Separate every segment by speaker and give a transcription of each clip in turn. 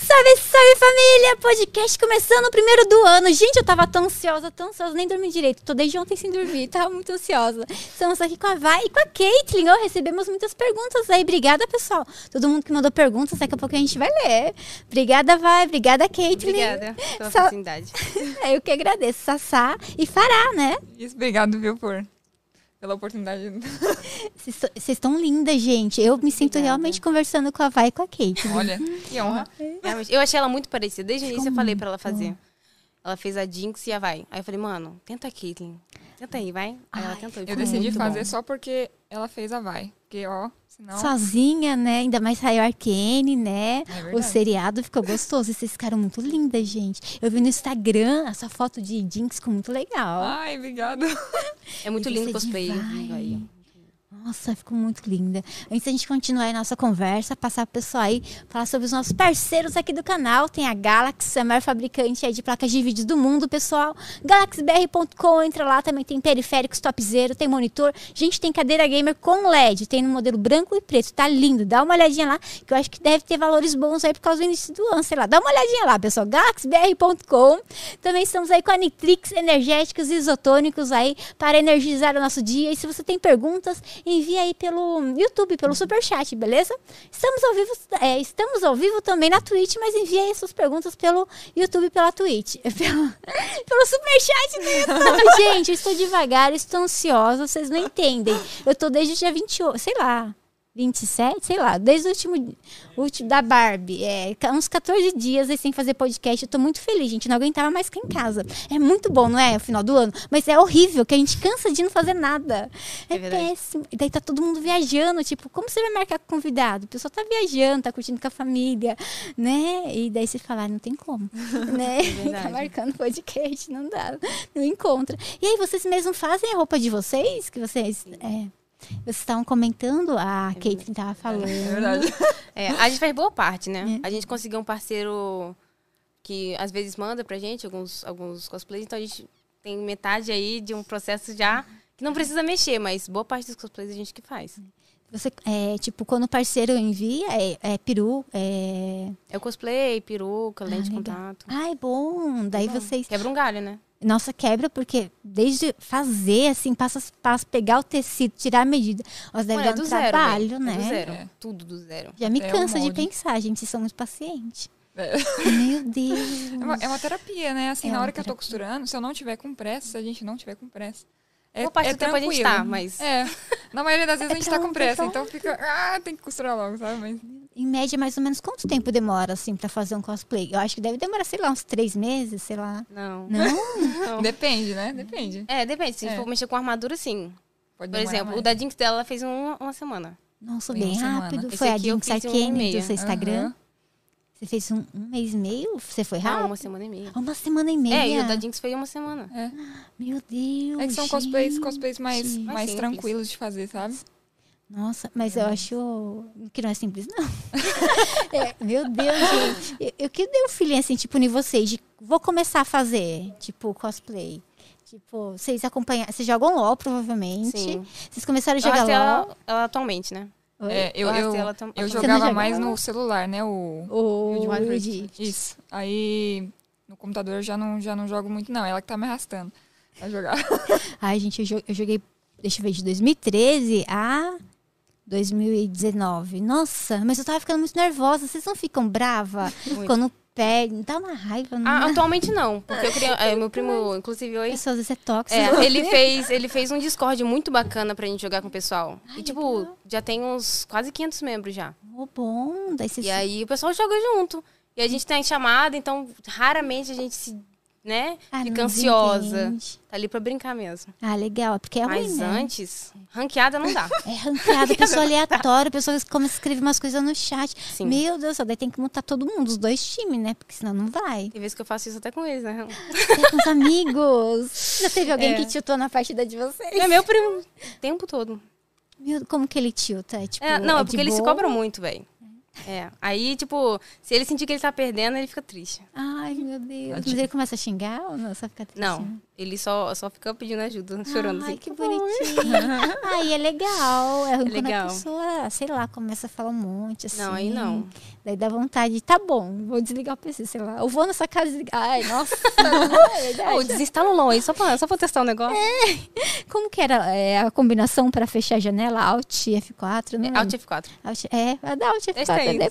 Speaker 1: Salve, salve família! Podcast começando o primeiro do ano. Gente, eu tava tão ansiosa, tão ansiosa, nem dormi direito. Tô desde ontem sem dormir, tava muito ansiosa. Estamos aqui com a Vai e com a Caitlin. Oh, recebemos muitas perguntas aí. Obrigada, pessoal. Todo mundo que mandou perguntas, daqui a pouco a gente vai ler. Obrigada, Vai. Obrigada, Caitlin.
Speaker 2: Obrigada pela
Speaker 1: Só-
Speaker 2: oportunidade.
Speaker 1: É, eu que agradeço. Sassá e Fará, né?
Speaker 3: Isso, obrigado, viu, por, pela oportunidade.
Speaker 1: Vocês estão lindas, gente. Eu me sinto
Speaker 2: Obrigada.
Speaker 1: realmente conversando com a Vai e com a Caitlin.
Speaker 3: Olha, que honra.
Speaker 2: Realmente, eu achei ela muito parecida. Desde o início eu falei pra ela fazer. Ela fez a Jinx e a vai. Aí eu falei, mano, tenta a Caitlyn. Tenta aí, vai. Aí ela
Speaker 1: Ai,
Speaker 2: tentou. e
Speaker 3: Eu
Speaker 2: ficou
Speaker 3: decidi
Speaker 2: muito
Speaker 3: fazer
Speaker 2: bom.
Speaker 3: só porque ela fez a vai. Porque, ó, senão.
Speaker 1: Sozinha, né? Ainda mais saiu Arcane, né?
Speaker 3: É
Speaker 1: o
Speaker 3: verdade.
Speaker 1: seriado ficou gostoso. E vocês ficaram muito lindas, gente. Eu vi no Instagram a sua foto de Jinx, ficou muito legal.
Speaker 3: Ai, obrigado.
Speaker 2: É muito
Speaker 1: E
Speaker 2: lindo o
Speaker 1: você
Speaker 2: cosplay.
Speaker 1: vai.
Speaker 2: Aí.
Speaker 1: Nossa, ficou muito linda. Antes da gente continuar a nossa conversa, passar pro pessoal aí, falar sobre os nossos parceiros aqui do canal. Tem a Galaxy, a maior fabricante aí de placas de vídeo do mundo, pessoal. GalaxyBR.com, entra lá, também tem periféricos top zero, tem monitor. Gente, tem cadeira gamer com LED, tem no modelo branco e preto, tá lindo. Dá uma olhadinha lá, que eu acho que deve ter valores bons aí por causa do início do ano, sei lá. Dá uma olhadinha lá, pessoal. GalaxyBR.com. Também estamos aí com a Nitrix Energéticos e Isotônicos aí para energizar o nosso dia. E se você tem perguntas, envia aí pelo YouTube, pelo Superchat, beleza? Estamos ao vivo, é, estamos ao vivo também na Twitch, mas envia aí suas perguntas pelo YouTube, pela Twitch. Pelo, pelo Superchat do YouTube. Gente, eu estou devagar, eu estou ansiosa, vocês não entendem. Eu tô desde o dia 28, sei lá. 27, sei lá, desde o último, o último da Barbie. É, ca- uns 14 dias aí sem fazer podcast. Eu tô muito feliz, gente. Não aguentava mais ficar em casa. É muito bom, não é? O final do ano. Mas é horrível que a gente cansa de não fazer nada. É,
Speaker 2: É verdade.
Speaker 1: péssimo. E daí tá todo mundo viajando. Tipo, como você vai marcar com convidado? O pessoal tá viajando, tá curtindo com a família, né? E daí você fala, "Ah, não tem como. né? Tá
Speaker 2: É verdade.
Speaker 1: marcando podcast, não dá. Não encontra. E aí, vocês mesmos fazem a roupa de vocês? Que vocês. É, vocês estavam comentando, a Caitlyn tava falando.
Speaker 3: É verdade.
Speaker 2: É, a gente faz boa parte,
Speaker 1: É.
Speaker 2: né? A gente conseguiu um parceiro que às vezes manda pra gente alguns, alguns cosplays. Então a gente tem metade aí de um processo já que não precisa mexer, mas boa parte dos cosplays a gente que faz.
Speaker 1: Você, é, tipo, quando o parceiro envia, é, é peru, é...
Speaker 2: É o cosplay, peruca, lente de
Speaker 1: Ah, legal.
Speaker 2: contato.
Speaker 1: Ai, é bom! Daí vocês...
Speaker 2: Quebra um galho, né?
Speaker 1: Nossa, quebra, porque desde fazer, assim, passo a passo, pegar o tecido, tirar a medida, nossa, deve
Speaker 2: Mano, é
Speaker 1: dar um
Speaker 2: zero,
Speaker 1: trabalho,
Speaker 2: velho.
Speaker 1: né?
Speaker 2: É do zero.
Speaker 3: É.
Speaker 2: Tudo do zero.
Speaker 1: Já me
Speaker 3: É um
Speaker 1: cansa de
Speaker 3: molde.
Speaker 1: pensar, gente, vocês são muito pacientes.
Speaker 3: É.
Speaker 1: Meu Deus!
Speaker 3: É uma, é uma terapia, né? Assim,
Speaker 1: É
Speaker 3: na
Speaker 1: uma
Speaker 3: hora que eu tô costurando, se eu não tiver com pressa, se a gente não tiver com pressa. É,
Speaker 2: Boa parte
Speaker 3: é
Speaker 2: do tempo a gente
Speaker 3: tranquilo.
Speaker 2: tá, mas-
Speaker 3: É. Na maioria das vezes
Speaker 1: É
Speaker 3: a gente tá com pressa,
Speaker 1: tranquilo.
Speaker 3: então fica. Ah, tem que costurar logo, sabe? Mas
Speaker 1: Em média, mais ou menos, quanto tempo demora, assim, pra fazer um cosplay? Eu acho que deve demorar, sei lá, uns três meses, sei lá.
Speaker 2: Não.
Speaker 1: Não?
Speaker 2: não.
Speaker 3: depende, né? Depende.
Speaker 2: É, depende. Se
Speaker 3: É.
Speaker 2: for mexer com armadura, sim.
Speaker 3: Pode
Speaker 2: Por
Speaker 3: demorar
Speaker 2: exemplo,
Speaker 3: mais.
Speaker 2: o da Jinx dela, ela fez em uma, uma semana.
Speaker 1: Nossa,
Speaker 3: Em uma
Speaker 1: bem
Speaker 3: semana.
Speaker 1: rápido.
Speaker 2: Esse
Speaker 1: Foi a
Speaker 2: aqui eu
Speaker 1: Jinx
Speaker 2: fiz em um ano e
Speaker 1: Arcane do
Speaker 2: meio.
Speaker 1: seu Instagram.
Speaker 3: Aham.
Speaker 1: Você fez um, um mês e meio? Você foi
Speaker 2: Ah,
Speaker 1: rápido?
Speaker 2: uma semana e meia.
Speaker 1: Uma, semana e meia?
Speaker 2: É, e o da Jinx foi em uma semana.
Speaker 3: É.
Speaker 1: Meu Deus.
Speaker 3: É que são
Speaker 1: gente.
Speaker 3: cosplays, cosplays mais,
Speaker 1: Gente.
Speaker 3: mais,
Speaker 2: Mais simples.
Speaker 3: tranquilos de fazer, sabe?
Speaker 1: Nossa, mas
Speaker 2: É
Speaker 1: eu acho que não é simples, não. É, meu Deus, gente. Eu, eu que dei um feeling assim, tipo, em vocês, de vou começar a fazer, tipo, cosplay. Tipo, vocês acompanham. Vocês jogam LOL, provavelmente.
Speaker 2: Sim.
Speaker 1: Vocês começaram a
Speaker 2: Eu é
Speaker 1: jogar
Speaker 2: arrastei
Speaker 1: LOL.
Speaker 2: ela, ela atualmente, né?
Speaker 1: Oi?
Speaker 3: É, eu,
Speaker 2: arrastei
Speaker 3: eu,
Speaker 2: ela tam-
Speaker 3: eu
Speaker 2: Você não
Speaker 3: jogava
Speaker 1: joga?
Speaker 3: mais no celular, né? O,
Speaker 1: O
Speaker 2: Wild Rift.
Speaker 1: Wild.
Speaker 3: Isso. Aí no computador eu já não, já não jogo muito, não. Ela que tá me arrastando pra jogar.
Speaker 1: Ai, gente, eu jo- eu joguei, deixa eu ver, de 2013 a 2019. Nossa, mas eu tava ficando muito nervosa. Vocês não ficam brava
Speaker 2: Muito.
Speaker 1: quando perdem? Dá uma raiva, né? não?
Speaker 2: Ah, atualmente não, porque eu queria. é, meu primo, inclusive,
Speaker 1: A
Speaker 2: oi.
Speaker 1: pessoa às vezes é tóxica.
Speaker 2: É, ele fez, ele fez um Discord muito bacana pra gente jogar com o pessoal. e, tipo,
Speaker 1: legal.
Speaker 2: já tem uns quase 500 membros já.
Speaker 1: Ô, bom, daí vocês...
Speaker 2: E aí o pessoal joga junto. E a gente tá em chamada, então raramente a gente se, né,
Speaker 1: Ah,
Speaker 2: fica
Speaker 1: não
Speaker 2: ansiosa.
Speaker 1: desentende.
Speaker 2: Tá ali pra brincar mesmo.
Speaker 1: Ah, legal, é porque é ruim,
Speaker 2: Mas
Speaker 1: né?
Speaker 2: antes, ranqueada não dá.
Speaker 1: É ranqueado, pessoa aleatória, pessoa que começa a escrever umas coisas no chat.
Speaker 2: Sim.
Speaker 1: Meu Deus, do céu, daí tem que montar todo mundo, os dois times, né? Porque senão não vai.
Speaker 2: Tem vezes que eu faço isso até com eles, né?
Speaker 1: Até com os amigos. Já teve alguém
Speaker 2: É.
Speaker 1: que tiltou na partida de vocês?
Speaker 2: É meu primo o tempo todo.
Speaker 1: Meu, como que ele tilta? É, tipo,
Speaker 2: É, não, é porque
Speaker 1: de
Speaker 2: ele se
Speaker 1: boa?
Speaker 2: cobra muito, velho. É. Aí, tipo, se ele sentir que ele tá perdendo, ele fica triste.
Speaker 1: Ah, Ai, meu Deus. Mas ele começa a xingar ou não? Só fica triste?
Speaker 2: Não, ele só, só fica pedindo ajuda, chorando.
Speaker 1: Ai,
Speaker 2: assim,
Speaker 1: que
Speaker 2: "Por favor".
Speaker 1: bonitinho. Ai, é legal. É, quando
Speaker 2: legal.
Speaker 1: a pessoa, sei lá, começa a falar um monte, assim.
Speaker 2: Não, aí não.
Speaker 1: Daí dá vontade. Tá bom, vou desligar o PC, sei lá. Eu vou nessa casa desligar. Ai, nossa. não é verdade?
Speaker 2: Ô, desinstala o LOL aí, só pra, só pra testar um negócio.
Speaker 1: É. Como que era é, a combinação para fechar a janela? Alt F4, não
Speaker 2: É, Alt
Speaker 1: lembro.
Speaker 2: F4.
Speaker 1: Alt É, a da Alt
Speaker 2: Esse
Speaker 1: F4.
Speaker 2: aí,
Speaker 1: né?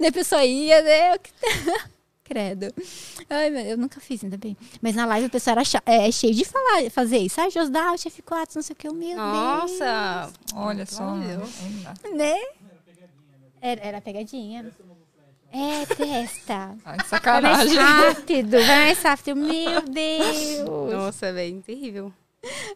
Speaker 1: Daí a pessoa ia, né? Eu que- Credo. Ai, meu, eu nunca fiz, ainda bem. Mas na live o pessoal era cha- é, cheio de falar, fazer isso. Ah, Josdá, Alt F4, não sei o que. eu, Meu Deus.
Speaker 2: Nossa,
Speaker 3: Olha só. mano.
Speaker 2: Valeu.
Speaker 3: Aí dá.
Speaker 1: Né? Era, era pegadinha. É, testa. Vai
Speaker 3: Ai,
Speaker 1: mais
Speaker 3: sacanagem.
Speaker 1: rápido, vai mais rápido. Meu Deus.
Speaker 2: nossa, velho, terrível.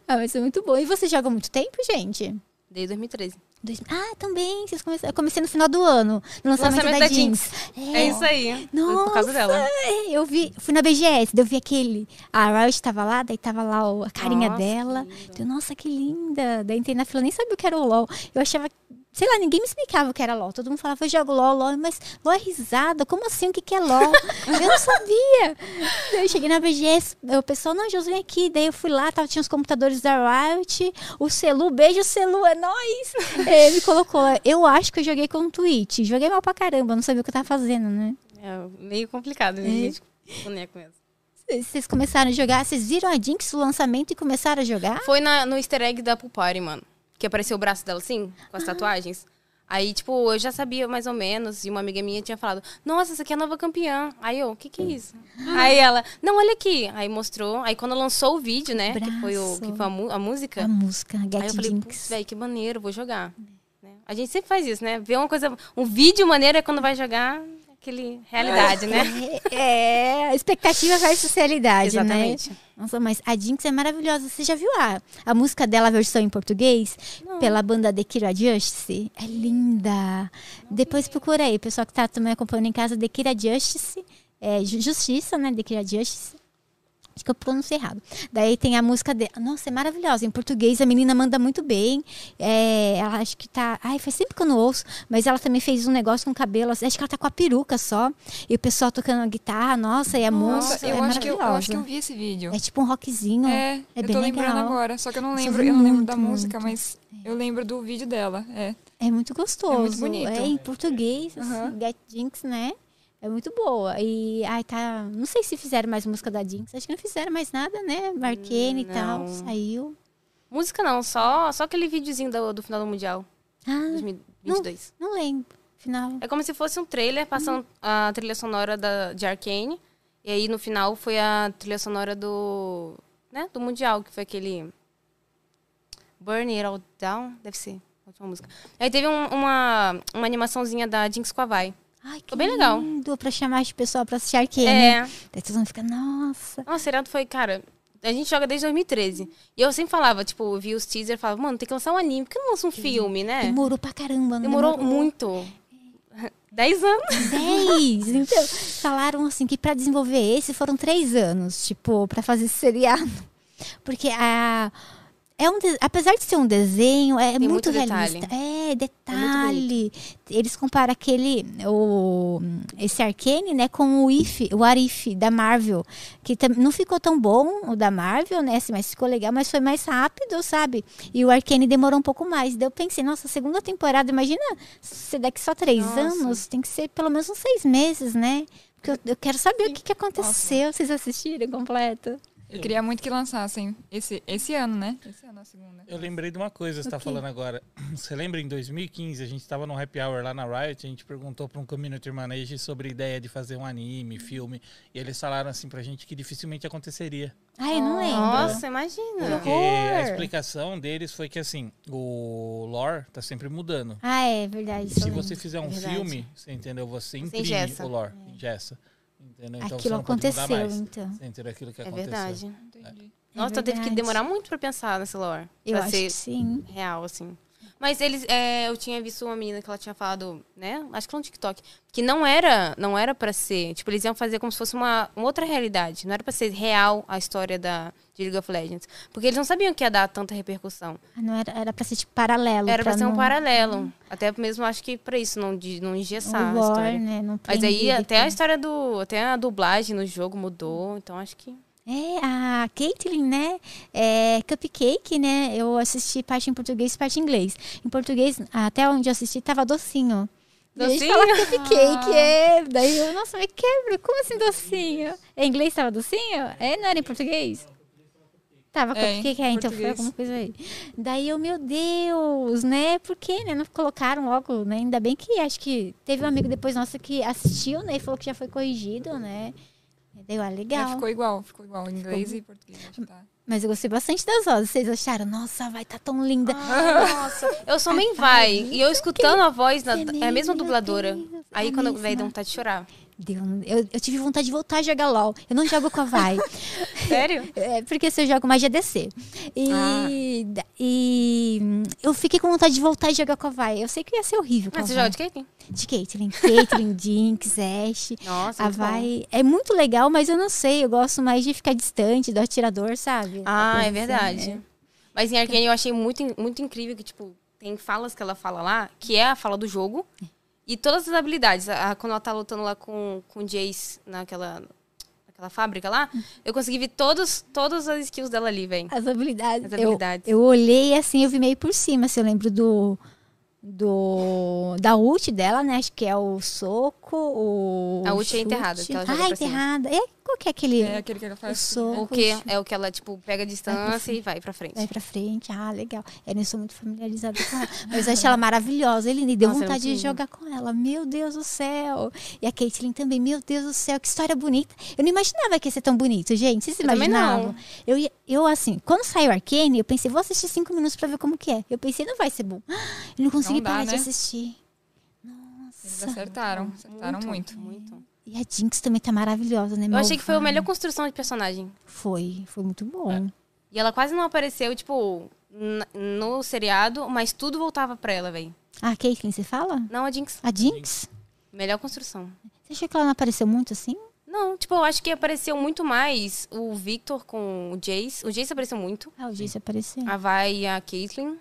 Speaker 1: Ah, mas é muito bom. E você joga há muito tempo, gente?
Speaker 2: Desde 2013.
Speaker 1: Dois- Ah, também. Vocês começaram... Eu comecei no final do ano, no lançamento,
Speaker 2: Lançamento
Speaker 1: da,
Speaker 2: da
Speaker 1: Jeans.
Speaker 2: É isso aí.
Speaker 1: Nossa,
Speaker 2: Por causa dela.
Speaker 1: é, eu vi, fui na BGS, daí eu vi aquele. A Riot tava lá, daí tava lá o- a carinha
Speaker 2: Nossa,
Speaker 1: dela.
Speaker 2: que linda.
Speaker 1: Então, nossa, que linda. Daí entrei na fila, nem sabia o que era o LOL. Eu achava, sei lá, ninguém me explicava o que era LOL. Todo mundo falava, eu jogo LOL, LOL, mas LOL é risada. Como assim? O que, que é LOL? eu não sabia. Daí eu cheguei na BGS, daí o pessoal, não, Josué aqui. Daí eu fui lá, tava, tinha os computadores da Riot, o Celu, beijo Celu, é nóis. Ele me colocou, eu acho que eu joguei com o Twitch. Joguei mal pra caramba, não sabia o que eu tava fazendo, né?
Speaker 2: É meio complicado,
Speaker 1: É.
Speaker 2: né, gente? Boneco mesmo.
Speaker 1: Vocês começaram a jogar, vocês viram a Jinx do lançamento e começaram a jogar?
Speaker 2: Foi na- no easter egg da Pool Party, mano. Que apareceu o braço dela assim,
Speaker 1: Ah.
Speaker 2: com as tatuagens. Aí, tipo, eu já sabia mais ou menos. E uma amiga minha tinha falado: Nossa, essa aqui é a nova campeã. Aí eu, o que que é isso?
Speaker 1: Ah.
Speaker 2: Aí ela, não, olha aqui. Aí mostrou. Aí quando lançou o vídeo, né? Que foi, o,
Speaker 1: Braço.
Speaker 2: que foi a, mu- a música.
Speaker 1: A música,
Speaker 2: Aí eu
Speaker 1: Get
Speaker 2: falei,
Speaker 1: Jinx. É.
Speaker 2: putz, velho, que maneiro, vou jogar. Né? A gente sempre faz isso, né? Ver uma coisa, um vídeo maneiro é quando vai jogar aquele realidade, né?
Speaker 1: É, a expectativa versus realidade,
Speaker 2: Exatamente.
Speaker 1: né? Nossa, mas a Jinx é maravilhosa. Você já viu a, a música dela, a versão em português? Pela banda The Kira Justice? É linda. Depois procura aí, pessoal que tá também acompanhando em casa, The Kira Justice. É, Ju- Justiça, né? The Kira Justice. Acho que eu pronunciei errado. Daí tem a música dela. Nossa, é maravilhosa. Em português, a menina manda muito bem. É, ela acho que tá. Ai, faz sempre que eu não ouço. Mas ela também fez um negócio com o cabelo. Acho que ela tá com a peruca só. E o pessoal tocando a guitarra. Nossa, e a
Speaker 3: Nossa,
Speaker 1: música.
Speaker 3: eu,
Speaker 1: é
Speaker 3: acho que eu, eu acho que eu
Speaker 1: maravilhosa.
Speaker 3: vi esse vídeo.
Speaker 1: É tipo um rockzinho.
Speaker 3: É, eu
Speaker 1: bem
Speaker 3: tô lembrando
Speaker 1: legal.
Speaker 3: agora, só que eu não
Speaker 1: Só
Speaker 3: lembro,
Speaker 1: vi
Speaker 3: eu não lembro
Speaker 1: muito, É.
Speaker 3: da música,
Speaker 1: muito.
Speaker 3: mas eu lembro do vídeo dela. É.
Speaker 1: É muito gostoso.
Speaker 3: É muito bonito.
Speaker 1: É, em português, assim,
Speaker 3: Aham.
Speaker 1: Get Jinx, né? É muito boa. E ai, tá. Não sei se fizeram mais música da Jinx. Acho que não fizeram mais nada, né? Marquene e tal.
Speaker 2: Hum, Não.
Speaker 1: Saiu.
Speaker 2: Música não, só, só aquele videozinho do, do final do Mundial,
Speaker 1: Ah,
Speaker 2: 2022.
Speaker 1: não lembro. Final.
Speaker 2: É como se fosse um trailer passando a trilha sonora da, de Arcane. E aí no final foi a trilha sonora do. né? Do Mundial, que foi aquele. Burn It All Down, deve ser. a Última música. Aí teve um- uma, uma animaçãozinha da Jinx com a Vai.
Speaker 1: Ai, que
Speaker 2: Ficou bem legal.
Speaker 1: lindo pra chamar as pessoas pra assistir Arcane. né?
Speaker 2: É.
Speaker 1: Daí todo mundo fica, nossa.
Speaker 2: Nossa, seriado foi, cara. A gente joga desde 2013. E eu sempre falava, tipo, via os teasers e falava, mano, tem que lançar um anime, por que não lança um filme, né?
Speaker 1: Demorou pra caramba. não
Speaker 2: Demorou muito. Dez anos.
Speaker 1: 10. Então, falaram assim que pra desenvolver esse foram três anos, tipo, pra fazer esse seriado. Porque a. É um de- Apesar de ser um desenho, é muito,
Speaker 2: muito
Speaker 1: realista. É, detalhe. Eles comparam aquele. O, esse Arcane, né, com o If, o Arif da Marvel. Que tam- não ficou tão bom o da Marvel, né? assim, Mas ficou legal, mas foi mais rápido, sabe? E o Arcane demorou um pouco mais. Daí eu pensei, nossa, segunda temporada, imagina ser daqui só três
Speaker 2: Nossa.
Speaker 1: anos, tem que ser pelo menos uns seis meses, né? Porque eu, eu quero saber o que, que aconteceu. Vocês assistiram completo?
Speaker 3: Eu queria muito que lançassem esse, esse ano, né? Esse ano a segunda.
Speaker 4: Eu lembrei de uma coisa, você
Speaker 1: O
Speaker 4: tá
Speaker 1: quê?
Speaker 4: falando agora. Você lembra em 2015, a gente tava no happy hour lá na Riot, a gente perguntou pra um community manager sobre a ideia de fazer um anime, filme, e eles falaram assim pra gente que dificilmente aconteceria.
Speaker 1: Ah, eu não lembro.
Speaker 2: Nossa, imagina. É
Speaker 4: Porque
Speaker 1: horror!
Speaker 4: a explicação deles foi que assim, o lore tá sempre mudando.
Speaker 1: Ah, é verdade. É
Speaker 4: Se
Speaker 1: eu
Speaker 4: você fizer um
Speaker 2: Verdade.
Speaker 4: filme, você entendeu? Você imprime
Speaker 2: engessa.
Speaker 4: o lore, ingessa. Entendeu? Então você
Speaker 1: É. Aquilo
Speaker 4: não pode mudar
Speaker 1: aconteceu,
Speaker 4: mais.
Speaker 1: então.
Speaker 4: Você entendeu aquilo que
Speaker 2: É
Speaker 4: aconteceu.
Speaker 2: verdade.
Speaker 3: Entendi.
Speaker 1: É
Speaker 2: Nossa, teve que
Speaker 1: verdade.
Speaker 2: demorar muito pra pensar nesse lore.
Speaker 1: Eu
Speaker 2: pra
Speaker 1: acho
Speaker 2: ser
Speaker 1: que sim.
Speaker 2: real, assim. Mas eles, é, eu tinha visto uma menina que ela tinha falado, né? Acho que no TikTok, que não era, não era para ser. Tipo, eles iam fazer como se fosse uma, uma outra realidade. Não era para ser real a história da de League of Legends, porque eles não sabiam que ia dar tanta repercussão.
Speaker 1: Ah, Não era, era pra ser tipo paralelo.
Speaker 2: Era pra ser um
Speaker 1: não-
Speaker 2: paralelo. Até mesmo acho que pra isso, não, de- não engessar
Speaker 1: o
Speaker 2: a
Speaker 1: war,
Speaker 2: história.
Speaker 1: né? Não
Speaker 2: Mas aí
Speaker 1: proibir,
Speaker 2: até a
Speaker 1: então.
Speaker 2: história do. Até a dublagem no jogo mudou, então acho que.
Speaker 1: É, a Caitlyn, né? É, Cupcake, né? Eu assisti parte em português e parte em inglês. Em português, até onde eu assisti, tava docinho. E a gente
Speaker 2: Docinho?
Speaker 1: fala cupcake,
Speaker 3: Ah.
Speaker 1: é. Daí eu, nossa, me quebra. Como assim docinho? Em inglês tava docinho? É, não era em português? Tava
Speaker 3: É, em
Speaker 1: cupcake, é, então foi
Speaker 3: português.
Speaker 1: alguma coisa aí. Daí eu, meu Deus, né? Por que, né? Não colocaram logo, né? Ainda bem que acho que teve um amigo depois nosso que assistiu, né? E falou que já foi corrigido, né? Daí eu, ah, legal.
Speaker 3: É, ficou igual, ficou igual. Inglês e português. acho que Tá.
Speaker 1: Mas eu gostei bastante das vozes. Vocês acharam? Nossa, vai tá tão linda.
Speaker 2: Nossa, eu
Speaker 1: É
Speaker 2: sou bem vai.
Speaker 1: né?
Speaker 2: E eu escutando a voz, na,
Speaker 1: Você
Speaker 2: Ah, é a mesma
Speaker 1: mesma,
Speaker 2: dubladora.
Speaker 1: meu Deus, é
Speaker 2: Aí
Speaker 1: a
Speaker 2: quando eu
Speaker 1: mesma.
Speaker 2: veio dar vontade de um- chorar.
Speaker 1: Deu um- eu, eu tive vontade de voltar a jogar LOL. Eu não jogo com a Vai.
Speaker 2: Sério?
Speaker 1: É, porque se eu jogo mais GDC.
Speaker 2: Ah.
Speaker 1: E, da- e hum, eu fiquei com vontade de voltar e jogar com a Vai. Eu sei que ia ser horrível. Com
Speaker 2: Mas
Speaker 1: a
Speaker 2: você
Speaker 1: Vai.
Speaker 2: joga de Caitlyn?
Speaker 1: de Caitlyn. Caitlyn, Jinx, Ashe.
Speaker 2: Nossa,
Speaker 1: A
Speaker 2: muito bom.
Speaker 1: Vai é muito legal, mas eu não sei. Eu gosto mais de ficar distante do atirador, sabe?
Speaker 2: Ah,
Speaker 1: Coisa
Speaker 2: é
Speaker 1: assim,
Speaker 2: verdade.
Speaker 1: é.
Speaker 2: Mas em Arcane eu achei muito, in- muito incrível que, tipo, tem falas que ela fala lá, que é a fala do jogo. E todas as habilidades. A- a- quando ela tá lutando lá com, com o Jace naquela, naquela fábrica lá,
Speaker 1: Hum.
Speaker 2: eu consegui ver todos, todas as skills dela ali, velho.
Speaker 1: As habilidades.
Speaker 2: As
Speaker 1: Eu-
Speaker 2: habilidades.
Speaker 1: Eu, olhei assim, eu vi meio por cima, se eu lembro do. Do, da ult dela, né? Acho que é o soco, o.
Speaker 2: A ult é enterrada,
Speaker 1: chute.
Speaker 2: que ela joga
Speaker 1: Ah,
Speaker 2: pra cima.
Speaker 1: enterrada. É, qual que é aquele.
Speaker 3: É aquele que ela
Speaker 1: o
Speaker 3: faz.
Speaker 1: soco.
Speaker 2: O que é o que ela, tipo, pega a distância e vai pra frente.
Speaker 1: Vai pra frente. Ah, legal. Eu não sou muito familiarizada com ela. Mas eu achei ela maravilhosa. Ele me deu
Speaker 2: Nossa, ela é
Speaker 1: vontade de
Speaker 2: muito linda.
Speaker 1: jogar com ela. Meu Deus do céu. E a Caitlyn também. Meu Deus do céu. Que história bonita. Eu não imaginava que ia ser tão bonito, gente. Vocês
Speaker 2: Eu também
Speaker 1: imaginavam?
Speaker 2: não.
Speaker 1: Eu, ia- eu, assim, quando saiu Arcane, eu pensei, vou assistir cinco minutos pra ver como que é. Eu pensei, não vai ser bom. Eu não consegui
Speaker 3: dá,
Speaker 1: parar de
Speaker 3: né?
Speaker 1: assistir.
Speaker 3: Eles
Speaker 1: Nossa.
Speaker 3: acertaram, acertaram muito.
Speaker 2: muito.
Speaker 1: E a Jinx também tá maravilhosa, né?
Speaker 2: Eu achei que foi É. a
Speaker 1: Malvada.
Speaker 2: melhor construção de personagem.
Speaker 1: Foi. Foi muito bom.
Speaker 2: E ela quase não apareceu, tipo, n- no seriado, mas tudo voltava pra ela, velho.
Speaker 1: Ah, Caitlyn, você fala?
Speaker 2: Não, a Jinx.
Speaker 1: A Jinx?
Speaker 2: Melhor construção.
Speaker 1: Você achou que ela não apareceu muito assim?
Speaker 2: Não, tipo, eu acho que apareceu muito mais o Victor com o Jace. O Jace apareceu muito.
Speaker 1: Ah, o Jace apareceu.
Speaker 2: A Vai e a Caitlyn.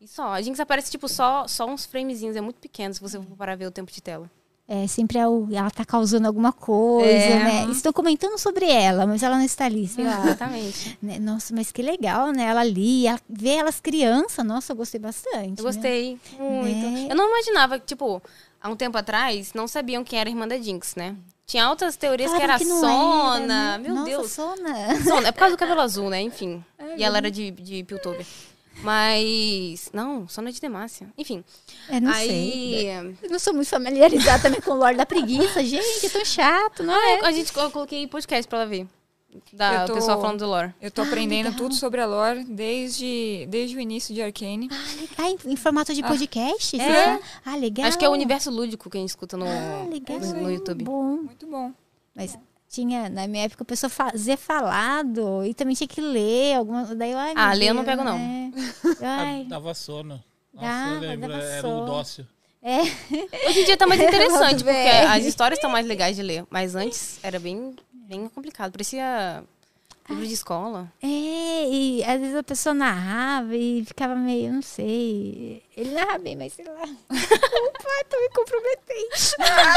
Speaker 2: E só. A Jinx aparece, tipo, só, só uns framezinhos. É muito pequeno se você for parar ver o tempo de tela.
Speaker 1: É, sempre é o- ela tá causando alguma coisa,
Speaker 2: É.
Speaker 1: né? Estou comentando sobre ela, mas ela não está ali, sei lá.
Speaker 2: Exatamente.
Speaker 1: né? Nossa, mas que legal, né? Ela ali, ela, ver elas criança, nossa, eu gostei bastante.
Speaker 2: Eu gostei muito.
Speaker 1: Né?
Speaker 2: Eu não imaginava que, tipo, há um tempo atrás, não sabiam quem era a irmã da Jinx, né? Tinha altas teorias
Speaker 1: Falaram
Speaker 2: que era a
Speaker 1: que não
Speaker 2: Sona.
Speaker 1: era, né?
Speaker 2: Meu
Speaker 1: nossa, É,
Speaker 2: Deus.
Speaker 1: Sona.
Speaker 2: Zona, é por causa do cabelo azul, né? Enfim. e ela era de, de Piltover. Mas. Não, só não é de Demacia. Enfim.
Speaker 1: É, não
Speaker 2: aí. ah,
Speaker 1: sei. Eu não sou muito familiarizada também com o lore da preguiça, gente, é tão chato, não é?
Speaker 2: A gente, eu coloquei podcast pra ela ver. Da
Speaker 3: Eu tô-
Speaker 2: pessoa falando do lore.
Speaker 3: Eu tô
Speaker 1: Ah,
Speaker 3: aprendendo tudo sobre a lore desde, desde o início de Arcane.
Speaker 1: Ah, em, em formato de podcast?
Speaker 2: É.
Speaker 1: sei lá. Ah, legal.
Speaker 2: Acho que é o universo lúdico que a gente escuta no,
Speaker 1: Ah, legal.
Speaker 2: no, no YouTube.
Speaker 1: Bom.
Speaker 3: Muito bom.
Speaker 1: Mas tinha, na minha época, a pessoa fazia falado e também tinha que ler alguma. Daí eu, ai, meu
Speaker 2: Ah, ler eu não
Speaker 1: Deus,
Speaker 2: pego, não.
Speaker 1: né?
Speaker 4: Ah,
Speaker 1: Ai,
Speaker 4: Dava sono. Nossa,
Speaker 1: Dava,
Speaker 4: eu lembro.
Speaker 1: dava
Speaker 4: Era
Speaker 1: sono.
Speaker 4: o dócil.
Speaker 2: Hoje em dia tá mais
Speaker 1: Muito
Speaker 2: interessante, porque
Speaker 1: bem.
Speaker 2: as histórias estão mais legais de ler. Mas antes era bem, bem complicado. Parecia livro de escola.
Speaker 1: é, e às vezes a pessoa narrava e ficava meio, não sei. Ele narrava bem, mas sei lá. Opa, tô me comprometendo.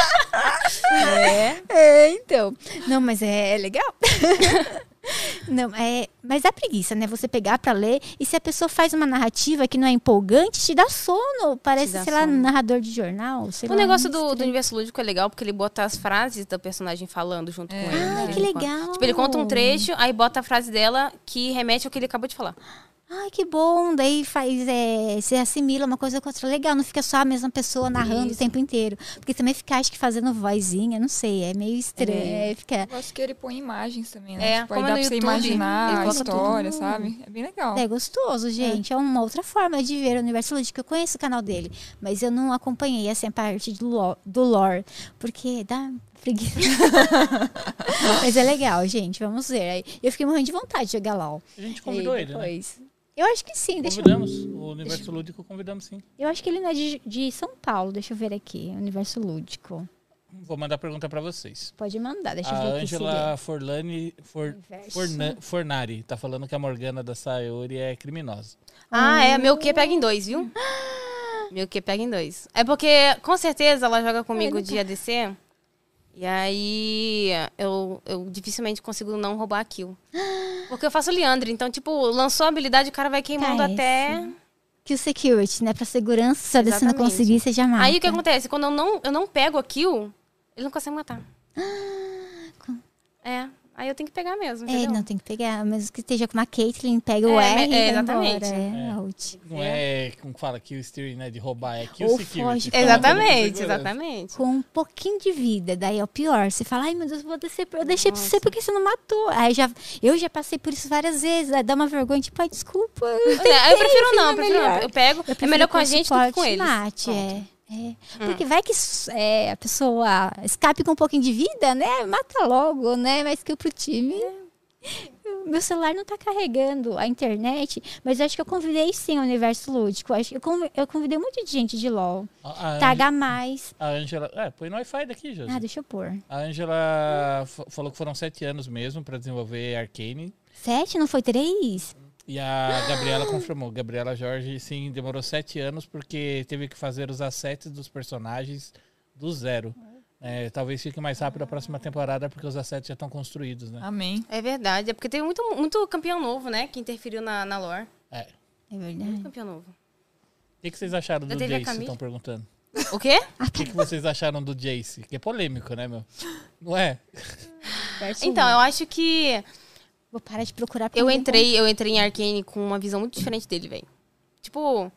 Speaker 2: É.
Speaker 1: É, então. Não, mas é legal. Não, é, mas dá preguiça, né? Você pegar pra ler e se a pessoa faz uma narrativa que não é empolgante, te dá sono. Parece,
Speaker 2: dá
Speaker 1: sei lá,
Speaker 2: sono.
Speaker 1: narrador de jornal. Sei
Speaker 2: O
Speaker 1: lá,
Speaker 2: negócio
Speaker 1: um
Speaker 2: do, do
Speaker 1: estranho.
Speaker 2: universo lúdico é legal, porque ele bota as frases da personagem falando junto
Speaker 3: É.
Speaker 2: com ele.
Speaker 1: Ai,
Speaker 2: né?
Speaker 1: Ah, que
Speaker 2: Ele conta.
Speaker 1: legal.
Speaker 2: Tipo, ele conta um trecho, aí bota a frase dela que remete ao que ele acabou de falar.
Speaker 1: Ai, que bom. Daí faz, é, você assimila uma coisa com outra. Legal, não fica só a mesma pessoa narrando o tempo inteiro. Porque também ficar, acho que fazendo vozinha, não sei, é meio estranho. É, fica...
Speaker 3: Eu gosto que ele põe imagens também,
Speaker 2: É,
Speaker 3: né? tipo, aí
Speaker 2: como
Speaker 3: dá
Speaker 2: é
Speaker 3: pra
Speaker 2: no
Speaker 3: você
Speaker 2: YouTube, ele
Speaker 3: imaginar a
Speaker 2: coloca tudo.
Speaker 3: história, sabe? É bem legal.
Speaker 1: É gostoso, gente. É. uma outra forma de ver o universo lúdico. Eu conheço o canal dele, mas eu não acompanhei assim, a parte do lo- do lore, porque dá preguiça. mas é legal, gente. Vamos ver. Aí Eu fiquei morrendo de vontade de jogar LOL.
Speaker 4: A gente
Speaker 1: E
Speaker 4: convidou ele, né?
Speaker 1: depois. Eu acho que sim, deixa eu...
Speaker 4: Convidamos. O Universo Lúdico convidamos sim.
Speaker 1: eu acho que ele não é de, de São Paulo, deixa eu ver aqui, Universo Lúdico.
Speaker 4: Vou mandar a pergunta pra vocês.
Speaker 1: Pode mandar, deixa
Speaker 4: a
Speaker 1: eu ver aqui
Speaker 4: Ângela Forlani For,
Speaker 1: se ele é.
Speaker 4: Forna- Fornari tá falando que a Morgana da Sayori é criminosa.
Speaker 2: Ah, é. Meu que pega em dois, viu? Meu que pega em dois. É porque, com certeza, ela joga comigo
Speaker 1: tá
Speaker 2: de ADC. E aí, eu, eu dificilmente consigo não roubar a kill. Porque eu faço Leandre. Então, tipo, lançou a habilidade, o cara vai queimando
Speaker 1: Tá,
Speaker 2: até...
Speaker 1: Que o security, né? Pra segurança, se você não
Speaker 2: Exatamente.
Speaker 1: conseguir, você já mata.
Speaker 2: Aí, o que acontece? Quando eu não, eu não pego a kill, ele não consegue matar. É. Aí eu tenho que pegar mesmo,
Speaker 1: É,
Speaker 2: entendeu?
Speaker 1: não, tem que pegar. Mas que esteja com uma Caitlyn, pega o
Speaker 2: É,
Speaker 1: R
Speaker 2: é,
Speaker 1: e vai
Speaker 2: exatamente.
Speaker 1: embora. É, out.
Speaker 4: Não é, como fala, kill steering, né? De roubar, é kill
Speaker 1: Ou
Speaker 4: security.
Speaker 1: foge
Speaker 4: Tá mandando
Speaker 2: Exatamente,
Speaker 4: segurança.
Speaker 2: exatamente.
Speaker 1: Com um pouquinho de vida, daí é o pior. Você fala, ai meu Deus, vou descer, eu deixei pra você porque você não matou. Aí já, eu já passei por isso várias vezes, aí dá uma vergonha, tipo, ai, desculpa.
Speaker 2: É,
Speaker 1: filho, é
Speaker 2: eu prefiro não, eu prefiro não.
Speaker 1: melhor.
Speaker 2: Eu pego.
Speaker 1: Eu
Speaker 2: é
Speaker 1: prefiro
Speaker 2: melhor
Speaker 1: que
Speaker 2: com
Speaker 1: o
Speaker 2: a gente do que com
Speaker 1: suporte
Speaker 2: eles.
Speaker 1: Mate,
Speaker 2: Pronto. Hum.
Speaker 1: é. é. Porque vai que é, a pessoa escape com um pouquinho de vida, né? Mata logo, né? Mas que pro time.
Speaker 2: É.
Speaker 1: Meu celular não tá carregando a internet, mas eu acho que eu convidei sim o universo lúdico. Acho que eu convi- eu convidei um monte de gente de LOL.
Speaker 4: A, a,
Speaker 1: Taga mais.
Speaker 4: a Angela... É, põe no Wi-Fi daqui, Josi.
Speaker 1: Ah, deixa eu pôr.
Speaker 4: A Angela fa- falou que foram sete anos mesmo pra desenvolver Arcane.
Speaker 1: Sete, não foi três?
Speaker 4: E a Gabriela confirmou. Gabriela Jorge, sim, demorou sete anos porque teve que fazer os assets dos personagens do zero. É, talvez fique mais rápido a próxima temporada porque os assets já estão construídos, né?
Speaker 3: Amém.
Speaker 2: É verdade, é porque teve muito, muito campeão novo, né? Que interferiu na, na lore.
Speaker 4: É.
Speaker 1: É verdade.
Speaker 2: Campeão novo.
Speaker 4: O que, que vocês acharam do
Speaker 2: Já teve a
Speaker 4: Jace?
Speaker 2: Camille?
Speaker 4: Estão perguntando.
Speaker 2: O quê?
Speaker 4: O que, que vocês acharam do Jace? Que é polêmico, né, meu? Não é?
Speaker 2: Então, eu acho que
Speaker 1: Vou parar de procurar. porque
Speaker 2: eu
Speaker 1: não tem
Speaker 2: entrei, eu entrei em Arcane com uma visão muito diferente dele, velho. Tipo,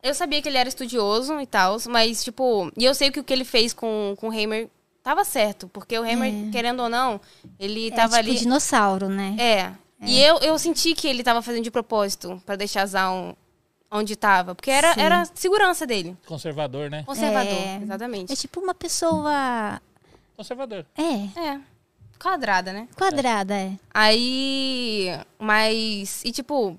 Speaker 2: eu sabia que ele era estudioso e tal, mas, tipo, e eu sei que o que ele fez com, com o Hammer tava certo, porque o Hammer, querendo ou não, ele
Speaker 1: como. É,
Speaker 2: tava
Speaker 1: tipo
Speaker 2: ali.
Speaker 1: dinossauro, né?
Speaker 2: É. E eu, eu senti que ele tava fazendo de propósito pra deixar a Zaun onde tava. Porque era,
Speaker 1: Sim.
Speaker 2: era segurança dele.
Speaker 4: Conservador, né?
Speaker 2: Conservador.
Speaker 1: É.
Speaker 2: Exatamente.
Speaker 1: É tipo uma pessoa.
Speaker 4: Conservador.
Speaker 1: É,
Speaker 2: É. Quadrada, né?
Speaker 1: quadrada, é.
Speaker 2: Aí. Mas. E tipo.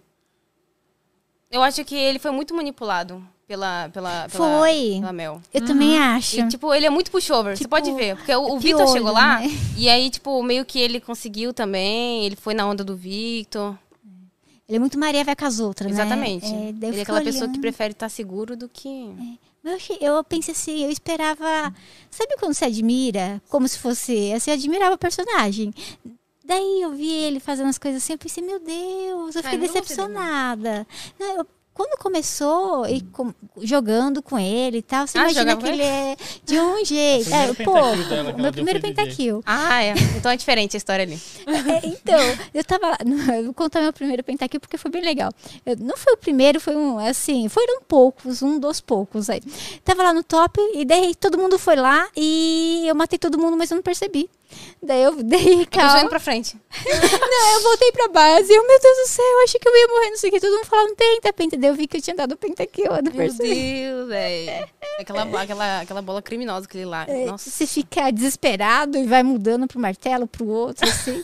Speaker 2: Eu acho que ele foi muito manipulado pela. pela, pela
Speaker 1: Foi.
Speaker 2: Pela Mel.
Speaker 1: Eu também acho.
Speaker 2: E, tipo, ele é muito pushover, você
Speaker 1: Tipo,
Speaker 2: pode ver. Porque o, o
Speaker 1: piolho,
Speaker 2: Victor chegou lá,
Speaker 1: né?
Speaker 2: e aí, tipo, meio que ele conseguiu também, ele foi na onda do Victor.
Speaker 1: Ele é muito Maria vai com as outras,
Speaker 2: Exatamente.
Speaker 1: né? daí eu
Speaker 2: ele é
Speaker 1: fico
Speaker 2: aquela pessoa que
Speaker 1: olhando. É.
Speaker 2: prefere estar seguro do que.
Speaker 1: Eu, achei- eu pensei assim, eu esperava. Sabe quando você admira? Como se fosse. Assim, eu admirava o personagem. Daí eu vi ele fazendo as coisas assim, eu pensei, meu Deus, eu
Speaker 2: Ah,
Speaker 1: fiquei
Speaker 2: eu não gostei dele,
Speaker 1: decepcionada. Não, eu- quando começou e com- jogando com ele e tal, você
Speaker 2: Ah,
Speaker 1: imagina
Speaker 2: jogava
Speaker 1: que
Speaker 2: com
Speaker 1: ele é de um jeito.
Speaker 4: primeiro
Speaker 1: É, o
Speaker 4: pentakill
Speaker 1: pouco.
Speaker 4: dela, que ela
Speaker 1: meu
Speaker 4: deu
Speaker 1: primeiro
Speaker 4: pro DJ.
Speaker 1: pentakill.
Speaker 2: Ah, é. Então é diferente a história ali.
Speaker 1: É, então, eu tava lá. não, eu vou contar meu primeiro pentakill porque foi bem legal. Eu- não foi o primeiro, foi um, assim, foram poucos, um dos poucos. Aí. Tava lá no top e daí todo mundo foi lá e eu matei todo mundo, mas eu não percebi. Daí eu dei
Speaker 2: É que eu tô indo
Speaker 1: calma.
Speaker 2: pra frente.
Speaker 1: Não, eu voltei pra base. Eu, meu Deus do céu, eu achei que eu ia morrer, não sei o que. Todo mundo falando penta, penta. Daí eu vi que eu tinha dado pentakill, eu não
Speaker 2: Meu
Speaker 1: percebi.
Speaker 2: Deus, velho. Aquela, aquela, aquela bola criminosa que ele lá.
Speaker 1: É,
Speaker 2: Nossa.
Speaker 1: Você fica desesperado e vai mudando pro martelo, pro outro, assim.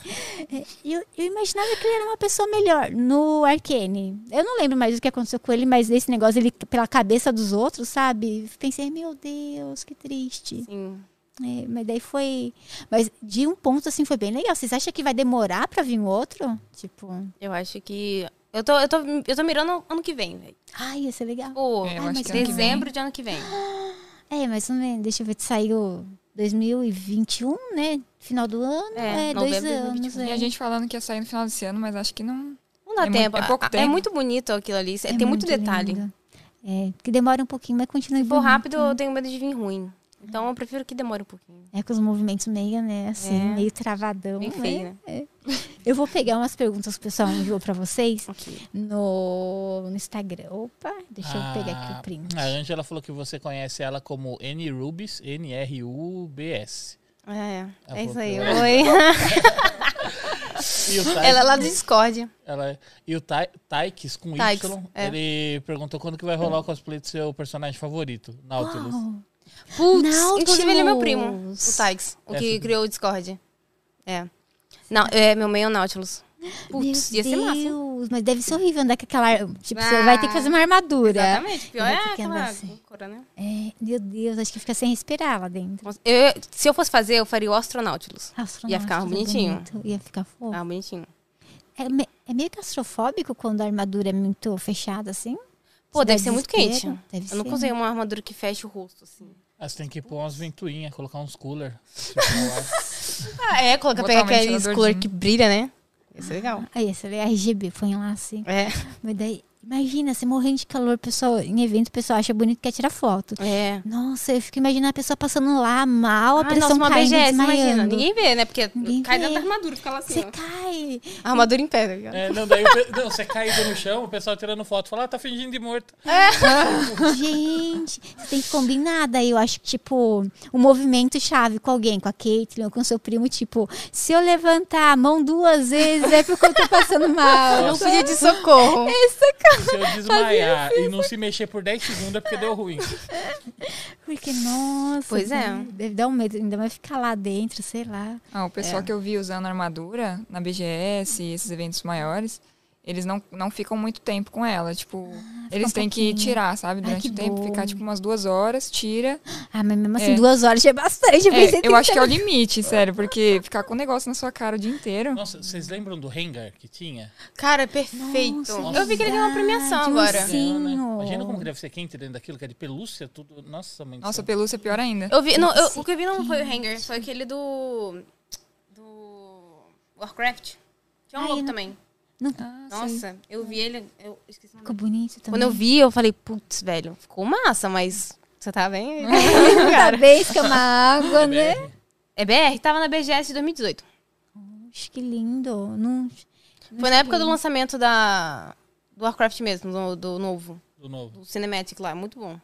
Speaker 1: É, eu, eu imaginava que ele era uma pessoa melhor no Arcane. Eu não lembro mais o que aconteceu com ele, mas desse negócio, ele pela cabeça dos outros, sabe? Pensei, meu Deus, que triste.
Speaker 2: Sim.
Speaker 1: É, mas daí foi. Mas de um ponto, assim, foi bem legal. Vocês acham que vai demorar pra vir um outro? Tipo,
Speaker 2: Eu acho que. Eu tô, eu tô, eu tô mirando ano que vem, velho.
Speaker 1: ai, ia ser legal.
Speaker 2: Tipo,
Speaker 3: É, eu
Speaker 1: Ai,
Speaker 3: acho
Speaker 1: mas
Speaker 3: que ano que vem.
Speaker 2: dezembro de ano que vem.
Speaker 1: É, mas não é- deixa eu ver, saiu 2021, né? Final do ano. É,
Speaker 2: É,
Speaker 1: dois
Speaker 2: novembro de
Speaker 1: anos.
Speaker 2: 2021.
Speaker 1: é.
Speaker 3: E a gente falando que ia sair no final desse ano, mas acho que não.
Speaker 2: Não dá
Speaker 3: É mu-
Speaker 2: tempo.
Speaker 3: é pouco
Speaker 2: A- É
Speaker 3: tempo.
Speaker 2: muito bonito aquilo ali. É, tem muito, detalhe.
Speaker 1: É lindo. É, que demora um pouquinho, mas continua
Speaker 2: Se for
Speaker 1: bonito.
Speaker 2: rápido, eu tenho medo de vir ruim. Então eu prefiro que demore um pouquinho.
Speaker 1: É com os movimentos meio, né, assim,
Speaker 2: É.
Speaker 1: meio travadão.
Speaker 2: Bem
Speaker 1: né?
Speaker 2: feio, né?
Speaker 1: Eu vou pegar umas perguntas que o pessoal enviou pra vocês
Speaker 2: Ok.
Speaker 1: no, no Instagram. Opa, deixa
Speaker 4: Ah, é
Speaker 1: eu pegar aqui o print.
Speaker 4: A Angela falou que você conhece ela como N Rubis, N-R-U-B-S.
Speaker 2: É,
Speaker 4: Ah,
Speaker 2: é isso
Speaker 4: vou
Speaker 2: aí.
Speaker 4: pegar.
Speaker 2: Oi.
Speaker 4: E o Tyson-
Speaker 2: Ela é lá do Discord.
Speaker 4: Ela é- E o Ta- Taikes com
Speaker 2: Taikes,
Speaker 4: Y,
Speaker 2: é.
Speaker 4: ele perguntou quando que vai rolar o cosplay do seu personagem favorito, Nautilus.
Speaker 1: Uau.
Speaker 2: Putz,
Speaker 1: Nautilus.
Speaker 2: inclusive ele é meu primo, o Taix, o
Speaker 4: É,
Speaker 2: que
Speaker 4: sim.
Speaker 2: criou o Discord. É. Não, é, meu meio é o Nautilus. Putz,
Speaker 1: Meu
Speaker 2: ia ser massa. hein? Ah,
Speaker 1: Deus, uso, mas deve ser horrível andar com aquela. Tipo, você vai ter que fazer uma armadura.
Speaker 2: Exatamente. Pior
Speaker 1: Vai
Speaker 2: é
Speaker 1: ter que andar
Speaker 2: aquela
Speaker 1: assim.
Speaker 2: loucura, né?
Speaker 1: É, meu Deus, acho que fica sem respirar lá dentro.
Speaker 2: Eu- se eu fosse fazer, eu faria o Astronautilos.
Speaker 1: Astronauta,
Speaker 2: Ia ficar
Speaker 1: tudo
Speaker 2: bonitinho.
Speaker 1: bonito, Ia ficar fofo.
Speaker 2: Ah, bonitinho.
Speaker 1: É, me- é meio claustrofóbico quando a armadura é muito fechada, assim? Isso
Speaker 2: Pô,
Speaker 1: dá
Speaker 2: deve ser muito quente.
Speaker 1: desespero? Deve
Speaker 2: Eu nunca
Speaker 1: ser,
Speaker 2: usei
Speaker 1: né?
Speaker 2: uma armadura que feche o rosto, assim.
Speaker 4: Ah, você tem que pôr umas ventoinhas, colocar uns cooler. Circular.
Speaker 2: Ah, é, coloca,
Speaker 3: Botar
Speaker 2: pega
Speaker 3: um
Speaker 2: aquele
Speaker 3: ventiladorzinho.
Speaker 2: cooler que brilha, né? Isso é legal.
Speaker 1: Aí, essa é RGB, põe lá assim.
Speaker 2: É.
Speaker 1: Mas daí, imagina, você morrendo de calor, pessoal, em evento, o pessoal acha bonito e quer tirar foto.
Speaker 2: É.
Speaker 1: Nossa, eu fico imaginando a pessoa passando lá mal, a
Speaker 2: Ah,
Speaker 1: pressão
Speaker 2: nossa, uma
Speaker 1: caindo,
Speaker 2: BGS, imagina.
Speaker 1: desmaiando.
Speaker 2: Ninguém vê, né? Porque
Speaker 1: Ninguém
Speaker 2: cai
Speaker 1: vê.
Speaker 2: dentro da armadura, fica lá assim.
Speaker 1: Você
Speaker 2: ó.
Speaker 1: cai.
Speaker 2: A armadura em pé, tá ligado?
Speaker 4: É, não, daí o pe- não, você caído no chão, o pessoal tirando foto, fala, ah, tá fingindo de morto.
Speaker 1: Gente, você tem que combinar. Daí eu acho que, tipo, um movimento chave com alguém, com a Caitlyn ou com seu primo, tipo, se eu levantar a mão duas vezes é porque eu tô passando mal.
Speaker 2: Não podia de socorro.
Speaker 4: Se eu desmaiar e não se mexer por 10 segundos é porque deu ruim.
Speaker 1: Porque, nossa.
Speaker 2: Pois é.
Speaker 1: deve- Deve dar um medo, ainda mais ficar lá dentro, sei lá.
Speaker 3: Ah, o
Speaker 1: É.
Speaker 3: pessoal que eu vi usando armadura na BGS e esses eventos maiores, eles não, não ficam muito tempo com ela. Tipo, eles
Speaker 1: um
Speaker 3: têm que
Speaker 1: pouquinho.
Speaker 3: tirar, sabe? Durante
Speaker 1: que
Speaker 3: o tempo,
Speaker 1: bom.
Speaker 3: ficar tipo umas duas horas, tira.
Speaker 1: Ah, mas mesmo assim,
Speaker 3: É.
Speaker 1: duas horas já é bastante. Eu,
Speaker 3: É,
Speaker 1: pensei
Speaker 3: eu acho que é o limite, sério, porque ficar com o negócio na sua cara o dia inteiro.
Speaker 4: Nossa, vocês lembram do hangar que tinha?
Speaker 2: Cara, é perfeito.
Speaker 1: Nossa,
Speaker 2: eu vi que ele ganhou uma premiação
Speaker 1: verdade, um
Speaker 2: agora.
Speaker 1: sim.
Speaker 4: Ganhou, né?
Speaker 1: Senhor.
Speaker 4: Imagina como que deve ser quente dentro daquilo, que é de pelúcia, tudo. Nossa, mãe. do
Speaker 3: Nossa,
Speaker 4: céu.
Speaker 3: pelúcia é pior ainda.
Speaker 2: Eu vi, não, eu-
Speaker 1: Nossa,
Speaker 2: o que eu vi não foi o Hanger, foi aquele do. do. Warcraft. Tinha um
Speaker 1: Ai,
Speaker 2: louco
Speaker 1: eu não-
Speaker 2: também.
Speaker 1: não
Speaker 3: Ah, sei.
Speaker 2: Nossa, eu vi ele. Eu esqueci o nome.
Speaker 1: ficou bonito também.
Speaker 2: Quando eu vi, eu falei, putz, velho, ficou massa, mas você tá bem?
Speaker 1: Ainda bem que é uma água, né?
Speaker 4: BR.
Speaker 2: é BR, tava na BGS de 2018.
Speaker 1: Oxe, que lindo. Não...
Speaker 2: Foi na época do lançamento da. Do Warcraft mesmo, do, do novo,
Speaker 4: Do novo.
Speaker 2: do Cinematic lá, muito bom.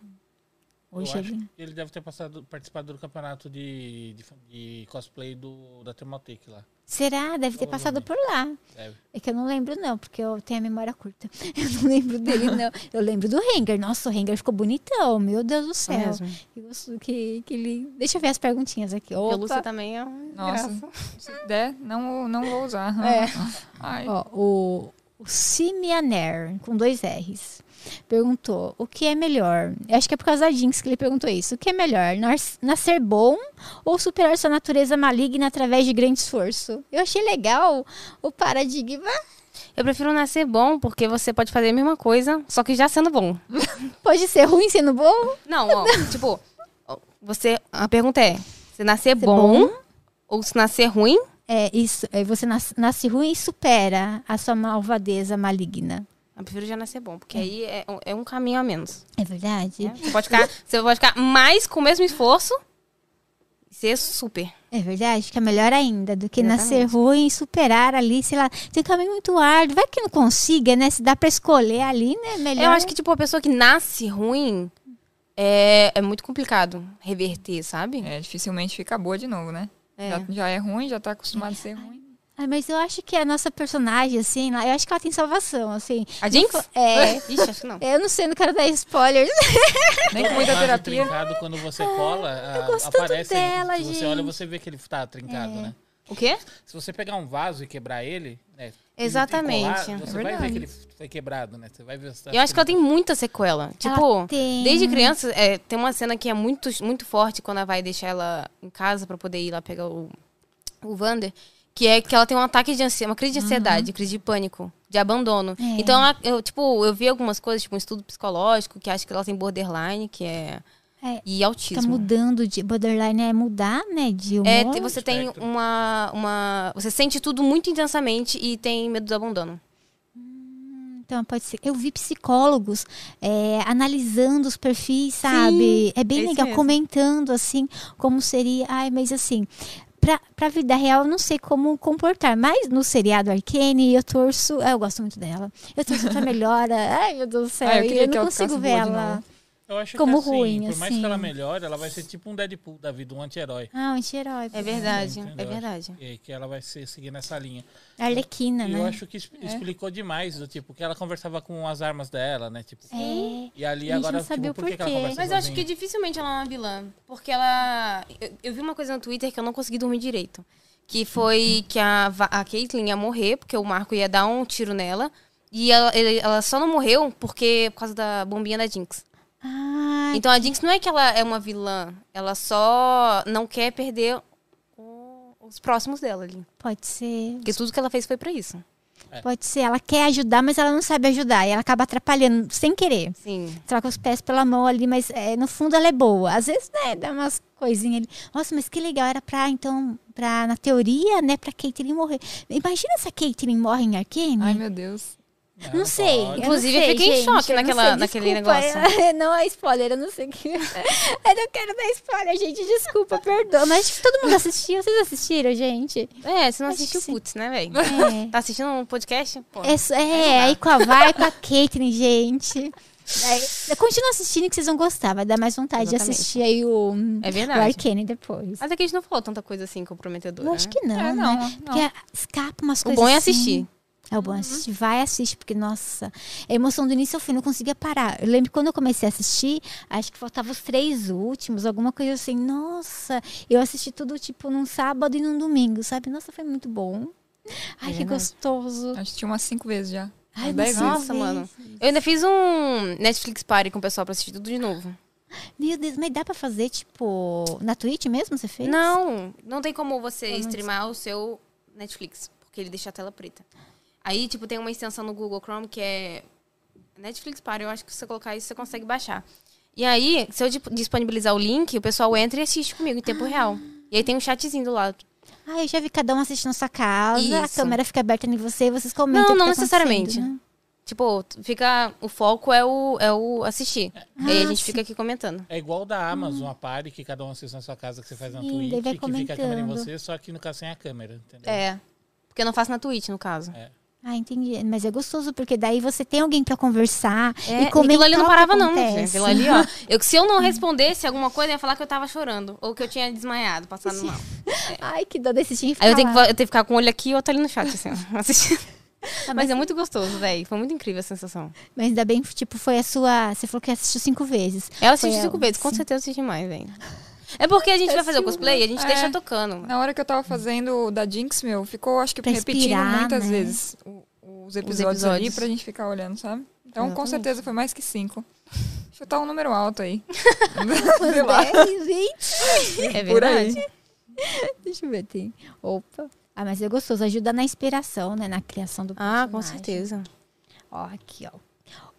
Speaker 4: Eu
Speaker 1: Hoje é
Speaker 4: acho
Speaker 1: lindo.
Speaker 4: que ele deve ter passado, participado do campeonato de, de, de cosplay do, da Thermaltake lá.
Speaker 1: Será? Deve ter passado por lá.
Speaker 4: Deve.
Speaker 1: É que eu não lembro, não, porque eu tenho a memória curta. Eu não lembro dele, não. Eu lembro do Hanger. Nossa, o Hanger ficou bonitão. Meu Deus do céu.
Speaker 2: mesmo.
Speaker 1: Que, gosto- que, que lindo. Deixa eu ver as perguntinhas aqui.
Speaker 2: Pelúcia
Speaker 1: Opa.
Speaker 2: também é um
Speaker 3: Nossa.
Speaker 2: graça.
Speaker 3: Se der, não, não vou usar.
Speaker 1: É.
Speaker 3: Ai.
Speaker 1: Ó, o, o Simianer, com dois R's, perguntou: o que é melhor? Eu acho que é por causa da Jinx que ele perguntou isso. O que é melhor? nas- Nascer bom ou superar sua natureza maligna através de grande esforço? Eu achei legal o paradigma.
Speaker 2: Eu prefiro nascer bom, porque você pode fazer a mesma coisa, só que já sendo bom.
Speaker 1: Pode ser ruim sendo bom?
Speaker 2: Não, ó, tipo, ó, você. A pergunta é: se nascer
Speaker 1: Ser
Speaker 2: bom, ou se nascer ruim?
Speaker 1: É isso. é, Você nas- nasce ruim e supera a sua malvadeza maligna.
Speaker 2: Eu prefiro já nascer bom, porque aí é, um- é um caminho a menos.
Speaker 1: É verdade?
Speaker 2: né? Você, pode ficar, você pode ficar mais com o mesmo esforço e ser super.
Speaker 1: É verdade, fica melhor ainda do que nascer
Speaker 2: Exatamente.
Speaker 1: ruim, superar ali, sei lá, tem um caminho muito árduo, vai que não consiga, né? Se dá pra escolher ali, né? Melhor.
Speaker 2: Eu acho que, tipo, a pessoa que nasce ruim é, é muito complicado reverter, sabe?
Speaker 3: É, dificilmente fica boa de novo, né?
Speaker 2: É.
Speaker 3: Já, já é ruim, já tá acostumado a ser ruim.
Speaker 1: Ah, mas eu acho que a nossa personagem, assim, lá, eu acho que ela tem salvação, assim.
Speaker 2: A Jinx?
Speaker 1: É.
Speaker 2: Ixi, acho que não.
Speaker 1: Eu não sei, não quero dar spoilers.
Speaker 3: Nem com muita
Speaker 4: Mas o
Speaker 3: terapia.
Speaker 4: tá trincado, quando você cola, a-
Speaker 1: gosto tanto
Speaker 4: aparece.
Speaker 1: dela,
Speaker 4: se você
Speaker 1: gente.
Speaker 4: olha, você vê que ele tá trincado, né?
Speaker 2: O quê?
Speaker 4: Se você pegar um vaso e quebrar ele, né? e- e
Speaker 2: Exatamente.
Speaker 4: colar,
Speaker 2: É
Speaker 4: você vai ver
Speaker 3: verdade.
Speaker 4: que ele foi quebrado, né? Você vai ver. se tá
Speaker 2: Eu acho que ela tem
Speaker 4: trincado.
Speaker 2: muita sequela. Tipo,
Speaker 1: tem. Tá
Speaker 2: desde criança, é, tem uma cena que é muito, muito forte quando ela vai deixar ela em casa pra poder ir lá pegar o, o Vander. Que é que ela tem um ataque de ansiedade, uma crise de ansiedade, crise de pânico, de abandono.
Speaker 1: Uhum. É.
Speaker 2: Então, ela- eu, tipo, eu vi algumas coisas, tipo, um estudo psicológico, que acha que ela tem borderline, que é.
Speaker 1: É,
Speaker 2: E
Speaker 1: Fica
Speaker 2: autismo.
Speaker 1: mudando de. Borderline é mudar, né? De humor.
Speaker 2: É, te- você tem
Speaker 4: espectro.
Speaker 2: uma, uma. Você sente tudo muito intensamente e tem medo do abandono.
Speaker 1: Então pode ser. Eu vi psicólogos é, analisando os perfis, sabe? é bem
Speaker 2: isso
Speaker 1: legal,
Speaker 2: mesmo.
Speaker 1: comentando assim como seria. Ai, mas assim. Pra, pra vida real, eu não sei como comportar. Mas no seriado Arcane, eu torço. ah, Eu gosto muito dela. Eu torço pra melhora. Ai, meu Deus do céu.
Speaker 3: Ah, eu
Speaker 1: e
Speaker 3: queria
Speaker 1: eu
Speaker 3: que
Speaker 1: não
Speaker 3: ela
Speaker 1: consigo
Speaker 3: ficasse
Speaker 1: ver
Speaker 3: boa de
Speaker 1: ela.
Speaker 3: novo.
Speaker 4: Eu acho
Speaker 1: como
Speaker 4: que assim,
Speaker 1: ruim,
Speaker 4: Por mais que ela
Speaker 1: assim.
Speaker 4: melhore, ela vai ser tipo um Deadpool da vida, um anti-herói.
Speaker 1: Ah, um anti-herói.
Speaker 2: É verdade, é
Speaker 4: Entendeu?
Speaker 2: verdade.
Speaker 4: E que ela vai ser, seguir nessa linha.
Speaker 1: Arlequina,
Speaker 4: E
Speaker 1: né?
Speaker 4: eu acho que exp- explicou demais, do tipo, que ela conversava com as armas dela, né? Tipo,
Speaker 1: É.
Speaker 4: e ali
Speaker 1: A gente
Speaker 4: agora,
Speaker 1: não sabia
Speaker 4: tipo,
Speaker 1: o
Speaker 4: por que, que ela
Speaker 1: porquê.
Speaker 4: conversa
Speaker 2: Mas eu acho que
Speaker 4: sozinha?
Speaker 2: dificilmente ela é uma vilã. Porque ela. Eu, eu vi uma coisa no Twitter que eu não consegui dormir direito. Que foi que a, Va- a Caitlyn ia morrer, porque o Marco ia dar um tiro nela. E ela, ele- ela só não morreu porque por causa da bombinha da Jinx.
Speaker 1: Ah,
Speaker 2: Então a Jinx não é que ela é uma vilã, ela só não quer perder o- os próximos dela ali.
Speaker 1: pode ser.
Speaker 2: Porque tudo que ela fez foi pra isso.
Speaker 1: Pode ser. Ela quer ajudar, mas ela não sabe ajudar. E ela acaba atrapalhando sem querer.
Speaker 2: Sim.
Speaker 1: Troca os pés pela mão ali, mas é, no fundo ela é boa. Às vezes, né, dá umas coisinhas ali. Nossa, mas que legal. Era pra, então, pra, na teoria, né, pra Caitlyn morrer. Imagina se a Caitlyn morre em Arkane.
Speaker 3: Ai, meu Deus.
Speaker 1: Não sei.
Speaker 4: pode.
Speaker 1: não
Speaker 2: Inclusive, eu
Speaker 1: sei,
Speaker 2: fiquei em
Speaker 1: gente,
Speaker 2: choque
Speaker 1: eu não
Speaker 2: naquela-
Speaker 1: sei,
Speaker 2: naquele
Speaker 1: desculpa,
Speaker 2: negócio.
Speaker 1: é, não é spoiler, eu não sei o que. eu não quero dar spoiler, gente. Desculpa, perdoa. Mas acho que todo mundo assistiu. Vocês assistiram, gente?
Speaker 2: É, você não
Speaker 1: Acho que
Speaker 2: assistiu
Speaker 1: sim.
Speaker 2: putz, né, velho?
Speaker 1: É.
Speaker 2: Tá assistindo um podcast? Pô.
Speaker 1: É, só- é, aí com a Vai, com a Caitlyn, gente. Aí, continua assistindo que vocês vão gostar. Vai dar mais vontade de
Speaker 2: Exatamente.
Speaker 1: assistir aí o,
Speaker 2: É
Speaker 1: o
Speaker 2: verdade.
Speaker 1: Arcane depois.
Speaker 2: Até que a gente não falou tanta coisa assim comprometedora.
Speaker 1: Eu acho
Speaker 2: né?
Speaker 1: que não. né?
Speaker 3: É, não. não.
Speaker 1: Porque escapa umas
Speaker 2: O
Speaker 1: coisas.
Speaker 2: bom é
Speaker 1: assim.
Speaker 2: assistir.
Speaker 1: É o bom assistir. Vai assistir, porque, nossa, a emoção do início ao fim, eu não conseguia parar. Eu lembro que quando eu comecei a assistir, acho que faltavam os três últimos, alguma coisa assim. Nossa, eu assisti tudo, tipo, num sábado e num domingo, sabe? Nossa, foi muito bom. Ai,
Speaker 2: É
Speaker 1: que
Speaker 2: verdade.
Speaker 1: gostoso.
Speaker 3: Acho que tinha umas cinco vezes já.
Speaker 1: Ai,
Speaker 3: dez
Speaker 1: nossa,
Speaker 2: Nossa, mano. Eu ainda fiz um Netflix Party com o pessoal pra assistir tudo de novo.
Speaker 1: Meu Deus, mas dá pra fazer, tipo, na Twitch mesmo você fez?
Speaker 2: Não, não tem como você
Speaker 1: Como
Speaker 2: streamar o seu Netflix, porque ele deixa a tela preta. Aí, tipo, tem uma extensão no Google Chrome que é Netflix Party, eu acho que se você colocar isso, você consegue baixar. E aí, se eu dip- disponibilizar o link, o pessoal entra e assiste comigo em tempo real. E aí tem um chatzinho do lado.
Speaker 1: Ah, eu já vi cada um assistindo na sua casa, a
Speaker 2: Isso.
Speaker 1: câmera fica aberta em você e vocês comentam.
Speaker 2: Não,
Speaker 1: o que
Speaker 2: não
Speaker 1: tá acontecendo,
Speaker 2: necessariamente.
Speaker 1: né?
Speaker 2: Tipo, fica. O foco é o, é Ah, o assistir. E aí a gente fica aqui comentando.
Speaker 4: É igual da Amazon, a party que cada um assiste na sua casa que você faz na
Speaker 1: Sim,
Speaker 4: Twitch,
Speaker 1: daí vai
Speaker 4: que fica a câmera em
Speaker 1: comentando.
Speaker 4: você, só que no caso sem a câmera, entendeu?
Speaker 2: É. Porque eu não faço na Twitch, no caso.
Speaker 1: Ah, entendi. Mas é gostoso, porque daí você tem alguém pra conversar
Speaker 2: É,
Speaker 1: e comentar
Speaker 2: aquilo ali não
Speaker 1: o que
Speaker 2: parava, não,
Speaker 1: acontece.
Speaker 2: gente. Aquilo ali, ó. Eu, se eu não respondesse alguma coisa, eu ia falar que eu tava chorando. Ou que eu tinha desmaiado, passando mal.
Speaker 1: Ai, que dó desse time
Speaker 2: Aí eu tenho, que, eu tenho que ficar com o olho aqui e outro ali no chat, assim, ó, assistindo. Mas é muito gostoso, velho. Foi muito incrível a sensação.
Speaker 1: Mas ainda bem, tipo, foi a sua... Você falou que assistiu cinco vezes.
Speaker 2: Ela assiste
Speaker 1: Foi
Speaker 2: cinco
Speaker 1: ela,
Speaker 2: vezes, com certeza assiste mais, velho. É porque a gente vai fazer o cosplay e a gente
Speaker 3: É.
Speaker 2: deixa tocando.
Speaker 3: Na hora que eu tava fazendo o da Jinx, meu, ficou, acho que
Speaker 1: Pra
Speaker 3: repetindo
Speaker 1: inspirar,
Speaker 3: muitas
Speaker 1: né?
Speaker 3: vezes o- os, episódios ali
Speaker 2: episódios.
Speaker 3: pra gente ficar olhando, sabe? Então, com
Speaker 2: Exatamente.
Speaker 3: certeza foi mais que cinco. Chutar um número alto aí. Sei lá.
Speaker 1: Dez, vinte.
Speaker 2: É
Speaker 3: Por aí.
Speaker 2: verdade.
Speaker 1: Deixa eu ver, tem... Opa. Ah, mas é gostoso. Ajuda na inspiração, né? Na criação do
Speaker 2: Ah, com
Speaker 1: personagem.
Speaker 2: certeza.
Speaker 1: Ó, aqui, ó.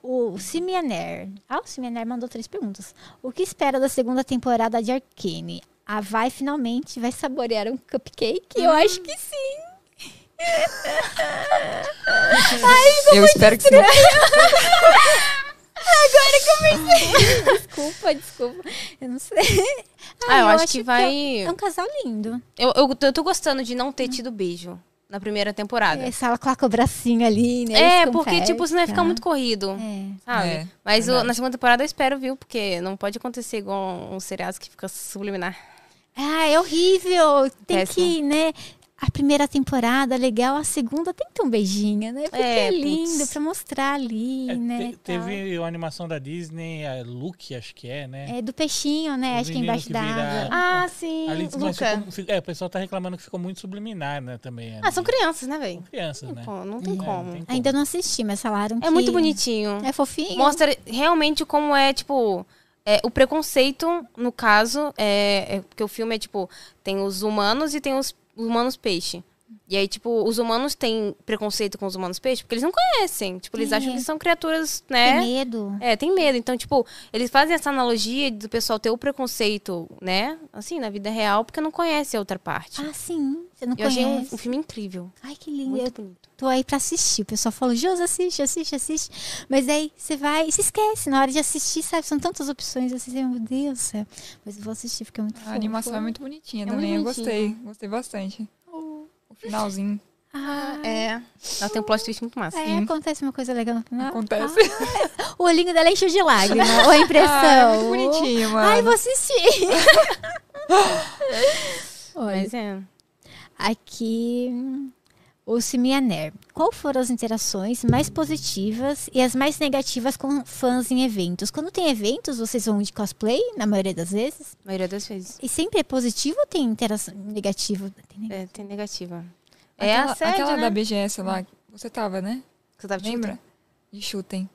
Speaker 1: O Simianer. Ah, o Simianer mandou três perguntas. O que espera da segunda temporada de Arcane? A Vai finalmente vai saborear um cupcake?
Speaker 2: Hum.
Speaker 1: Eu acho que sim.
Speaker 3: Eu espero que sim.
Speaker 1: Desculpa, desculpa. Eu não sei.
Speaker 2: Ah, eu,
Speaker 1: eu
Speaker 2: acho,
Speaker 1: acho
Speaker 2: que
Speaker 1: que
Speaker 2: vai.
Speaker 1: É um casal lindo.
Speaker 2: Eu, eu, eu tô gostando de não ter tido beijo na primeira temporada.
Speaker 1: É, sala com o bracinho ali, né?
Speaker 2: É,
Speaker 1: Eles
Speaker 2: porque, tipo, senão ia ficar
Speaker 1: conversam.
Speaker 2: muito corrido.
Speaker 1: É.
Speaker 2: Sabe?
Speaker 3: É,
Speaker 2: Mas o-
Speaker 3: verdade.
Speaker 2: na segunda temporada eu espero, viu? Porque não pode acontecer igual uns seriados que fica subliminar.
Speaker 1: Ah, é horrível. Tem
Speaker 2: Péssimo.
Speaker 1: que, né? A primeira temporada, legal. A segunda tem que ter um beijinho, né? Porque
Speaker 2: É,
Speaker 1: é, lindo
Speaker 2: putz.
Speaker 1: pra mostrar ali,
Speaker 4: É,
Speaker 1: né?
Speaker 4: te-
Speaker 1: tal.
Speaker 4: teve uma animação da Disney, a Luke, acho que é, né?
Speaker 1: É do peixinho, né?
Speaker 4: Do
Speaker 1: Acho que é
Speaker 4: menino
Speaker 1: embaixo
Speaker 4: que
Speaker 1: da
Speaker 4: vira-
Speaker 1: água.
Speaker 2: Ah, sim.
Speaker 4: um Ali, mas
Speaker 2: Luca.
Speaker 4: ficou- fi- é, o pessoal tá reclamando que ficou muito subliminar, né, também.
Speaker 2: Ah, são
Speaker 4: ali.
Speaker 2: crianças, né, velho?
Speaker 4: São crianças, né?
Speaker 2: Pô, não tem
Speaker 4: É, não
Speaker 2: como.
Speaker 3: Ah,
Speaker 4: tem
Speaker 1: Ainda não assisti, mas falaram que...
Speaker 2: É muito bonitinho.
Speaker 1: É fofinho?
Speaker 2: Mostra realmente como é, tipo. é, o preconceito, no caso, é, é. Porque o filme é, tipo, tem os humanos e tem os humanos peixe. E aí, tipo, os humanos têm preconceito com os humanos peixe porque eles não conhecem. Tipo, eles
Speaker 1: É.
Speaker 2: acham que são criaturas, né?
Speaker 1: Tem medo.
Speaker 2: É, tem medo. Então, tipo, eles fazem essa analogia do pessoal ter o preconceito, né? Assim, na vida real, porque não conhece a outra parte.
Speaker 1: Ah, sim. Você não
Speaker 2: eu achei um,
Speaker 1: conhece.
Speaker 2: um filme incrível.
Speaker 1: Ai, que lindo.
Speaker 2: Muito
Speaker 1: Eu
Speaker 2: bonito.
Speaker 1: tô aí pra assistir. O pessoal falou, Jus, assiste, assiste, assiste. Mas aí você vai e se esquece. Na hora de assistir, sabe? São tantas opções. Assim, você, meu Deus do céu. Mas eu vou assistir, fica muito
Speaker 3: A animação é muito bonitinha também.
Speaker 2: muito
Speaker 3: eu gostei. Gostei bastante.
Speaker 1: Oh.
Speaker 3: O finalzinho
Speaker 1: Ah,
Speaker 2: É. Ela tem um plot twist muito
Speaker 3: Ah,
Speaker 2: massa.
Speaker 1: é, acontece uma coisa legal no final.
Speaker 3: acontece.
Speaker 1: Ah, o olhinho dela encheu de lágrimas. Ou a impressão.
Speaker 3: Ah, é muito bonitinho, mano.
Speaker 1: Ai, vou assistir. Olha,
Speaker 2: Mas é.
Speaker 1: Aqui, hum, o Simianer. Qual foram as interações mais positivas e as mais negativas com fãs em eventos? Quando tem eventos, vocês vão de cosplay, na maioria das vezes?
Speaker 2: A maioria das vezes.
Speaker 1: E sempre é positivo ou tem interação negativa? Tem neg-
Speaker 2: É, tem negativa. é
Speaker 3: Aquela,
Speaker 2: assédio,
Speaker 3: aquela
Speaker 2: né?
Speaker 1: Ah.
Speaker 3: da BGS lá, você tava, né?
Speaker 2: Você tava tipo,
Speaker 3: Lembra? E chutem.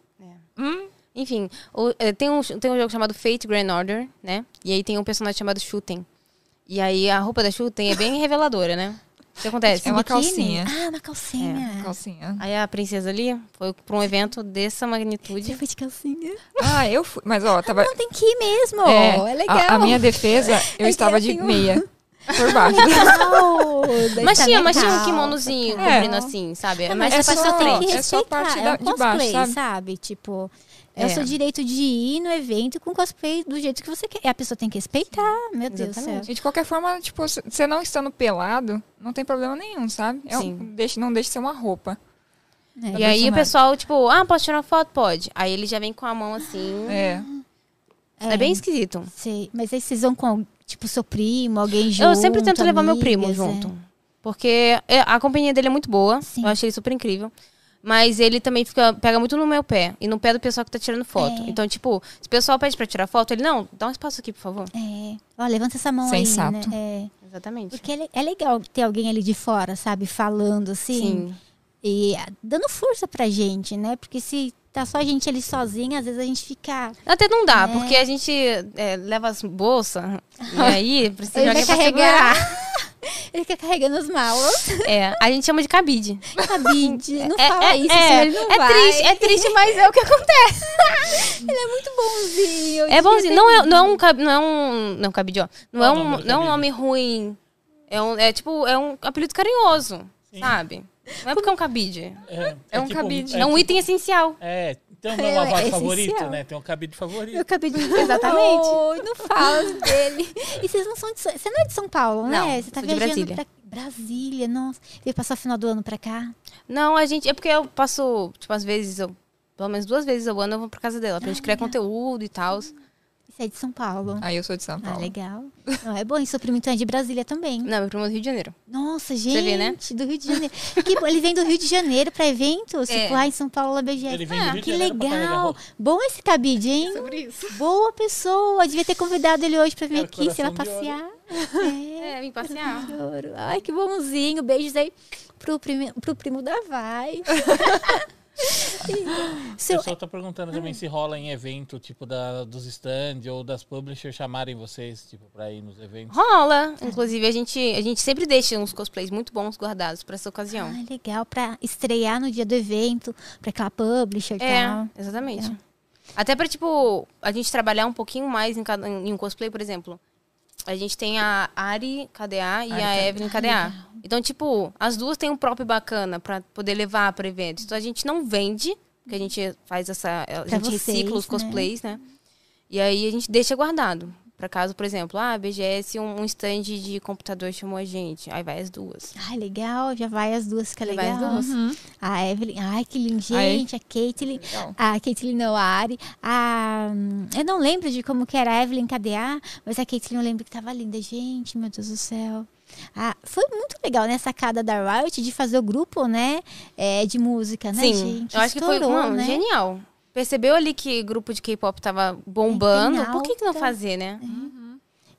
Speaker 2: Enfim, o- eh, tem, um, tem um jogo chamado Fate Grand Order, né? E aí tem um personagem chamado Shuten. E aí a roupa da Shuten é bem reveladora, né? O que acontece?
Speaker 3: É uma
Speaker 1: Tipo Biquíni?
Speaker 3: calcinha.
Speaker 1: Ah, uma calcinha.
Speaker 3: Calcinha.
Speaker 2: Aí a princesa ali foi pra um evento dessa
Speaker 1: Já
Speaker 2: magnitude.
Speaker 1: foi Tipo de calcinha.
Speaker 3: Ah, eu fui. Mas, ó, tava.
Speaker 1: Não, tem que ir mesmo.
Speaker 3: É,
Speaker 1: É, legal. É
Speaker 3: A, a minha defesa,
Speaker 1: que
Speaker 3: eu estava
Speaker 1: eu
Speaker 3: de
Speaker 1: tenho-
Speaker 3: meia. Por baixo.
Speaker 1: Legal. Daí
Speaker 2: Mas
Speaker 1: tá
Speaker 2: tinha, mas tinha um
Speaker 1: legal.
Speaker 2: kimonozinho
Speaker 1: É.
Speaker 2: cobrindo assim, sabe? É mais
Speaker 1: é
Speaker 2: pra
Speaker 1: só,
Speaker 2: sua
Speaker 1: tem
Speaker 2: frente.
Speaker 1: que
Speaker 3: é só a
Speaker 1: respeitar,
Speaker 3: parte
Speaker 1: é
Speaker 3: da-
Speaker 1: um
Speaker 3: de
Speaker 1: cosplay,
Speaker 3: baixo,
Speaker 1: sabe?
Speaker 3: sabe?
Speaker 1: Tipo, é, o
Speaker 3: É.
Speaker 1: seu direito de ir no evento com cosplay do jeito que você quer. E a pessoa tem que respeitar, meu Deus do céu.
Speaker 2: Exatamente.
Speaker 3: E de qualquer forma, tipo, se- você não estando pelado, não tem problema nenhum, sabe? É um-
Speaker 2: Sim.
Speaker 3: deixa, não deixa de ser uma roupa.
Speaker 1: É.
Speaker 2: E aí o
Speaker 3: Apaixonado.
Speaker 2: pessoal, tipo, ah, posso tirar foto? Pode. Aí ele já vem com a mão assim. É,
Speaker 3: É.
Speaker 2: bem esquisito.
Speaker 1: Sei. Mas aí vocês vão com, tipo, seu primo, alguém junto.
Speaker 2: eu sempre tento levar meu primo
Speaker 1: amigas, é.
Speaker 2: junto. Porque é, a companhia dele é muito boa.
Speaker 1: Sim.
Speaker 2: Eu achei ele super incrível. Mas ele também fica, pega muito no meu pé e no pé do pessoal que tá tirando foto.
Speaker 1: É.
Speaker 2: Então, tipo, se o pessoal pede pra tirar foto, ele, não, dá um espaço aqui, por favor.
Speaker 1: É. Ó, levanta essa mão aí,
Speaker 3: Sensato.
Speaker 1: né? É.
Speaker 2: Exatamente.
Speaker 1: Porque é le- é legal ter alguém ali de fora, sabe? Falando assim.
Speaker 2: Sim.
Speaker 1: E ah, dando força pra gente, né? Porque se tá só a gente ali sozinha, às vezes a gente fica...
Speaker 2: Até não dá,
Speaker 1: É.
Speaker 2: porque a gente é, leva as bolsas e aí precisa de
Speaker 1: Ele vai
Speaker 2: alguém pra
Speaker 1: carregar. Ele fica carregando as malas.
Speaker 2: segurar. É, a gente chama de cabide.
Speaker 1: Cabide. Não
Speaker 2: É,
Speaker 1: fala
Speaker 2: é,
Speaker 1: isso,
Speaker 2: é.
Speaker 1: senão ele não
Speaker 2: É
Speaker 1: vai. é
Speaker 2: triste, é triste, mas é o que acontece.
Speaker 1: bonzinho.
Speaker 2: É bonzinho. Não é, não é um cabide, não é um, não cabide, ó. Não é
Speaker 4: Qual o
Speaker 2: um,
Speaker 4: nome do
Speaker 2: não é um nome
Speaker 4: cabide?
Speaker 2: ruim. É um, é tipo, é um apelido carinhoso, sabe? Não é porque é um cabide.
Speaker 4: É,
Speaker 3: É um cabide.
Speaker 2: É,
Speaker 4: É,
Speaker 2: um item essencial.
Speaker 4: é, tem
Speaker 1: É,
Speaker 4: um lavado
Speaker 1: é
Speaker 4: favorito,
Speaker 1: essencial.
Speaker 4: né? Tem um cabide
Speaker 1: Meu
Speaker 4: favorito.
Speaker 1: cabide
Speaker 2: Exatamente.
Speaker 1: Oi, não fala dele. E vocês não são de São... Você não é de São Paulo, né?
Speaker 2: Não,
Speaker 1: Você tá
Speaker 2: sou de
Speaker 1: viajando
Speaker 2: Brasília.
Speaker 1: pra Brasília, nossa. Veio passar o final do ano pra cá.
Speaker 2: Não, a gente, é porque eu passo, tipo, às vezes eu pelo menos duas vezes ao ano eu vou pra casa dela, pra gente criar conteúdo e tal.
Speaker 1: Você é de São Paulo.
Speaker 3: Aí eu sou de São
Speaker 1: Ah,
Speaker 3: Paulo.
Speaker 1: legal. Não, é bom. E seu primo então é de Brasília também.
Speaker 2: Não, meu primo é do Rio de Janeiro.
Speaker 1: Nossa, gente.
Speaker 2: Você vê, né?
Speaker 1: Do Rio de Janeiro. que bom. Ele vem do Rio de Janeiro pra eventos.
Speaker 2: É. Ah,
Speaker 1: Tipo, lá em São Paulo, na BGS.
Speaker 4: Ele vem do Rio de
Speaker 1: Que
Speaker 4: Janeiro pra carregar
Speaker 1: legal!
Speaker 4: roupa.
Speaker 1: Bom esse cabide, hein? Boa pessoa! Devia ter convidado ele hoje pra vir
Speaker 4: Era
Speaker 1: aqui, sei lá,
Speaker 4: coração de
Speaker 1: passear.
Speaker 2: É, vim passear.
Speaker 1: De ouro. Ai, que bonzinho. Beijos aí pro, prime... pro primo da Vai.
Speaker 4: O
Speaker 1: Seu... Ah.
Speaker 4: pessoal tá perguntando também se rola em evento, tipo, da, dos stands ou das publishers chamarem vocês, tipo, pra ir nos eventos.
Speaker 2: Rola. Inclusive, a gente, a gente sempre deixa uns cosplays muito bons guardados pra essa ocasião.
Speaker 1: Ah, legal, pra estrear no dia do evento, pra aquela publisher e
Speaker 2: É,
Speaker 1: tal.
Speaker 2: exatamente. Até pra, tipo, a gente trabalhar um pouquinho mais em, cada, em um cosplay, por exemplo. A gente tem a Ari KDA e a Evelyn KDA. Então, tipo, as duas têm um próprio bacana pra poder levar para evento. Então, a gente não vende, porque a gente faz essa... A gente
Speaker 1: vocês,
Speaker 2: recicla os
Speaker 1: né?
Speaker 2: cosplays, né? E aí, a gente deixa guardado. Pra caso, por exemplo, ah, a BGS, um, um stand de computador chamou a gente. Aí vai as duas.
Speaker 1: Ai, legal, já vai as duas, fica
Speaker 2: Já
Speaker 1: legal. Uhum.
Speaker 2: vai as duas.
Speaker 1: A Evelyn, ai, que lindo,
Speaker 3: Aí.
Speaker 1: gente, a Caitlyn.
Speaker 3: Legal.
Speaker 1: A Caitlyn não, a Ari. A, hum, eu não lembro de como que era a Evelyn KDA, mas a Caitlyn eu lembro que tava linda. Gente, meu Deus do céu. Ah, foi muito legal, né? A sacada da Riot de fazer o grupo, né? É, de música, né,
Speaker 2: Sim,
Speaker 1: gente?
Speaker 2: eu acho que foi
Speaker 1: Estourou,
Speaker 2: mano,
Speaker 1: né?
Speaker 2: genial. Percebeu ali que grupo de K-pop tava bombando.
Speaker 1: Tem
Speaker 2: Por que, que não
Speaker 1: alta.
Speaker 2: fazer, né?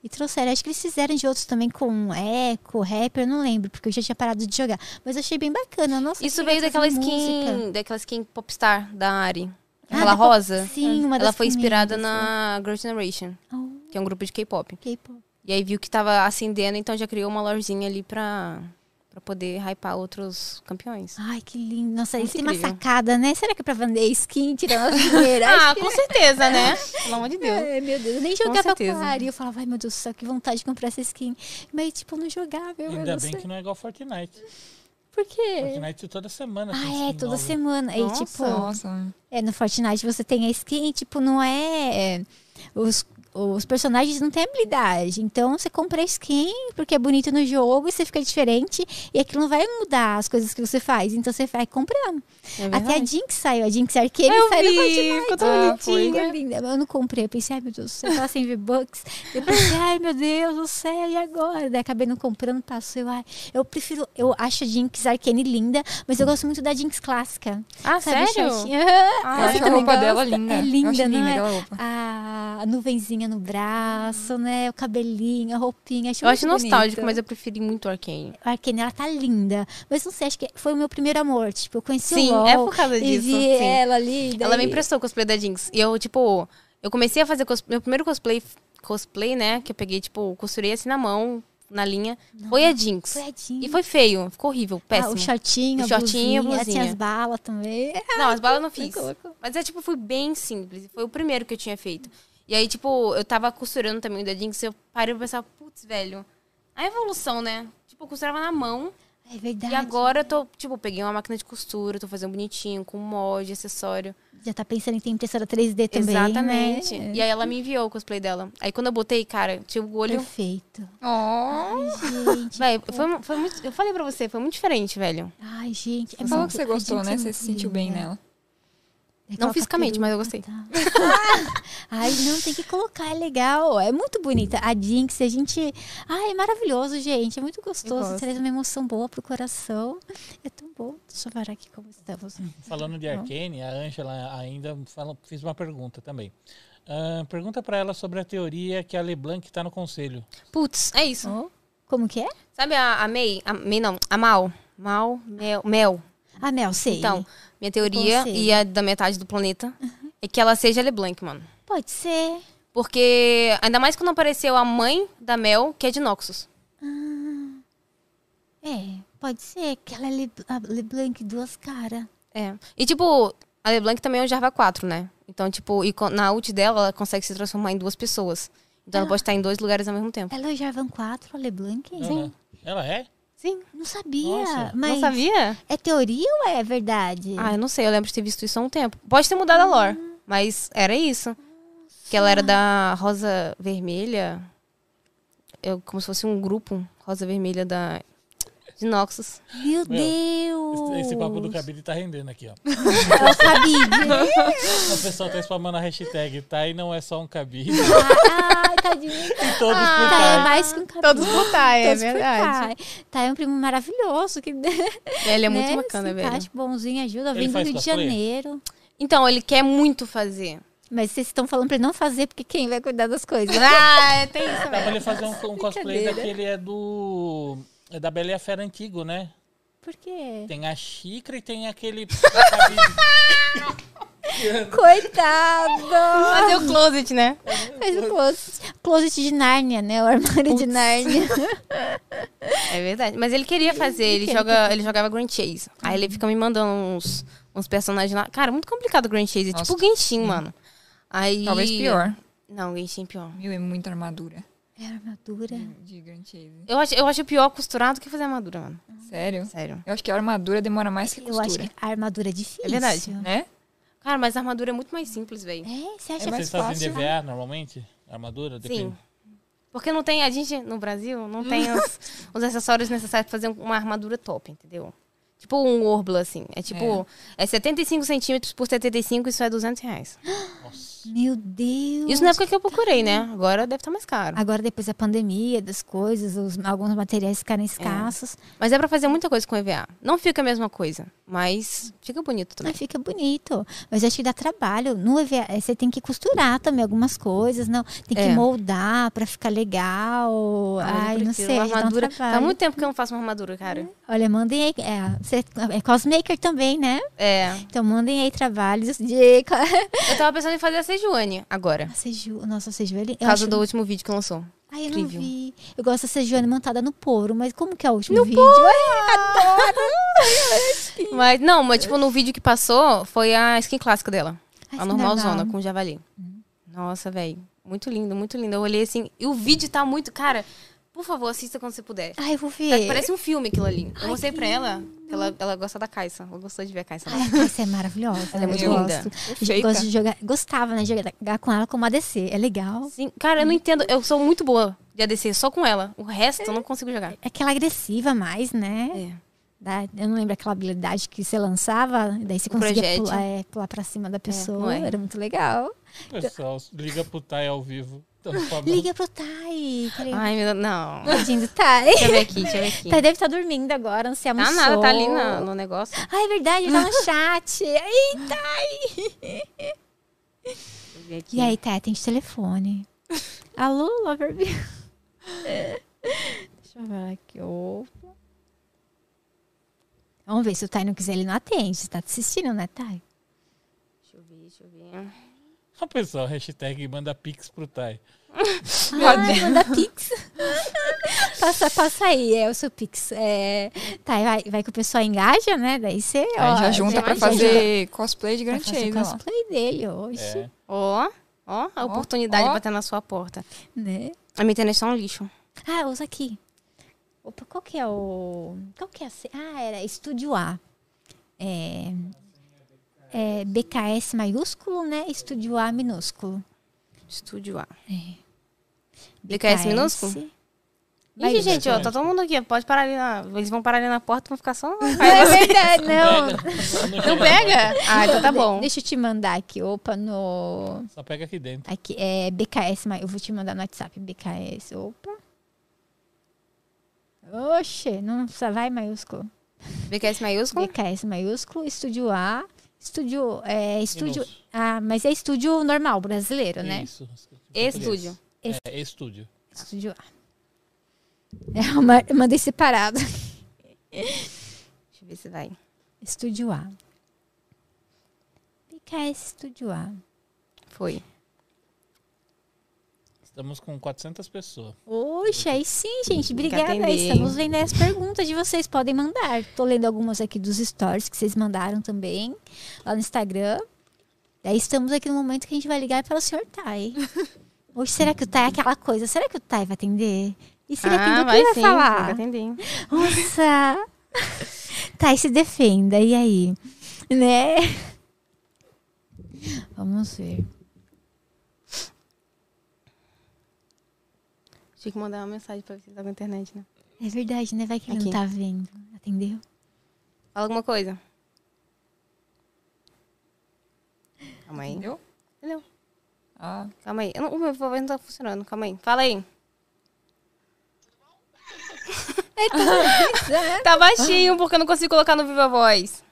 Speaker 1: E trouxeram. Acho que eles fizeram de outros também com eco, rapper, eu não lembro, porque eu já tinha parado de jogar. Mas eu achei bem bacana. Nossa,
Speaker 2: Isso
Speaker 1: que
Speaker 2: veio
Speaker 1: legal
Speaker 2: daquela
Speaker 1: fazer
Speaker 2: skin, daquela skin popstar da Ari.
Speaker 1: Ah,
Speaker 2: Aquela
Speaker 1: da pop-
Speaker 2: rosa.
Speaker 1: Sim, uma
Speaker 2: Ela
Speaker 1: das
Speaker 2: foi inspirada
Speaker 1: primeiras, né?
Speaker 2: na Girl Generation,
Speaker 1: Oh,
Speaker 2: que é um grupo de K-pop.
Speaker 1: K-pop.
Speaker 2: E aí viu que tava acendendo, então já criou uma lorzinha ali pra, pra poder hypar outros campeões.
Speaker 1: Ai, que lindo. Nossa,
Speaker 2: Muito
Speaker 1: eles têm uma
Speaker 2: incrível.
Speaker 1: sacada, né? Será que é pra vender skin, tirando as dinheiro?
Speaker 2: Ah, com certeza, né? Pelo amor de Deus.
Speaker 1: Ai, meu Deus, eu nem jogava com
Speaker 2: certeza.
Speaker 1: a Ari. Eu falava, ai meu Deus do céu, que vontade de comprar essa skin. Mas, tipo, eu não jogava, eu, eu
Speaker 4: Ainda
Speaker 1: não
Speaker 4: bem
Speaker 1: sei.
Speaker 4: que não é igual Fortnite.
Speaker 1: Por quê?
Speaker 4: Fortnite toda semana. tem
Speaker 1: Ah, é,
Speaker 4: skin
Speaker 1: toda
Speaker 4: nova.
Speaker 1: semana. E,
Speaker 2: Nossa,
Speaker 1: tipo,
Speaker 3: Nossa.
Speaker 1: é, no Fortnite você tem a skin, e, tipo, não é. é, Os, os personagens não têm habilidade. Então você compra a skin porque é bonito no jogo e você fica diferente. E aquilo não vai mudar as coisas que você faz. Então você vai comprando.
Speaker 2: É
Speaker 1: Até a
Speaker 2: verdade.
Speaker 1: Jinx saiu. A Jinx Arcane
Speaker 2: Eu
Speaker 1: saiu no Fortnite.
Speaker 2: vi, ficou tão
Speaker 3: Ah, foi.
Speaker 2: bonitinha.
Speaker 1: Ficou linda. Eu não comprei, eu pensei, ai meu Deus do céu, tava sem V-Bucks. Eu pensei, ai meu Deus do céu, e agora? Daí acabei não comprando, passou. Eu, ai, eu prefiro, eu acho a Jinx Arcane linda, mas eu gosto muito da Jinx clássica.
Speaker 2: Ah,
Speaker 1: Sabe,
Speaker 2: Hum. sério?
Speaker 1: shortinho? Aham.
Speaker 3: eu
Speaker 2: Ah,
Speaker 1: Você
Speaker 3: acho a
Speaker 1: também
Speaker 3: roupa dela
Speaker 1: gosta?
Speaker 3: linda.
Speaker 1: É linda,
Speaker 3: eu acho
Speaker 1: não
Speaker 3: linda
Speaker 1: é?
Speaker 3: aquela roupa.
Speaker 1: A nuvenzinha florzinha no braço, né? O cabelinho, a roupinha. Acho
Speaker 2: Eu acho
Speaker 1: é muito
Speaker 2: nostálgico,
Speaker 1: bonito.
Speaker 2: mas eu preferi muito Arcane.
Speaker 1: A Arcane, ela tá linda. Mas não sei, acho que foi o meu primeiro amor. Tipo, eu conheci
Speaker 2: Sim,
Speaker 1: o LOL
Speaker 2: é por causa
Speaker 1: e
Speaker 2: disso.
Speaker 1: vi
Speaker 2: sim.
Speaker 1: ela ali.
Speaker 2: Ela me
Speaker 1: daí-
Speaker 2: emprestou o cosplay da Jinx. E eu, tipo, eu comecei a fazer cos... meu primeiro cosplay, cosplay, né? Que eu peguei, tipo, costurei assim na mão, na linha. Foi a Jinx.
Speaker 1: Foi a Jean.
Speaker 2: E foi feio, ficou horrível,
Speaker 1: Ah,
Speaker 2: péssimo.
Speaker 1: o shortinho,
Speaker 2: O shortinho e a
Speaker 1: a blusinha. É, Tinha
Speaker 2: blusinha.
Speaker 1: as balas também.
Speaker 2: Não, as balas eu não fiz.
Speaker 1: colocou.
Speaker 2: Mas eu, tipo, fui bem simples. Foi o primeiro que eu tinha feito. E aí, tipo, eu tava costurando também o da Jinx. Eu parei pra pensar, putz, velho, a evolução, né? Tipo, eu costurava na mão.
Speaker 1: É verdade.
Speaker 2: E agora eu tô, tipo, peguei uma máquina de costura, tô fazendo bonitinho, com molde, acessório.
Speaker 1: Já tá pensando em ter impressora 3D também,
Speaker 2: Exatamente.
Speaker 1: né?
Speaker 2: E aí ela me enviou o cosplay dela. Aí quando eu botei, cara, tinha o olho.
Speaker 1: Perfeito.
Speaker 3: Oh.
Speaker 1: Ai, gente.
Speaker 2: Véi, foi, foi muito. Eu falei pra você, foi muito diferente, velho.
Speaker 1: Ai, gente. é
Speaker 3: Falou
Speaker 1: muito-
Speaker 3: que você
Speaker 1: a
Speaker 3: gostou,
Speaker 1: Jinx é
Speaker 3: né? Você
Speaker 1: muito
Speaker 3: se sentiu bem
Speaker 1: linda.
Speaker 3: nela.
Speaker 1: Daí
Speaker 2: Não
Speaker 1: coloca
Speaker 2: fisicamente,
Speaker 1: peruca
Speaker 2: mas eu gostei.
Speaker 1: e tal. tá. Ai, não, tem que colocar, é legal. É muito bonita. A Jinx, a gente. Ai, é maravilhoso, gente. É muito gostoso.
Speaker 3: gosto.
Speaker 1: Traz uma emoção boa pro coração. É tão bom. Deixa eu parar aqui como estamos.
Speaker 4: Falando de Arcane, a Angela ainda fala- fez uma pergunta também. Ah, pergunta pra ela sobre a teoria que a LeBlanc tá no conselho.
Speaker 2: Putz, é isso.
Speaker 1: Oh, como que é?
Speaker 2: Sabe a, a May? A May não, a Mal. Mal, Mel. Mel.
Speaker 1: Ah, Mel, sei.
Speaker 2: Então, minha teoria
Speaker 1: conselho.
Speaker 2: e a da metade do planeta é que ela seja LeBlanc, mano.
Speaker 1: Pode ser.
Speaker 2: Porque, ainda mais quando apareceu a mãe da Mel, que é de Noxus.
Speaker 1: É, pode ser. Que ela é Le- a LeBlanc duas caras.
Speaker 2: É. E, tipo, a LeBlanc também é um Jarva 4, né? Então, tipo, e co- na ult dela, ela consegue se transformar em duas pessoas. Então, ela pode estar em dois lugares ao mesmo tempo.
Speaker 1: Ela é o Jarvan 4, a LeBlanc?
Speaker 4: Sim. Ela é?
Speaker 2: Sim.
Speaker 1: Não sabia.
Speaker 4: Nossa,
Speaker 1: mas
Speaker 2: Não sabia?
Speaker 1: É teoria ou é verdade?
Speaker 2: Ah, eu não sei. Eu lembro de ter visto isso há um tempo. Pode ter mudado a lore, mas era isso. Que ela era da Rosa Vermelha. Eu, como se fosse um grupo Rosa Vermelha da... de Noxus.
Speaker 1: Meu,
Speaker 4: Meu,
Speaker 1: Deus!
Speaker 4: Esse, esse papo do cabide tá rendendo aqui, ó.
Speaker 1: É o cabide.
Speaker 4: O pessoal tá spamando a hashtag, tá? E não é só um cabide.
Speaker 1: Ai, tadinho.
Speaker 4: E todos por
Speaker 1: Tá, é
Speaker 4: trás.
Speaker 1: mais que um cabide.
Speaker 2: Todos é por Thay,
Speaker 1: Todos por Thay. Thay é um primo maravilhoso. Que,
Speaker 2: Ele é muito
Speaker 1: né,
Speaker 2: bacana, velho.
Speaker 1: simpático, bonzinho, ajuda.
Speaker 4: Ele
Speaker 1: Vem do
Speaker 4: faz
Speaker 1: Rio de
Speaker 4: cosplay?
Speaker 1: Janeiro.
Speaker 2: Então, ele quer muito fazer.
Speaker 1: Mas vocês estão falando pra ele não fazer, porque quem vai cuidar das coisas?
Speaker 2: Ah, tem isso,
Speaker 4: Dá pra
Speaker 2: velho.
Speaker 4: ele fazer um, um cosplay
Speaker 1: Brincadeira.
Speaker 4: daquele é do. É da Bela e a Fera antigo, né?
Speaker 1: Por quê?
Speaker 4: Tem a xícara e tem aquele. cabide.
Speaker 1: Coitado!
Speaker 2: Fazer o closet, né?
Speaker 1: Faz o closet. Closet de Nárnia, né? O armário de Nárnia.
Speaker 2: É verdade. Mas ele queria fazer, ele, joga, ele jogava Grand Chase. Aí ele fica me mandando uns, uns personagens lá. Cara, muito complicado o Grand Chase. É
Speaker 3: Nossa.
Speaker 2: tipo o Genshin, mano. Aí...
Speaker 3: Talvez pior.
Speaker 2: Não, o Genshin é pior.
Speaker 3: Mil é muita armadura
Speaker 1: É armadura.
Speaker 3: de Grand Chase.
Speaker 2: Eu acho, eu acho pior costurar do que fazer armadura, mano.
Speaker 3: Sério?
Speaker 2: Sério.
Speaker 3: Eu acho que a armadura demora mais que a
Speaker 1: Eu acho
Speaker 3: costura.
Speaker 1: que a armadura é difícil.
Speaker 2: É verdade.
Speaker 3: Né?
Speaker 2: Cara, mas a armadura é muito mais simples, velho.
Speaker 1: É, você acha
Speaker 3: É mais
Speaker 4: Vocês fazem
Speaker 3: fácil.
Speaker 4: DVA normalmente? Armadura? Depende.
Speaker 2: Sim. Porque não tem, a gente, no Brasil, não tem os, os acessórios necessários pra fazer um, uma armadura top, entendeu? Tipo um orbla, assim. É tipo, é, 75 centímetros por 75, isso é 200 reais.
Speaker 4: Nossa.
Speaker 1: Meu Deus.
Speaker 2: Isso na época que eu procurei, né? Agora deve estar mais caro.
Speaker 1: Agora, depois da pandemia, das coisas, os- alguns materiais ficaram escassos.
Speaker 2: Mas é pra fazer muita coisa com EVA. Não fica a mesma coisa, mas fica bonito também.
Speaker 1: Mas fica bonito. Mas acho que dá trabalho. No EVA, eh, você tem que costurar também algumas coisas, não? Tem que
Speaker 2: É.
Speaker 1: moldar pra ficar legal.
Speaker 2: Ah, mas eu
Speaker 1: Ai, não
Speaker 2: prefiro
Speaker 1: sei.
Speaker 2: uma
Speaker 1: dá um
Speaker 2: armadura. Faz
Speaker 1: trabalho.
Speaker 2: muito tempo que eu não faço uma armadura, cara.
Speaker 1: Olha, mandem aí. É, você é cosmaker também, né?
Speaker 2: É.
Speaker 1: Então mandem aí trabalhos de. co-
Speaker 2: Eu tava pensando em fazer a Sejuani agora.
Speaker 1: A Seju, nossa, a Seju é li-
Speaker 2: Por
Speaker 1: eu
Speaker 2: causa
Speaker 1: acho-
Speaker 2: do último vídeo que lançou.
Speaker 1: Ai, eu
Speaker 2: incrível.
Speaker 1: não vi. Eu gosto da Sejuani montada no poro, mas como que é o último vídeo? Ai, adoro!
Speaker 2: Mas não, mas tipo, no vídeo que passou foi a skin clássica dela.
Speaker 1: Ai,
Speaker 2: a
Speaker 1: que
Speaker 2: normalzona,
Speaker 1: legal.
Speaker 2: com javali. Nossa, velho. Muito lindo, muito lindo. Eu olhei assim. E o vídeo tá muito. Cara, por favor, assista quando você puder.
Speaker 1: Ai, eu vou
Speaker 2: Tá-
Speaker 1: ver.
Speaker 2: Parece um filme aquilo ali. Eu
Speaker 1: Ai,
Speaker 2: mostrei
Speaker 1: que
Speaker 2: pra ela. que Ela, ela gosta da Caixa. Ela gostou de ver a Caixa. lá.
Speaker 1: Ai, a Cássia é maravilhosa.
Speaker 2: Ela é muito
Speaker 1: eu
Speaker 2: linda.
Speaker 1: Gosto.
Speaker 3: Perfeita.
Speaker 1: Gosto de jogar, gostava, né? De jogar com ela como ADC. É legal.
Speaker 2: Sim, cara, eu não entendo. Eu sou muito boa de ADC, só com ela. O resto eu não consigo jogar.
Speaker 1: É aquela agressiva mais, né?
Speaker 2: É.
Speaker 1: Da- eu não lembro aquela habilidade que você lançava, daí você conseguia
Speaker 2: Um projétil.
Speaker 1: pular, é, pular pra cima da
Speaker 2: não
Speaker 1: pessoa.
Speaker 2: é?
Speaker 1: Era muito legal.
Speaker 4: O pessoal liga pro Thay ao vivo. Então, fala-
Speaker 1: Liga pro Tai. peraí.
Speaker 2: Ai, meu Deus. Não. Tá
Speaker 1: Tadinho do Tai.
Speaker 2: Deixa eu ver aqui, deixa eu ver aqui.
Speaker 1: Tai Tá, deve estar dormindo agora, não se
Speaker 2: Tá
Speaker 1: almoçou.
Speaker 2: nada, tá ali na- no, negócio.
Speaker 1: Ah, é verdade, ele tá no chat. Ai, Tai.
Speaker 2: Deixa eu ver aqui.
Speaker 1: E aí, Tai, tem telefone. Alô, Lover Bill? Deixa eu ver aqui. Opa. Vamos ver se o Thay não quiser, ele não atende. Você tá assistindo, né, Thay?
Speaker 2: Deixa eu ver, deixa eu ver.
Speaker 4: Ó, pessoal, hashtag manda pix pro Thay.
Speaker 1: Ai, Ah, manda pix. passa, passa aí, é o seu pix. É, tá, e vai, vai que o pessoal engaja, né? Daí você.
Speaker 3: Aí
Speaker 1: ó,
Speaker 3: já junta
Speaker 1: já
Speaker 3: pra
Speaker 1: vai-
Speaker 3: fazer cosplay de
Speaker 1: já- já
Speaker 3: Grand
Speaker 1: faz o
Speaker 3: Chase, ó.
Speaker 1: cosplay dele hoje,
Speaker 4: É.
Speaker 2: Ó, ó, a oportunidade
Speaker 3: ó.
Speaker 2: bater na sua porta.
Speaker 1: né?
Speaker 2: A minha internet tá um lixo.
Speaker 1: Ah, usa aqui. Opa, qual que é o. Qual que é a. se- Ah, era Estúdio A. É. é BKS maiúsculo, né? Estúdio A minúsculo.
Speaker 2: Estúdio A. BKS minúsculo? Ih,
Speaker 1: Vai-
Speaker 2: gente, ó, tá todo mundo aqui. Pode parar ali na. Eles vão parar ali na porta e vão ficar só. um
Speaker 1: É verdade, não.
Speaker 2: Não pega? Ah, então tá bom.
Speaker 1: Deixa eu te mandar aqui. Opa, no.
Speaker 4: Só pega aqui dentro.
Speaker 1: Aqui, é BKS, mas eu vou te mandar no WhatsApp. BKS, opa. Oxe, não só vai maiúsculo.
Speaker 2: Hum. BQS maiúsculo?
Speaker 1: BKS maiúsculo, estúdio A, estúdio, é, estúdio
Speaker 4: Minúsculo.
Speaker 1: A, mas é estúdio normal, brasileiro, né?
Speaker 4: Isso.
Speaker 2: Estúdio.
Speaker 4: É, estúdio.
Speaker 1: Estúdio A. É, eu ma- eu mandei separado.
Speaker 2: Deixa eu ver se vai.
Speaker 1: Estúdio A. BKS Estúdio A.
Speaker 2: Foi.
Speaker 4: Estamos com 400 pessoas.
Speaker 1: Oxe, aí sim, gente.
Speaker 2: Tem que
Speaker 1: Obrigada.
Speaker 2: atender, hein?
Speaker 1: Estamos lendo as perguntas de vocês. Podem mandar. Tô lendo algumas aqui dos stories que vocês mandaram também lá no Instagram. Daí estamos aqui no momento que a gente vai ligar para o senhor Thay. Hoje, será que o Thay é aquela coisa? Será que o Thay vai atender? E se ele atender, o que ele vai
Speaker 2: Ah, Tem que
Speaker 1: falar?
Speaker 2: atender.
Speaker 1: Nossa! Thay, se defenda. E aí? Né? Vamos ver.
Speaker 2: Tinha que mandar uma mensagem pra ver se ele tá com a internet, né?
Speaker 1: É verdade, né? Vai que ele
Speaker 2: Aqui.
Speaker 1: não tá vendo. Atendeu?
Speaker 2: Fala alguma coisa. Calma aí.
Speaker 3: Entendeu?
Speaker 2: Entendeu?
Speaker 3: Ah,
Speaker 2: Calma aí. Eu não- o meu voz não tá funcionando. Calma aí. Fala aí. Tá baixinho, porque eu não consigo colocar no Viva Voz.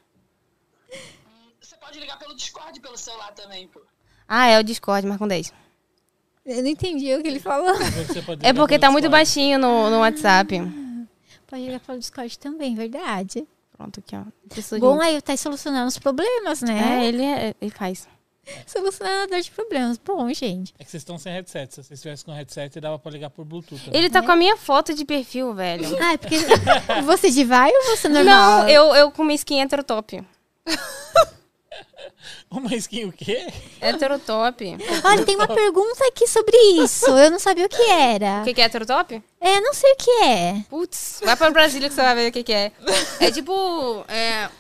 Speaker 5: Você pode ligar pelo Discord pelo celular também, pô.
Speaker 2: Ah, é o Discord, marca um 10.
Speaker 1: Eu não entendi o que ele falou.
Speaker 4: Você pode
Speaker 2: É
Speaker 4: ligar
Speaker 2: porque
Speaker 4: pelo
Speaker 2: tá muito
Speaker 4: Discord.
Speaker 2: baixinho no, no WhatsApp.
Speaker 1: Pode ligar pelo Discord também, verdade.
Speaker 2: Pronto, aqui, ó. Precisa de
Speaker 1: Bom,
Speaker 2: um-
Speaker 1: aí tá solucionando os problemas, né?
Speaker 2: é, ele, é- ele faz.
Speaker 1: É. Solucionando a dor de problemas. Bom, gente.
Speaker 4: É que vocês estão sem headset. Se vocês estivessem com headset, dava pra ligar por Bluetooth. né?
Speaker 2: Ele tá com a minha foto de perfil, velho.
Speaker 1: Ah, é porque você de vai ou você normal?
Speaker 2: Não, eu, eu com uma skin heterotop.
Speaker 4: Uma skin o quê?
Speaker 2: Heterotop.
Speaker 1: Olha, tem uma pergunta aqui sobre isso. Eu não sabia o que era.
Speaker 2: O que, que é heterotop?
Speaker 1: É, não sei o que é.
Speaker 2: Putz, vai pra Brasília que você vai ver o que, que é. É tipo é,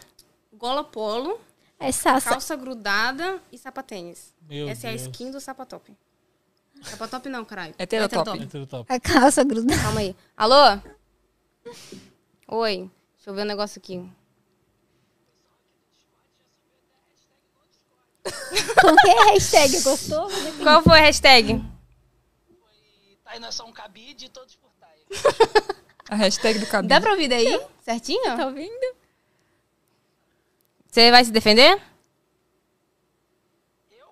Speaker 2: gola polo,
Speaker 1: É Sassa.
Speaker 2: calça grudada e sapatênis.
Speaker 4: Meu
Speaker 2: Essa é a
Speaker 4: Deus.
Speaker 2: skin do sapatop. Sapatop não, caralho.
Speaker 3: Heterotop.
Speaker 2: né?
Speaker 4: Entra no top.
Speaker 1: A calça grudada.
Speaker 2: Calma aí. Alô? Oi. Deixa eu ver um negócio aqui.
Speaker 1: Como que é a hashtag? Gostou?
Speaker 2: Qual foi a hashtag?
Speaker 5: E tá aí, nós somos um cabide e todos por Thay.
Speaker 3: a hashtag do cabelo.
Speaker 2: Dá pra ouvir daí? Certinho?
Speaker 1: Tá ouvindo?
Speaker 2: Você vai se defender?
Speaker 5: Eu?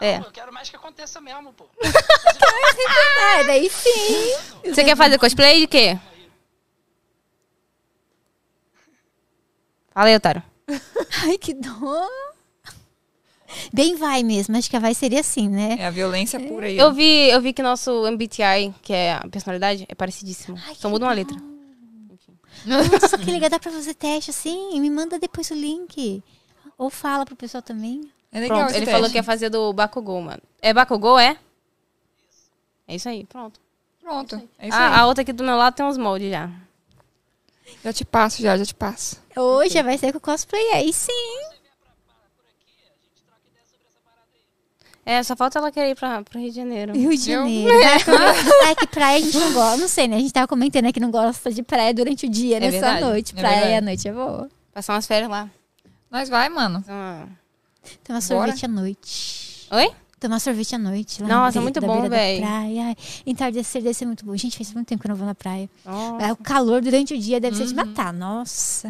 Speaker 5: Não,
Speaker 2: É.
Speaker 5: eu quero mais que aconteça mesmo, pô.
Speaker 1: Ah, daí sim.
Speaker 2: Você quer fazer cosplay de quê? Fala aí, otário.
Speaker 1: Ai, que dó. Bem vai mesmo. Acho que a vai seria assim, né?
Speaker 3: É a violência pura aí.
Speaker 2: Eu vi, eu vi que nosso MBTI, que é a personalidade, é parecidíssimo. Só muda uma letra.
Speaker 1: Nossa, que legal, dá pra fazer teste assim? Me manda depois o link. Ou fala pro pessoal também.
Speaker 3: É legal
Speaker 2: Pronto,
Speaker 3: esse
Speaker 2: ele
Speaker 3: teste.
Speaker 2: falou que ia fazer do Bakugou, mano. É Bakugou, é? É isso aí, pronto.
Speaker 3: Pronto, é isso
Speaker 2: Ah,
Speaker 3: aí.
Speaker 2: a outra aqui do meu lado tem uns moldes já.
Speaker 3: Já te passo, já, já te passo.
Speaker 1: Hoje já vai ser com cosplay aí sim.
Speaker 2: É, só falta ela querer ir pra, pro Rio de Janeiro.
Speaker 1: Rio de Janeiro. Vai comer- Ai, que praia a gente não gosta. Não sei, né? A gente tava comentando aqui que não gosta de praia durante o dia, né? Só à
Speaker 2: verdade,
Speaker 1: noite.
Speaker 3: é
Speaker 1: Praia à
Speaker 3: verdade.
Speaker 1: noite é boa.
Speaker 2: Passar umas férias lá.
Speaker 3: Nós vai, mano.
Speaker 2: Fazer uma-
Speaker 1: Tomar
Speaker 3: Bora.
Speaker 1: sorvete à noite.
Speaker 2: Oi?
Speaker 1: Tomar sorvete à noite. Lá
Speaker 2: Nossa,
Speaker 1: na beira-
Speaker 2: muito
Speaker 1: da
Speaker 2: bom,
Speaker 1: beira da
Speaker 2: véi.
Speaker 1: praia. Ai, Entardecer deve ser muito bom. Gente, faz muito tempo que eu não vou na praia. Ah, O calor durante o dia deve ser de matar. Nossa.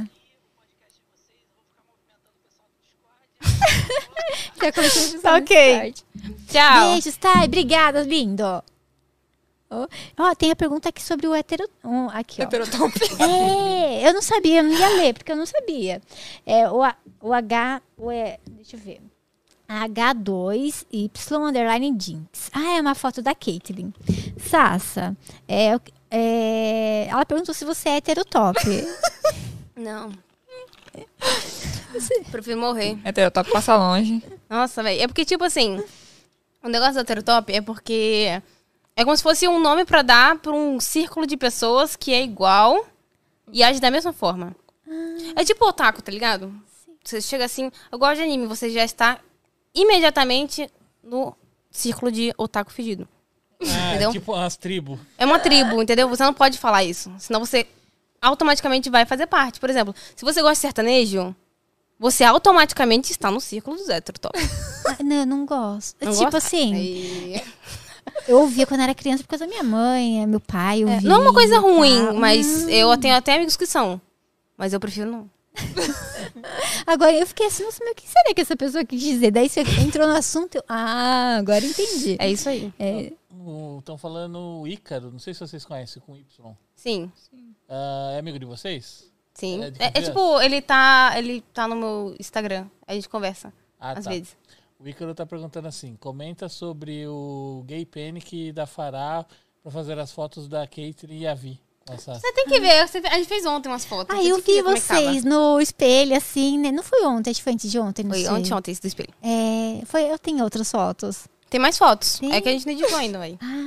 Speaker 1: Já comecei a
Speaker 2: Tá ok.
Speaker 1: Sorte.
Speaker 2: Tchau.
Speaker 1: Beijos, Thay. Obrigada, lindo. Ó, ó, tem a pergunta aqui sobre o hetero... um, aqui, ó.
Speaker 3: Heterotop.
Speaker 1: É, eu não sabia, eu não ia ler, porque eu não sabia. É, o, A- o H, o E- deixa eu ver. H2Y underline Jinx. Ah, é uma foto da Caitlyn. Sassa, é, o- é, ela perguntou se você é heterotop.
Speaker 2: Não. Prefiro morrer.
Speaker 3: Heterotop passa longe.
Speaker 2: Nossa, velho. É porque, tipo assim, o negócio da heterotop é porque é como se fosse um nome pra dar pra um círculo de pessoas que é igual e age da mesma forma. É tipo otaku, tá ligado? Você chega assim, eu gosto de anime, você já está imediatamente no círculo de otaku fedido.
Speaker 4: Ah,
Speaker 2: Entendeu?
Speaker 4: tipo as tribos.
Speaker 2: É uma tribo, entendeu? Você não pode falar isso. Senão você automaticamente vai fazer parte. Por exemplo, se você gosta de sertanejo, você automaticamente está no círculo dos heterotops.
Speaker 1: Ah, não, eu não gosto.
Speaker 2: Não
Speaker 1: tipo
Speaker 2: gosta?
Speaker 1: assim,
Speaker 2: Aí-
Speaker 1: eu ouvia quando era criança por causa da minha mãe, meu pai
Speaker 2: É,
Speaker 1: ouvia.
Speaker 2: não é uma coisa
Speaker 1: e tal.
Speaker 2: ruim, mas eu
Speaker 1: Hum.
Speaker 2: tenho até amigos que são. Mas eu prefiro não.
Speaker 1: Agora eu fiquei assim, nossa, meu, o que será que essa pessoa quis dizer? Daí você entrou no assunto, eu, ah, agora entendi.
Speaker 2: É isso aí.
Speaker 4: Estão falando Ícaro, não sei se vocês conhecem, com Y.
Speaker 2: Sim,
Speaker 4: Ah, é amigo de vocês?
Speaker 2: sim.
Speaker 4: É de
Speaker 2: É, é
Speaker 4: confiança?
Speaker 2: tipo, ele tá, ele tá no meu Instagram. A gente conversa,
Speaker 4: Ah,
Speaker 2: às
Speaker 4: tá.
Speaker 2: vezes.
Speaker 4: O Ícaro tá perguntando assim: comenta sobre o Gay Panic da Fará pra fazer as fotos da Caitlyn e a Vi. Com essa...
Speaker 2: Você tem que ver. você- a gente fez ontem umas fotos.
Speaker 1: Ah,
Speaker 2: você
Speaker 1: eu
Speaker 2: tem que
Speaker 1: vi
Speaker 2: ver como é que tava.
Speaker 1: vocês no espelho, assim, né? Não foi ontem, acho que foi antes de ontem, não
Speaker 2: Foi
Speaker 1: sei.
Speaker 2: ontem, ontem, esse do espelho.
Speaker 1: É, foi, eu tenho outras fotos.
Speaker 2: Tem mais fotos.
Speaker 1: Sim.
Speaker 2: É que a gente não editou ainda, véi.
Speaker 1: Ah,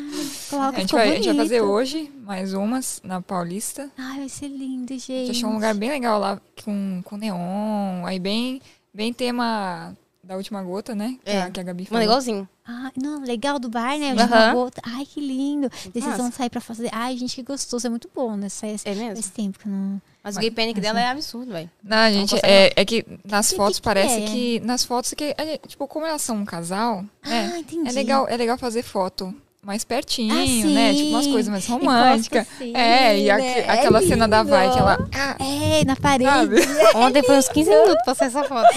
Speaker 1: coloca,
Speaker 3: A gente,
Speaker 1: ficou
Speaker 3: vai, a gente vai fazer
Speaker 1: bonito.
Speaker 3: hoje mais umas na Paulista.
Speaker 1: Ai, vai ser lindo,
Speaker 3: A
Speaker 1: gente.
Speaker 3: gente achou um lugar bem legal lá com, com neon. Aí bem, bem tema da última gota, né? Que,
Speaker 2: É.
Speaker 3: a, que a Gabi
Speaker 2: Mano,
Speaker 3: falou.
Speaker 2: igualzinho.
Speaker 1: Ah, não, legal do bar, né?
Speaker 2: Sim.
Speaker 1: De uma
Speaker 2: Aham.
Speaker 1: gota. Ai, que lindo. E Vocês
Speaker 2: massa.
Speaker 1: vão sair pra fazer. Ai, gente, que gostoso. É muito bom, né? Faz,
Speaker 2: É mesmo.
Speaker 1: faz tempo que eu não.
Speaker 2: Mas o gay panic dela é absurdo, velho.
Speaker 3: Não, gente,
Speaker 2: consegue
Speaker 3: é, é que nas
Speaker 1: Que-
Speaker 3: fotos
Speaker 1: que que
Speaker 3: parece
Speaker 1: é?
Speaker 3: que. Nas fotos que. é, tipo, como elas são um casal,
Speaker 1: Ah,
Speaker 3: né?
Speaker 1: entendi.
Speaker 3: É legal, é legal fazer foto mais pertinho,
Speaker 1: Ah,
Speaker 3: né?
Speaker 1: sim.
Speaker 3: Tipo umas coisas mais
Speaker 1: E posta
Speaker 3: românticas.
Speaker 1: assim,
Speaker 3: É, e aque-
Speaker 1: né? É
Speaker 3: aquela cena da Vai que ela.
Speaker 1: lindo.
Speaker 3: Ah,
Speaker 1: É, na parede.
Speaker 3: Sabe?
Speaker 1: É
Speaker 2: Ontem foi uns 15 minutos pra sair essa foto.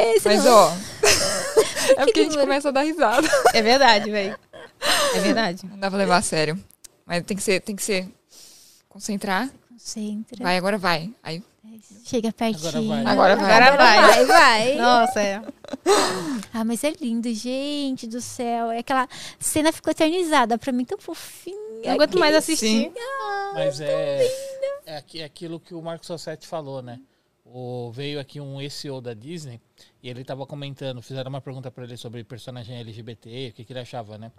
Speaker 1: Esse
Speaker 3: mas
Speaker 1: não-
Speaker 3: ó. é porque a gente
Speaker 1: demora?
Speaker 3: começa a dar risada.
Speaker 2: É verdade, velho. É verdade.
Speaker 3: Não dá pra levar a sério. Mas tem que ser. Tem que ser. Concentrar.
Speaker 1: Concentra.
Speaker 3: Vai, agora vai. Aí,
Speaker 1: Chega pertinho.
Speaker 4: vai.
Speaker 3: agora vai.
Speaker 2: Agora vai.
Speaker 1: Vai, vai.
Speaker 2: Nossa, é.
Speaker 1: Ah, mas é lindo, gente do céu. É aquela cena ficou eternizada pra mim, tão fofinha.
Speaker 2: Não aguento mais
Speaker 3: Sim.
Speaker 2: assistir.
Speaker 4: Mas é, é aqui- é aquilo que o Marcos Sossetti falou, né? O, veio aqui um SEO da Disney e ele tava comentando, fizeram uma pergunta para ele sobre personagem LGBT, o que, que ele achava, né?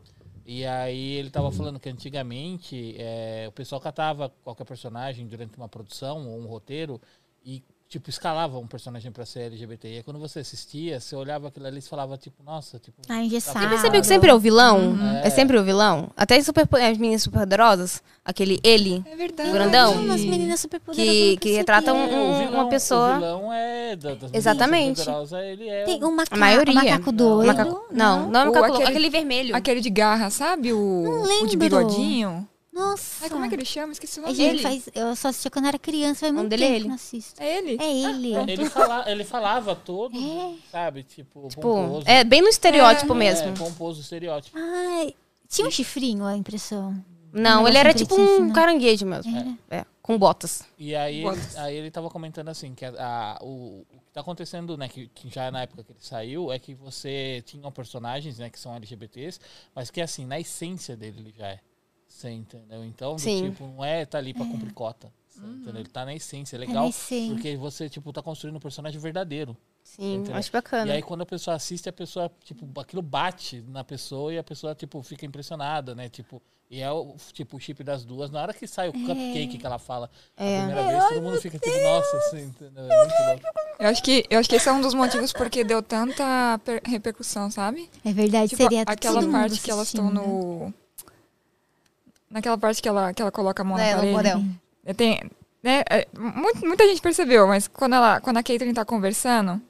Speaker 4: E aí ele tava falando que antigamente é, o pessoal catava qualquer personagem durante uma produção ou um roteiro e, tipo, escalava um personagem para ser LGBT. E aí quando você assistia, você olhava aquilo ali e falava, tipo, nossa, tipo...
Speaker 1: Ah, engessado.
Speaker 2: Você percebeu que sempre é o vilão? É sempre o vilão? Até em super, as meninas superpoderosas, aquele ele,
Speaker 3: É verdade.
Speaker 2: Grandão.
Speaker 1: São umas meninas super
Speaker 2: que, que retrata um-
Speaker 4: o
Speaker 2: um-
Speaker 4: vilão-
Speaker 2: uma pessoa.
Speaker 4: O vilão é... Da, das meninas
Speaker 2: Exatamente.
Speaker 4: superpoderosas, Ele é
Speaker 1: Tem
Speaker 4: um-
Speaker 1: um macaco,
Speaker 2: A maioria.
Speaker 1: um macaco doido.
Speaker 2: Macaco- Não, não é
Speaker 3: Ou
Speaker 2: macaco, aquele,
Speaker 3: aquele-
Speaker 2: aquele vermelho.
Speaker 3: Aquele de garra, sabe? O,
Speaker 1: Não
Speaker 3: o de
Speaker 1: lembro.
Speaker 3: bigodinho.
Speaker 1: Nossa.
Speaker 3: Ai, como é que ele chama? Esqueci o
Speaker 1: É,
Speaker 3: nome
Speaker 1: gente,
Speaker 2: Ele.
Speaker 1: faz- eu só assistia quando era criança, faz
Speaker 2: O
Speaker 1: muito
Speaker 2: nome
Speaker 1: tempo
Speaker 2: dele é ele. Ah,
Speaker 1: que não assisto.
Speaker 3: É ele?
Speaker 1: É ele.
Speaker 4: Ele, fala, ele falava todo, sabe? Tipo,
Speaker 2: Tipo,
Speaker 4: pomposo.
Speaker 2: é bem no estereótipo
Speaker 3: É.
Speaker 2: mesmo.
Speaker 4: É, pomposo, estereótipo.
Speaker 1: Ai, tinha um chifrinho, a impressão.
Speaker 2: Não,
Speaker 1: Um
Speaker 2: ele era
Speaker 1: negócio
Speaker 2: tipo
Speaker 1: pretinho,
Speaker 2: um
Speaker 1: né?
Speaker 2: caranguejo mesmo. É, com botas.
Speaker 4: E aí ele,
Speaker 3: Botas.
Speaker 4: aí ele tava comentando assim, que a- a- o, o que tá acontecendo, né, que, que já na época que ele saiu, é que você tinha personagens, né, que são LGBTs, mas que assim, na essência dele ele já é. Você entendeu? Então, do
Speaker 2: Sim.
Speaker 4: tipo, não é tá ali pra cumprir cota. Você entendeu? Ele tá na essência, é
Speaker 1: É
Speaker 4: legal.
Speaker 1: assim.
Speaker 4: porque você, tipo, tá construindo um personagem verdadeiro.
Speaker 2: Sim,
Speaker 4: Entendeu?
Speaker 2: acho
Speaker 4: E
Speaker 2: bacana.
Speaker 4: aí quando a pessoa assiste, a pessoa, tipo, aquilo bate na pessoa e a pessoa, tipo, fica impressionada, né? Tipo, e é o tipo, o chip das duas. Na hora que sai o
Speaker 1: É.
Speaker 4: cupcake que ela fala a primeira vez, todo mundo fica tipo, nossa, assim, entendeu? É muito louco.
Speaker 3: Eu acho, que, eu acho que esse é um dos motivos porque deu tanta per- repercussão, sabe?
Speaker 1: É verdade,
Speaker 3: Tipo,
Speaker 1: seria
Speaker 3: aquela
Speaker 1: todo
Speaker 3: parte
Speaker 1: mundo
Speaker 3: que elas estão
Speaker 1: assistindo.
Speaker 3: no. Naquela parte que ela, que ela coloca a mão
Speaker 2: É,
Speaker 3: na
Speaker 2: no
Speaker 3: parede.
Speaker 2: bordel.
Speaker 3: É, Tem, né, é, mu- muita gente percebeu, mas quando, ela, quando a Caitlyn tá conversando,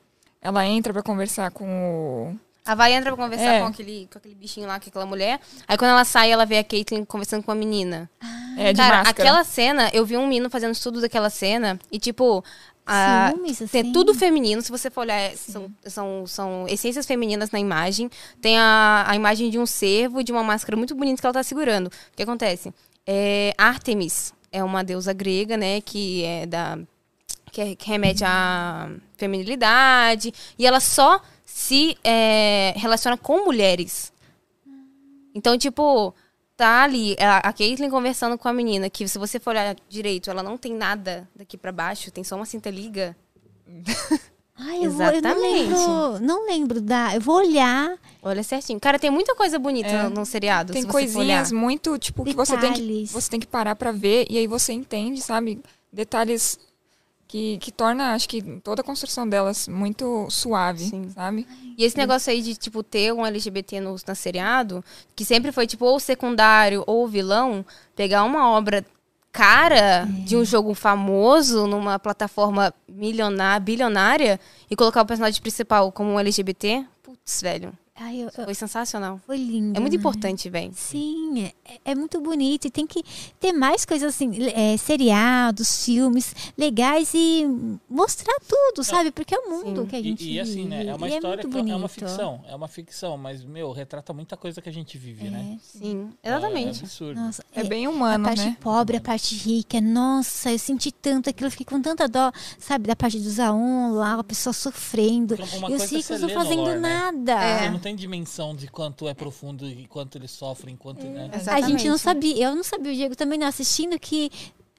Speaker 3: ela entra pra conversar com o.
Speaker 2: A Vai entra pra conversar
Speaker 3: É.
Speaker 2: com, aquele, com aquele bichinho lá, com aquela mulher. Aí quando ela sai, ela vê a Caitlyn conversando com a menina.
Speaker 3: É de
Speaker 2: Cara,
Speaker 3: máscara.
Speaker 2: aquela cena, eu vi um menino fazendo estudo daquela cena e, tipo, a,
Speaker 1: Ciúmes, assim.
Speaker 2: tem tudo feminino, se você for olhar, é, são, são, são essências femininas na imagem. Tem a, a imagem de um cervo, de uma máscara muito bonita que ela tá segurando. O que acontece? É, Artemis é uma deusa grega, né, que é da que é- que remete à feminilidade, e ela só se é, relaciona com mulheres. Então, tipo, tá ali a, a Caitlyn conversando com a menina, que se você for olhar direito, ela não tem nada daqui pra baixo, tem só uma cinta liga.
Speaker 1: Ai, eu, vou, eu não
Speaker 2: Exatamente.
Speaker 1: lembro. Não lembro da. Eu vou olhar
Speaker 2: Olha certinho. Cara, tem muita coisa bonita
Speaker 3: É.
Speaker 2: no, no seriado.
Speaker 3: Tem
Speaker 2: se você for olhar.
Speaker 3: coisinhas muito, tipo, que você tem que,
Speaker 1: detalhes.
Speaker 3: você tem que parar pra ver e aí você entende, sabe? Detalhes que, que torna, acho que, toda a construção delas muito suave,
Speaker 2: Sim.
Speaker 3: sabe?
Speaker 2: E esse negócio aí de, tipo, ter um LGBT no, na seriado, que sempre foi, tipo, ou secundário ou vilão, pegar uma obra cara de um jogo famoso numa plataforma milionária, bilionária, e colocar o personagem principal como um LGBT, putz, velho,
Speaker 1: Ai, eu- eu-
Speaker 2: foi sensacional.
Speaker 1: foi lindo.
Speaker 2: É muito
Speaker 1: né?
Speaker 2: importante, velho.
Speaker 1: Sim, é, é muito bonito e tem que ter mais coisas assim, le- é, seriados, filmes legais e mostrar tudo, sabe? Porque é o mundo
Speaker 2: Sim.
Speaker 1: que a
Speaker 4: E,
Speaker 1: gente
Speaker 4: e assim, né?
Speaker 1: vive,
Speaker 4: É uma
Speaker 1: e
Speaker 4: história,
Speaker 1: muito
Speaker 4: que é uma
Speaker 1: bonito.
Speaker 4: ficção. É uma ficção, mas, meu, retrata muita coisa que a gente vive, né?
Speaker 2: Sim,
Speaker 4: É,
Speaker 2: exatamente.
Speaker 4: absurdo.
Speaker 1: Nossa,
Speaker 3: É,
Speaker 1: é-
Speaker 3: bem
Speaker 1: a
Speaker 3: humano,
Speaker 1: parte
Speaker 3: né?
Speaker 1: pobre, a parte rica, nossa, eu senti tanto aquilo, eu fiquei com tanta dó, sabe, da parte dos A1 lá, a pessoa sofrendo,
Speaker 4: Então, uma
Speaker 1: e os
Speaker 4: coisa é
Speaker 1: ricos
Speaker 4: você
Speaker 1: não
Speaker 4: ler no
Speaker 1: fazendo
Speaker 4: lore, né?
Speaker 1: nada.
Speaker 3: É.
Speaker 4: Você não tem dimensão de quanto é profundo e quanto eles sofrem, quanto, né?
Speaker 1: A
Speaker 2: Exatamente.
Speaker 1: gente não sabia, eu não sabia, o Diego também não, assistindo que,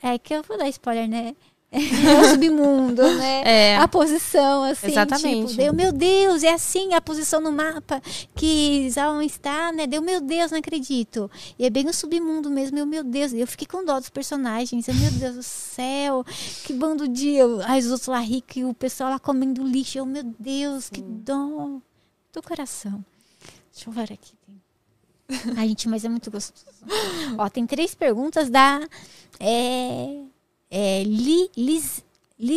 Speaker 1: é que eu vou dar spoiler, né? É o submundo, né?
Speaker 2: É.
Speaker 1: a posição, assim.
Speaker 2: Exatamente.
Speaker 1: Tipo, deu, meu Deus, é assim a posição no mapa que Zaun está, né? Deu, meu Deus, não acredito. E é bem no submundo mesmo, eu, meu Deus. Eu fiquei com dó dos personagens. Eu, meu Deus do céu, que bando de. Eu, ai, os outros lá ricos e o pessoal lá comendo lixo. Eu, meu Deus, que dó. Do coração. Deixa eu ver aqui. Ai, gente, mas é muito gostoso. Ó, tem três perguntas da. É, é, Li, Liz,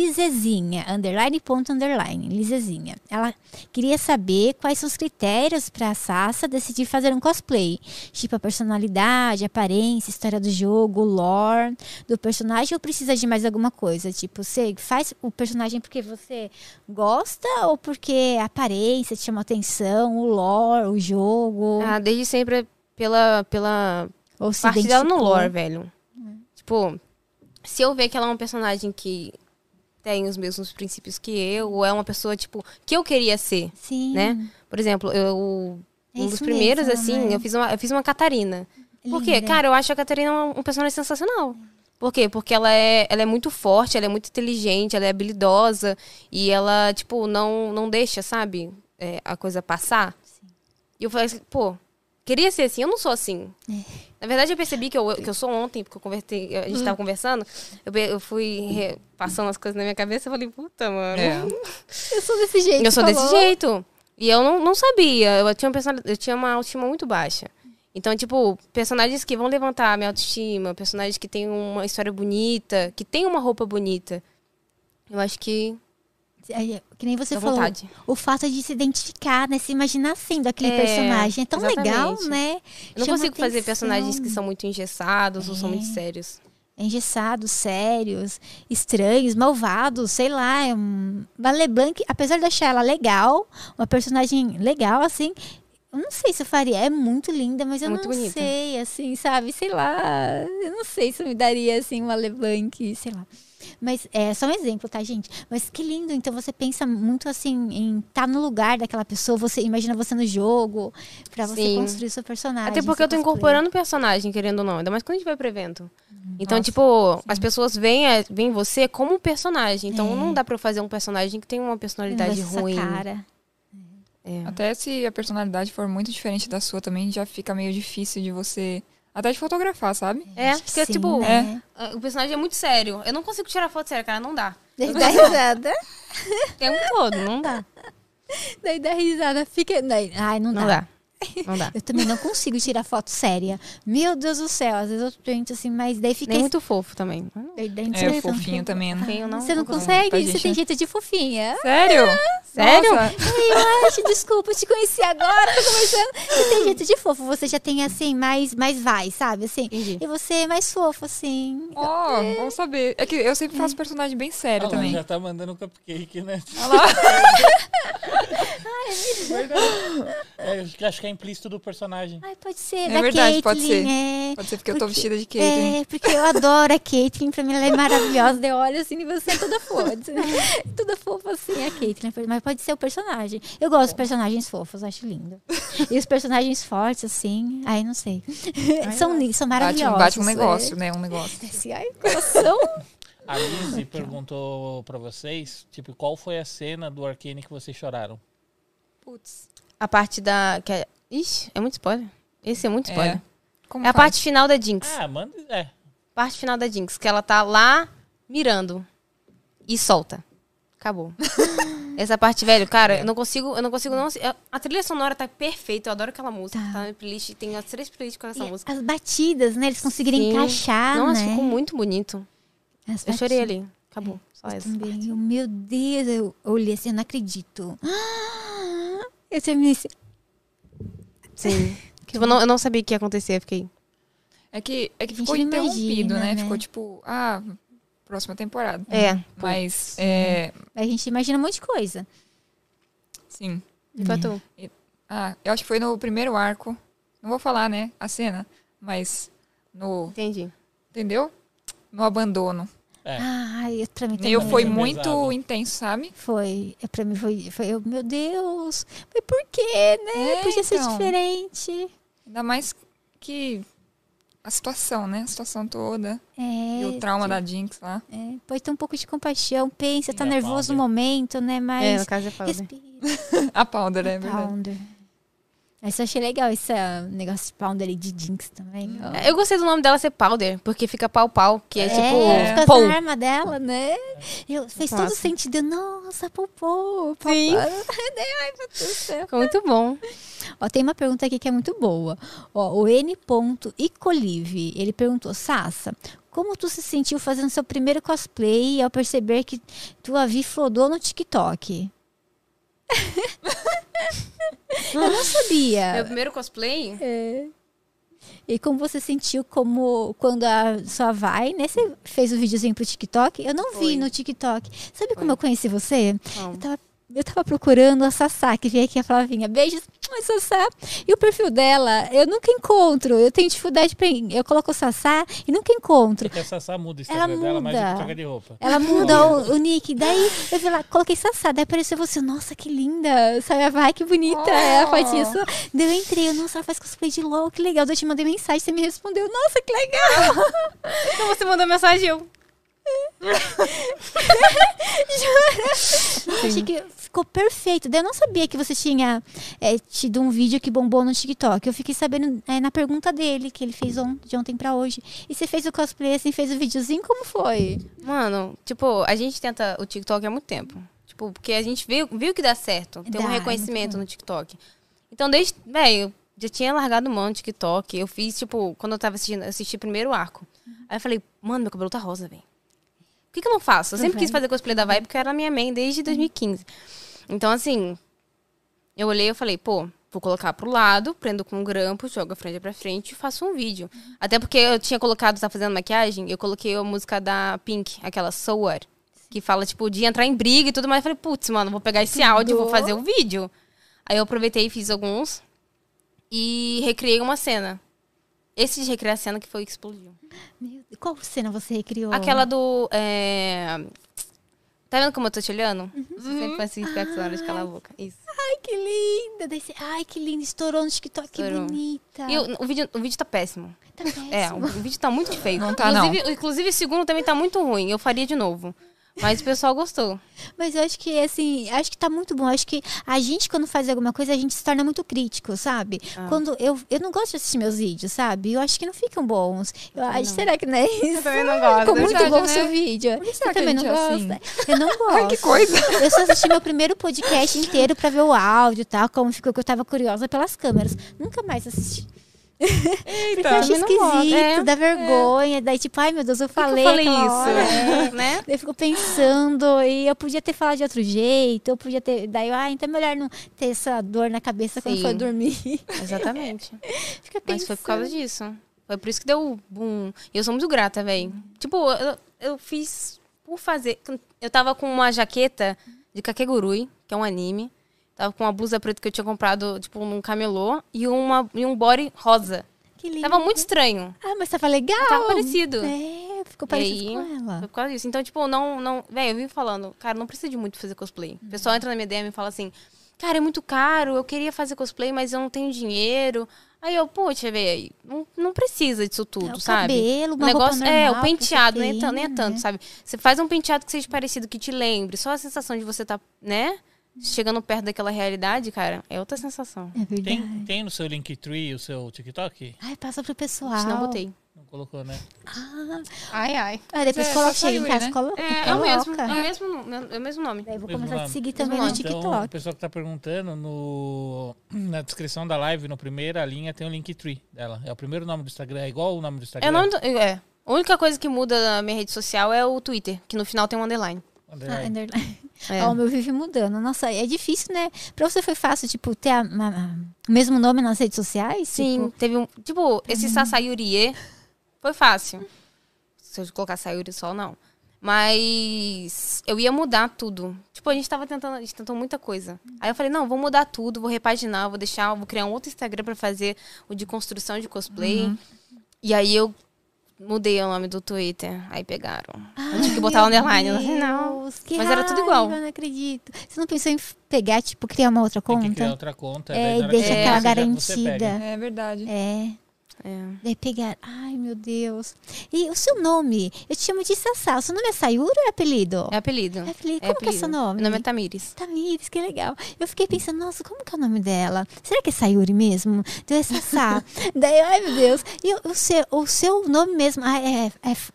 Speaker 1: Lizezinha, underline, ponto, underline, Lizezinha. Ela queria saber quais são os critérios para a Sassa decidir fazer um cosplay. Tipo, a personalidade, a aparência, história do jogo, lore do personagem ou precisa de mais alguma coisa? Tipo, você faz o personagem porque você gosta ou porque a aparência te chama atenção, o lore, o jogo?
Speaker 2: Ah, desde sempre é pela, pela
Speaker 1: ou se
Speaker 2: parte dela no
Speaker 1: identificou?
Speaker 2: lore, velho. Tipo, se eu ver que ela é uma personagem que tem os mesmos princípios que eu, ou é uma pessoa, tipo, que eu queria ser,
Speaker 1: Sim.
Speaker 2: né? Por exemplo, eu.
Speaker 1: É
Speaker 2: Um dos
Speaker 1: isso
Speaker 2: primeiros,
Speaker 1: mesmo,
Speaker 2: assim,
Speaker 1: né?
Speaker 2: eu fiz, uma, eu fiz uma Catarina. Por quê?
Speaker 1: Linda.
Speaker 2: Cara, eu acho a Catarina um, um personagem sensacional. Por quê? Porque ela é, ela é muito forte, ela é muito inteligente, ela é habilidosa. E ela, tipo, não, não deixa, sabe? é, a coisa passar. E eu falei assim, pô, queria ser assim, eu não sou assim. Na verdade, eu percebi que eu, que eu sou ontem, porque eu convertei, a gente tava conversando, eu, pe- eu fui re- passando as coisas na minha cabeça eu falei, puta, mano.
Speaker 1: Eu sou desse jeito.
Speaker 2: Eu sou
Speaker 1: falou.
Speaker 2: desse jeito. E eu não, não sabia. Eu tinha, uma personali- eu tinha uma autoestima muito baixa. Então, tipo, personagens que vão levantar a minha autoestima, personagens que têm uma história bonita, que têm uma roupa bonita. Eu acho que
Speaker 1: Aí, Que nem você
Speaker 2: dá
Speaker 1: falou.
Speaker 2: vontade.
Speaker 1: O fato de se identificar, né? Se imaginar sendo aquele
Speaker 2: É,
Speaker 1: personagem. É tão legal,
Speaker 2: exatamente.
Speaker 1: né?
Speaker 2: Eu não
Speaker 1: Chama
Speaker 2: consigo fazer
Speaker 1: atenção. É.
Speaker 2: personagens que são muito engessados ou são muito sérios.
Speaker 1: Engessados, sérios, estranhos, malvados, sei lá. É um... A LeBlanc, apesar de eu achar ela legal, uma personagem legal, assim. Eu não sei se eu faria. É muito linda, mas
Speaker 2: É
Speaker 1: eu
Speaker 2: muito
Speaker 1: não
Speaker 2: bonita.
Speaker 1: sei, assim, sabe? Sei lá. Eu não sei se eu me daria, assim, uma LeBlanc, sei lá. Mas é só um exemplo, tá, gente? Mas que lindo. Então você pensa muito assim em estar no lugar daquela pessoa, você imagina você no jogo, pra você
Speaker 2: Sim.
Speaker 1: construir seu personagem.
Speaker 2: Até porque
Speaker 1: seu
Speaker 2: eu tô
Speaker 1: cosplay.
Speaker 2: incorporando personagem, querendo ou não. Ainda mais quando a gente vai pro evento.
Speaker 1: Hum.
Speaker 2: Então,
Speaker 3: Nossa,
Speaker 2: tipo, as pessoas veem, a- veem você como um personagem. Então, não dá pra eu fazer um personagem que tem
Speaker 1: Ele
Speaker 2: uma
Speaker 1: É. não vai
Speaker 2: personalidade
Speaker 1: ser essa
Speaker 2: ruim.
Speaker 1: Cara.
Speaker 2: É.
Speaker 3: Até se a personalidade for muito diferente da sua também, já fica meio difícil de você. Até de fotografar, sabe?
Speaker 2: É, porque,
Speaker 1: Sim,
Speaker 2: tipo,
Speaker 1: né?
Speaker 2: o personagem é muito sério. Eu não consigo tirar foto séria, cara, não dá.
Speaker 1: Daí dá risada.
Speaker 2: O tempo todo, não dá.
Speaker 1: Daí dá risada. Fica. daí- Ai, não,
Speaker 2: Não dá. Não dá.
Speaker 1: Eu também não consigo tirar foto séria. Meu Deus do céu, às vezes eu print assim, mas daí fica.
Speaker 2: Nem muito fofo também.
Speaker 1: daí dá
Speaker 3: É, o
Speaker 1: impressão.
Speaker 3: fofinho também, né?
Speaker 2: Feio, não.
Speaker 1: Ah, Você não
Speaker 2: gosto.
Speaker 1: consegue?
Speaker 3: Pra
Speaker 1: Você
Speaker 3: gente
Speaker 1: tem
Speaker 3: é-
Speaker 1: jeito de fofinha.
Speaker 3: Sério?
Speaker 2: Sério?
Speaker 3: Nossa,
Speaker 1: Ai, eu acho, desculpa, eu te conheci agora, tô começando. Você tem jeito de fofo, você já tem assim, mais, mais vai, sabe? Assim.
Speaker 2: Entendi.
Speaker 1: E você é mais fofo, assim.
Speaker 3: Ó, bom saber. É que eu sempre faço personagem bem sério
Speaker 4: Ela
Speaker 3: também.
Speaker 4: já tá mandando um cupcake, né?
Speaker 3: Olha lá.
Speaker 4: É, acho que- acho que é implícito do personagem.
Speaker 1: Ai, pode ser,
Speaker 3: É
Speaker 1: da Caitlyn,
Speaker 3: verdade, pode ser.
Speaker 1: é.
Speaker 3: Pode ser porque eu tô
Speaker 1: Porque-
Speaker 3: vestida de Caitlyn.
Speaker 1: É, porque eu adoro a Caitlyn, pra mim ela é maravilhosa. Daí Eu olho assim e você é toda fofa. toda fofa assim, a Caitlyn. Mas pode ser o personagem. Eu gosto de personagens fofos, acho lindo. E os personagens fortes, assim, aí não sei. são lindos, são
Speaker 3: Bate, um-
Speaker 1: É, maravilhosos.
Speaker 3: bate um negócio, né? Um negócio.
Speaker 1: É. Assim, ai, coração.
Speaker 4: A Lizzie perguntou pra vocês, tipo, qual foi a cena do Arcane que vocês choraram?
Speaker 3: Putz.
Speaker 2: A parte da. Que é... Ixi, é muito spoiler. Esse é muito spoiler.
Speaker 3: Como
Speaker 2: É, a
Speaker 3: faz?
Speaker 2: parte final da Jinx.
Speaker 4: Ah, manda. É.
Speaker 2: Parte final da Jinx, que ela tá lá mirando. E solta. Acabou. Essa parte, velho, cara, eu não consigo, eu não consigo não. A trilha sonora tá perfeita, eu adoro aquela música. Tá, na playlist, tem as três playlists com essa
Speaker 1: E
Speaker 2: música.
Speaker 1: As batidas, né? Eles conseguiram
Speaker 2: Sim.
Speaker 1: encaixar,
Speaker 2: Nossa,
Speaker 1: né?
Speaker 2: ficou muito bonito.
Speaker 1: As
Speaker 2: Eu chorei
Speaker 1: batidas.
Speaker 2: ali. Acabou. Só essa.
Speaker 1: Também. Eu, meu Deus, eu olhei assim, eu não acredito. Eu terminei assim.
Speaker 2: Sim. Tipo, eu não, eu não sabia o que ia acontecer, eu fiquei.
Speaker 3: É que, é que
Speaker 1: A
Speaker 3: ficou
Speaker 1: gente não
Speaker 3: interrompido,
Speaker 1: imagina,
Speaker 3: né?
Speaker 1: né?
Speaker 3: Ficou tipo, ah, próxima temporada.
Speaker 2: É. pô.
Speaker 3: Mas, é,
Speaker 1: A gente imagina um monte de coisa.
Speaker 3: sim.
Speaker 2: E pra tu?
Speaker 3: Ah, eu acho que foi no primeiro arco. Não vou falar, né? A cena. Mas no.
Speaker 2: Entendi.
Speaker 3: Entendeu? No abandono.
Speaker 4: É.
Speaker 1: Ai, eu, pra mim também.
Speaker 3: Eu foi
Speaker 4: Também é
Speaker 3: muito
Speaker 4: pesado.
Speaker 3: intenso, sabe?
Speaker 1: Foi, é, pra mim foi, foi eu, meu Deus, mas por quê, né?
Speaker 3: É,
Speaker 1: Podia ser
Speaker 3: então.
Speaker 1: diferente.
Speaker 3: Ainda mais que a situação, né? A situação toda. e o
Speaker 1: É,
Speaker 3: trauma da Jinx lá.
Speaker 1: é, pode ter um pouco de compaixão, pensa, tá
Speaker 4: E a
Speaker 1: nervoso no momento, né?
Speaker 2: É,
Speaker 1: Mas
Speaker 2: no caso é Powder.
Speaker 1: respira,
Speaker 3: A Powder, é verdade.
Speaker 1: pounder. Mas eu achei legal esse ah, negócio de pounder e de jinx também. ó.
Speaker 2: Eu gostei do nome dela ser Powder, porque fica pau-pau, que é,
Speaker 1: é,
Speaker 2: tipo.
Speaker 1: fica
Speaker 2: Pou.
Speaker 1: essa arma dela, né? Eu, fez todo
Speaker 2: Nossa.
Speaker 1: sentido. Eu, Nossa, poupou.
Speaker 2: Sim.
Speaker 1: Ai, meu Deus do céu.
Speaker 2: Ficou muito bom.
Speaker 1: Ó, tem uma pergunta aqui que é muito boa. Ó, o N. Icolive, ele perguntou, Sassa, como tu se sentiu fazendo seu primeiro cosplay ao perceber que tua vi flodou no TikTok? Eu não
Speaker 2: Meu
Speaker 1: sabia.
Speaker 2: primeiro cosplay,
Speaker 1: E como você sentiu como quando a sua vai, né? Você fez o videozinho pro TikTok? Eu não
Speaker 2: Foi.
Speaker 1: vi no TikTok. Sabe como eu conheci você?
Speaker 2: Como?
Speaker 1: Eu tava, eu tava procurando a Sassá, que veio aqui a Flavinha. Beijos, oi, Sassá. E o perfil dela, eu nunca encontro. Eu tenho dificuldade pra. Eu coloco Sassá e nunca encontro.
Speaker 4: Porque a Sassá muda o Instagram
Speaker 1: Ela
Speaker 4: dela, mas
Speaker 1: muda.
Speaker 4: ele troca de roupa.
Speaker 1: Ela muda o, o nick. Daí eu vi lá, coloquei Sassá. Daí apareceu você, nossa, que linda. Sabe, vai, que bonita. É a fotinha sua. Daí eu entrei, eu, nossa, ela faz cosplay de LOL, que legal. Daí eu te mandei mensagem, você me respondeu, nossa, que legal.
Speaker 2: Então você mandou mensagem eu.
Speaker 1: Eu Achei que ficou perfeito. Daí eu não sabia que você tinha é, tido um vídeo que bombou no TikTok. Eu fiquei sabendo é, na pergunta dele, que ele fez on- de ontem pra hoje. E você fez o cosplay assim, fez o videozinho, como foi?
Speaker 2: Mano, tipo, a gente tenta o TikTok há muito tempo. Tipo, porque a gente viu, viu que dá certo. Tem
Speaker 1: Dá, é
Speaker 2: um
Speaker 1: muito
Speaker 2: reconhecimento
Speaker 1: bom.
Speaker 2: no TikTok. Então, desde. Véi, eu já tinha largado mão no TikTok. Eu fiz, tipo, quando eu tava assistindo, eu assisti primeiro o arco. Aí eu falei, mano, meu cabelo tá rosa, velho. Por que, que eu não faço? Eu
Speaker 1: Tá
Speaker 2: sempre quis
Speaker 1: vendo?
Speaker 2: fazer cosplay da Vibe porque era minha mãe desde 2015. Então, assim, eu olhei e falei, pô, vou colocar pro lado, prendo com um grampo, jogo a franja pra frente e faço um vídeo. Até porque eu tinha colocado, tá fazendo maquiagem, eu coloquei a música da Pink, aquela So What, que fala, tipo, de entrar em briga e tudo mais. Eu falei, putz, mano, vou pegar esse áudio, vou fazer o vídeo. Aí eu aproveitei e fiz alguns e recriei uma cena. Esse de recriar a cena que foi o que explodiu.
Speaker 1: Meu Deus, Qual cena você recriou?
Speaker 2: Aquela do. é, Tá vendo como eu tô te olhando? Você sempre faz assim, fica com essa hora de calar a boca. Isso.
Speaker 1: Ai, que linda! Daí você, Ai, que linda, estourou no TikTok, que
Speaker 2: Estourou.
Speaker 1: bonita.
Speaker 2: E o, o vídeo, o vídeo tá péssimo.
Speaker 1: Tá péssimo.
Speaker 2: É, o vídeo tá muito feio.
Speaker 3: Não tá, não.
Speaker 2: inclusive, Inclusive, o segundo também tá muito ruim. Eu faria de novo. Mas o pessoal gostou.
Speaker 1: Mas eu acho que, assim, acho que tá muito bom. Acho que a gente, quando faz alguma coisa, a gente se torna muito crítico, sabe?
Speaker 2: Ah.
Speaker 1: Quando eu, eu não gosto de assistir meus vídeos, sabe? Eu acho que não ficam bons. Eu acho,
Speaker 2: não.
Speaker 1: será que não é isso?
Speaker 2: também não gosto.
Speaker 1: Ficou muito
Speaker 3: verdade,
Speaker 1: bom o
Speaker 3: né?
Speaker 1: seu vídeo.
Speaker 3: que
Speaker 1: Você
Speaker 3: será que a
Speaker 1: também não
Speaker 3: gente é assim?
Speaker 1: gosta? Eu não gosto.
Speaker 3: Ai, que coisa!
Speaker 1: Eu só assisti meu primeiro podcast inteiro pra ver o áudio e tal, como ficou, que eu tava curiosa pelas câmeras. Nunca mais assisti. Porque eu
Speaker 3: Eita.
Speaker 1: acho
Speaker 2: também não gosto.
Speaker 1: esquisito,
Speaker 2: É,
Speaker 1: dá vergonha. Daí, tipo, ai meu Deus, eu
Speaker 2: Por que que
Speaker 1: falei.
Speaker 2: eu falei
Speaker 1: aquela
Speaker 2: isso,
Speaker 1: hora?
Speaker 2: né?
Speaker 1: Daí eu fico pensando, e eu podia ter falado de outro jeito, eu podia ter. Daí, eu, ah, então é melhor não ter essa dor na cabeça quando
Speaker 2: Sim.
Speaker 1: for dormir.
Speaker 2: Exatamente.
Speaker 1: Fica pensando.
Speaker 2: Mas foi por causa disso. Foi por isso que deu o boom. E eu sou muito grata, velho. Tipo, eu, eu fiz por fazer. Eu tava com uma jaqueta de Kakegurui, que é um anime. Tava com uma blusa preta que eu tinha comprado, tipo, num camelô. E, uma, e um body rosa.
Speaker 1: Que lindo.
Speaker 2: Tava muito estranho.
Speaker 1: Ah, mas tava legal.
Speaker 2: Tava parecido.
Speaker 1: É, ficou
Speaker 2: E
Speaker 1: parecido
Speaker 2: aí,
Speaker 1: com ela.
Speaker 2: Foi por causa disso. Então, tipo, não. não Véi, eu vim falando, cara, não precisa de muito fazer cosplay. O pessoal entra na minha DM e fala assim: cara, é muito caro, eu queria fazer cosplay, mas eu não tenho dinheiro. Aí eu, poxa, véi, não, não precisa disso tudo,
Speaker 1: É, o
Speaker 2: sabe?
Speaker 1: cabelo, uma
Speaker 2: o negócio
Speaker 1: roupa
Speaker 2: é,
Speaker 1: normal
Speaker 2: o
Speaker 1: que você
Speaker 2: penteado, nem,
Speaker 1: tem,
Speaker 2: tan- nem é tanto,
Speaker 1: né?
Speaker 2: sabe? Você faz um penteado que seja parecido, que te lembre. Só a sensação de você tá, né? Chegando perto daquela realidade, cara, é outra sensação.
Speaker 1: É verdade.
Speaker 4: Tem, tem no seu Linktree o seu TikTok?
Speaker 1: Ai, passa pro pessoal.
Speaker 2: A gente não botei.
Speaker 4: Não colocou, né?
Speaker 1: Ah,
Speaker 2: Ai, ai.
Speaker 1: ah, depois
Speaker 3: É,
Speaker 1: coloca,
Speaker 3: só
Speaker 1: chega em
Speaker 3: saiu,
Speaker 1: casa,
Speaker 3: né?
Speaker 1: coloca.
Speaker 2: É, é o mesmo. É o mesmo, no- é o mesmo nome.
Speaker 1: Daí eu vou
Speaker 4: Mesmo
Speaker 1: começar a
Speaker 4: nome.
Speaker 1: te seguir também
Speaker 2: Mesmo
Speaker 1: no
Speaker 2: nome.
Speaker 1: TikTok.
Speaker 4: Então, o pessoal que tá perguntando, no, na descrição da live, na primeira linha, tem o Linktree dela. É o primeiro nome do Instagram, é igual o nome do Instagram.
Speaker 2: É o nome do, é. A única coisa que muda na minha rede social é o Twitter, que no final tem um underline.
Speaker 1: Ah,
Speaker 4: Underline.
Speaker 1: underline.
Speaker 2: É.
Speaker 1: Ó, o meu vive mudando. Nossa, é difícil, né? Pra você foi fácil, tipo, ter a- a- o mesmo nome nas redes sociais?
Speaker 2: Sim,
Speaker 1: Tipo, Uhum.
Speaker 2: teve um. Tipo, esse Sasayurie foi fácil. Se eu colocar Sayuri só, não. Mas eu ia mudar tudo. Tipo, a gente tava tentando, a gente tentou muita coisa. Aí eu falei, não, vou mudar tudo, vou repaginar, vou deixar, vou criar um outro Instagram pra fazer o de construção de cosplay.
Speaker 1: Uhum.
Speaker 2: E aí eu mudei o nome do Twitter. Aí pegaram.
Speaker 1: ah,
Speaker 2: Eu tinha que botar
Speaker 1: meu
Speaker 2: underline. Eu falei, não.
Speaker 1: Deus, que
Speaker 2: Mas era tudo igual.
Speaker 1: raiva, Não acredito. Você não pensou em f- pegar, tipo, criar uma outra
Speaker 4: Tem que criar
Speaker 1: conta?
Speaker 4: outra conta. daí
Speaker 1: É,
Speaker 4: na
Speaker 1: e
Speaker 4: hora que
Speaker 1: deixa
Speaker 4: você
Speaker 1: aquela
Speaker 4: quiser, você pega.
Speaker 1: garantida.
Speaker 3: É verdade.
Speaker 1: É.
Speaker 2: É.
Speaker 1: Daí né, pegar. Ai, meu Deus. E o seu nome? Eu te chamo de Sassá. O seu nome é Sayuri ou é apelido?
Speaker 2: É apelido.
Speaker 1: É apelido.
Speaker 2: É
Speaker 1: Como que é
Speaker 2: apelido.
Speaker 1: seu nome?
Speaker 2: Meu nome é Tamires.
Speaker 1: Tamires, que legal. Eu fiquei pensando, nossa, como que é o nome dela? Será que é Sayuri mesmo? Deu essa Sassá. Daí, ai meu Deus. E o, o seu, o seu nome mesmo ah, é,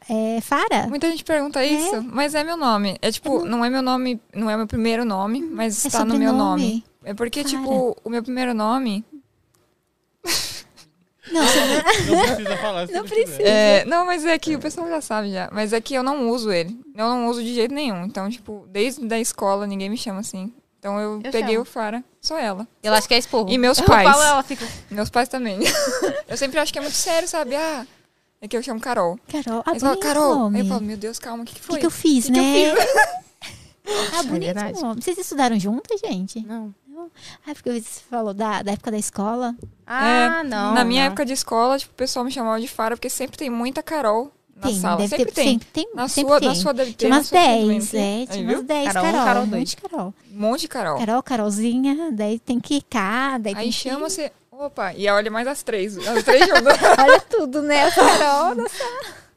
Speaker 1: é, é Fara?
Speaker 3: Muita gente pergunta isso, mas é meu nome. É tipo, não é meu nome, não é meu primeiro nome, mas
Speaker 1: É
Speaker 3: está no meu
Speaker 1: sobrenome.
Speaker 3: nome. É porque,
Speaker 1: Cara.
Speaker 3: tipo, o meu primeiro nome.
Speaker 1: Não, você-
Speaker 4: Não precisa falar. se
Speaker 1: Não
Speaker 4: quiser.
Speaker 1: precisa.
Speaker 3: É, não, mas é que o pessoal já sabe já. Mas é que eu não uso ele. Eu não uso de jeito nenhum. Então, tipo, desde da escola ninguém me chama assim. Então eu,
Speaker 2: Eu
Speaker 3: peguei
Speaker 2: chamo.
Speaker 3: o Fara, só ela.
Speaker 2: Eu acho que é esporro.
Speaker 3: E meus
Speaker 2: Eu
Speaker 3: pais.
Speaker 2: falo, ela fica... assim,
Speaker 3: Meus pais também. eu sempre acho que é muito sério, sabe? Ah, é que eu chamo Carol.
Speaker 1: Carol. Ah,
Speaker 3: Aí eles falam,
Speaker 1: bonito
Speaker 3: É Carol.
Speaker 1: nome.
Speaker 3: Aí eu falo, meu Deus, calma, o que, que
Speaker 1: O
Speaker 3: foi?
Speaker 1: que, que eu fiz,
Speaker 3: Que que eu
Speaker 1: né? ah, bonito
Speaker 2: verdade.
Speaker 1: nome. Vocês estudaram juntas, gente?
Speaker 2: Não.
Speaker 1: Ah, porque você falou da, da época da escola.
Speaker 2: Ah, não.
Speaker 3: É, Na minha
Speaker 2: não.
Speaker 3: época de escola, tipo, o pessoal me chamava de Fara, porque sempre tem muita Carol na
Speaker 1: tem,
Speaker 3: sala.
Speaker 1: deve
Speaker 3: Sempre
Speaker 1: ter,
Speaker 3: tem.
Speaker 1: Sempre tem.
Speaker 3: Na
Speaker 1: sempre
Speaker 3: sua,
Speaker 1: tem.
Speaker 3: na sua deve ter. um
Speaker 1: Tinha
Speaker 3: na
Speaker 1: umas
Speaker 3: sua também
Speaker 1: 10,
Speaker 3: tem.
Speaker 1: é,
Speaker 3: Aí,
Speaker 1: tinha
Speaker 3: viu?
Speaker 1: umas 10,
Speaker 2: Carol,
Speaker 1: Carol.
Speaker 2: Carol
Speaker 1: um monte
Speaker 2: dois.
Speaker 1: de Carol.
Speaker 3: Um monte de Carol.
Speaker 1: Carol, Carolzinha, daí tem que ir cá, daí tem
Speaker 3: Aí
Speaker 1: que-
Speaker 3: chama você. Opa, e olha mais as três. As três juntas.
Speaker 1: Olha tudo, né? A Carol, nossa.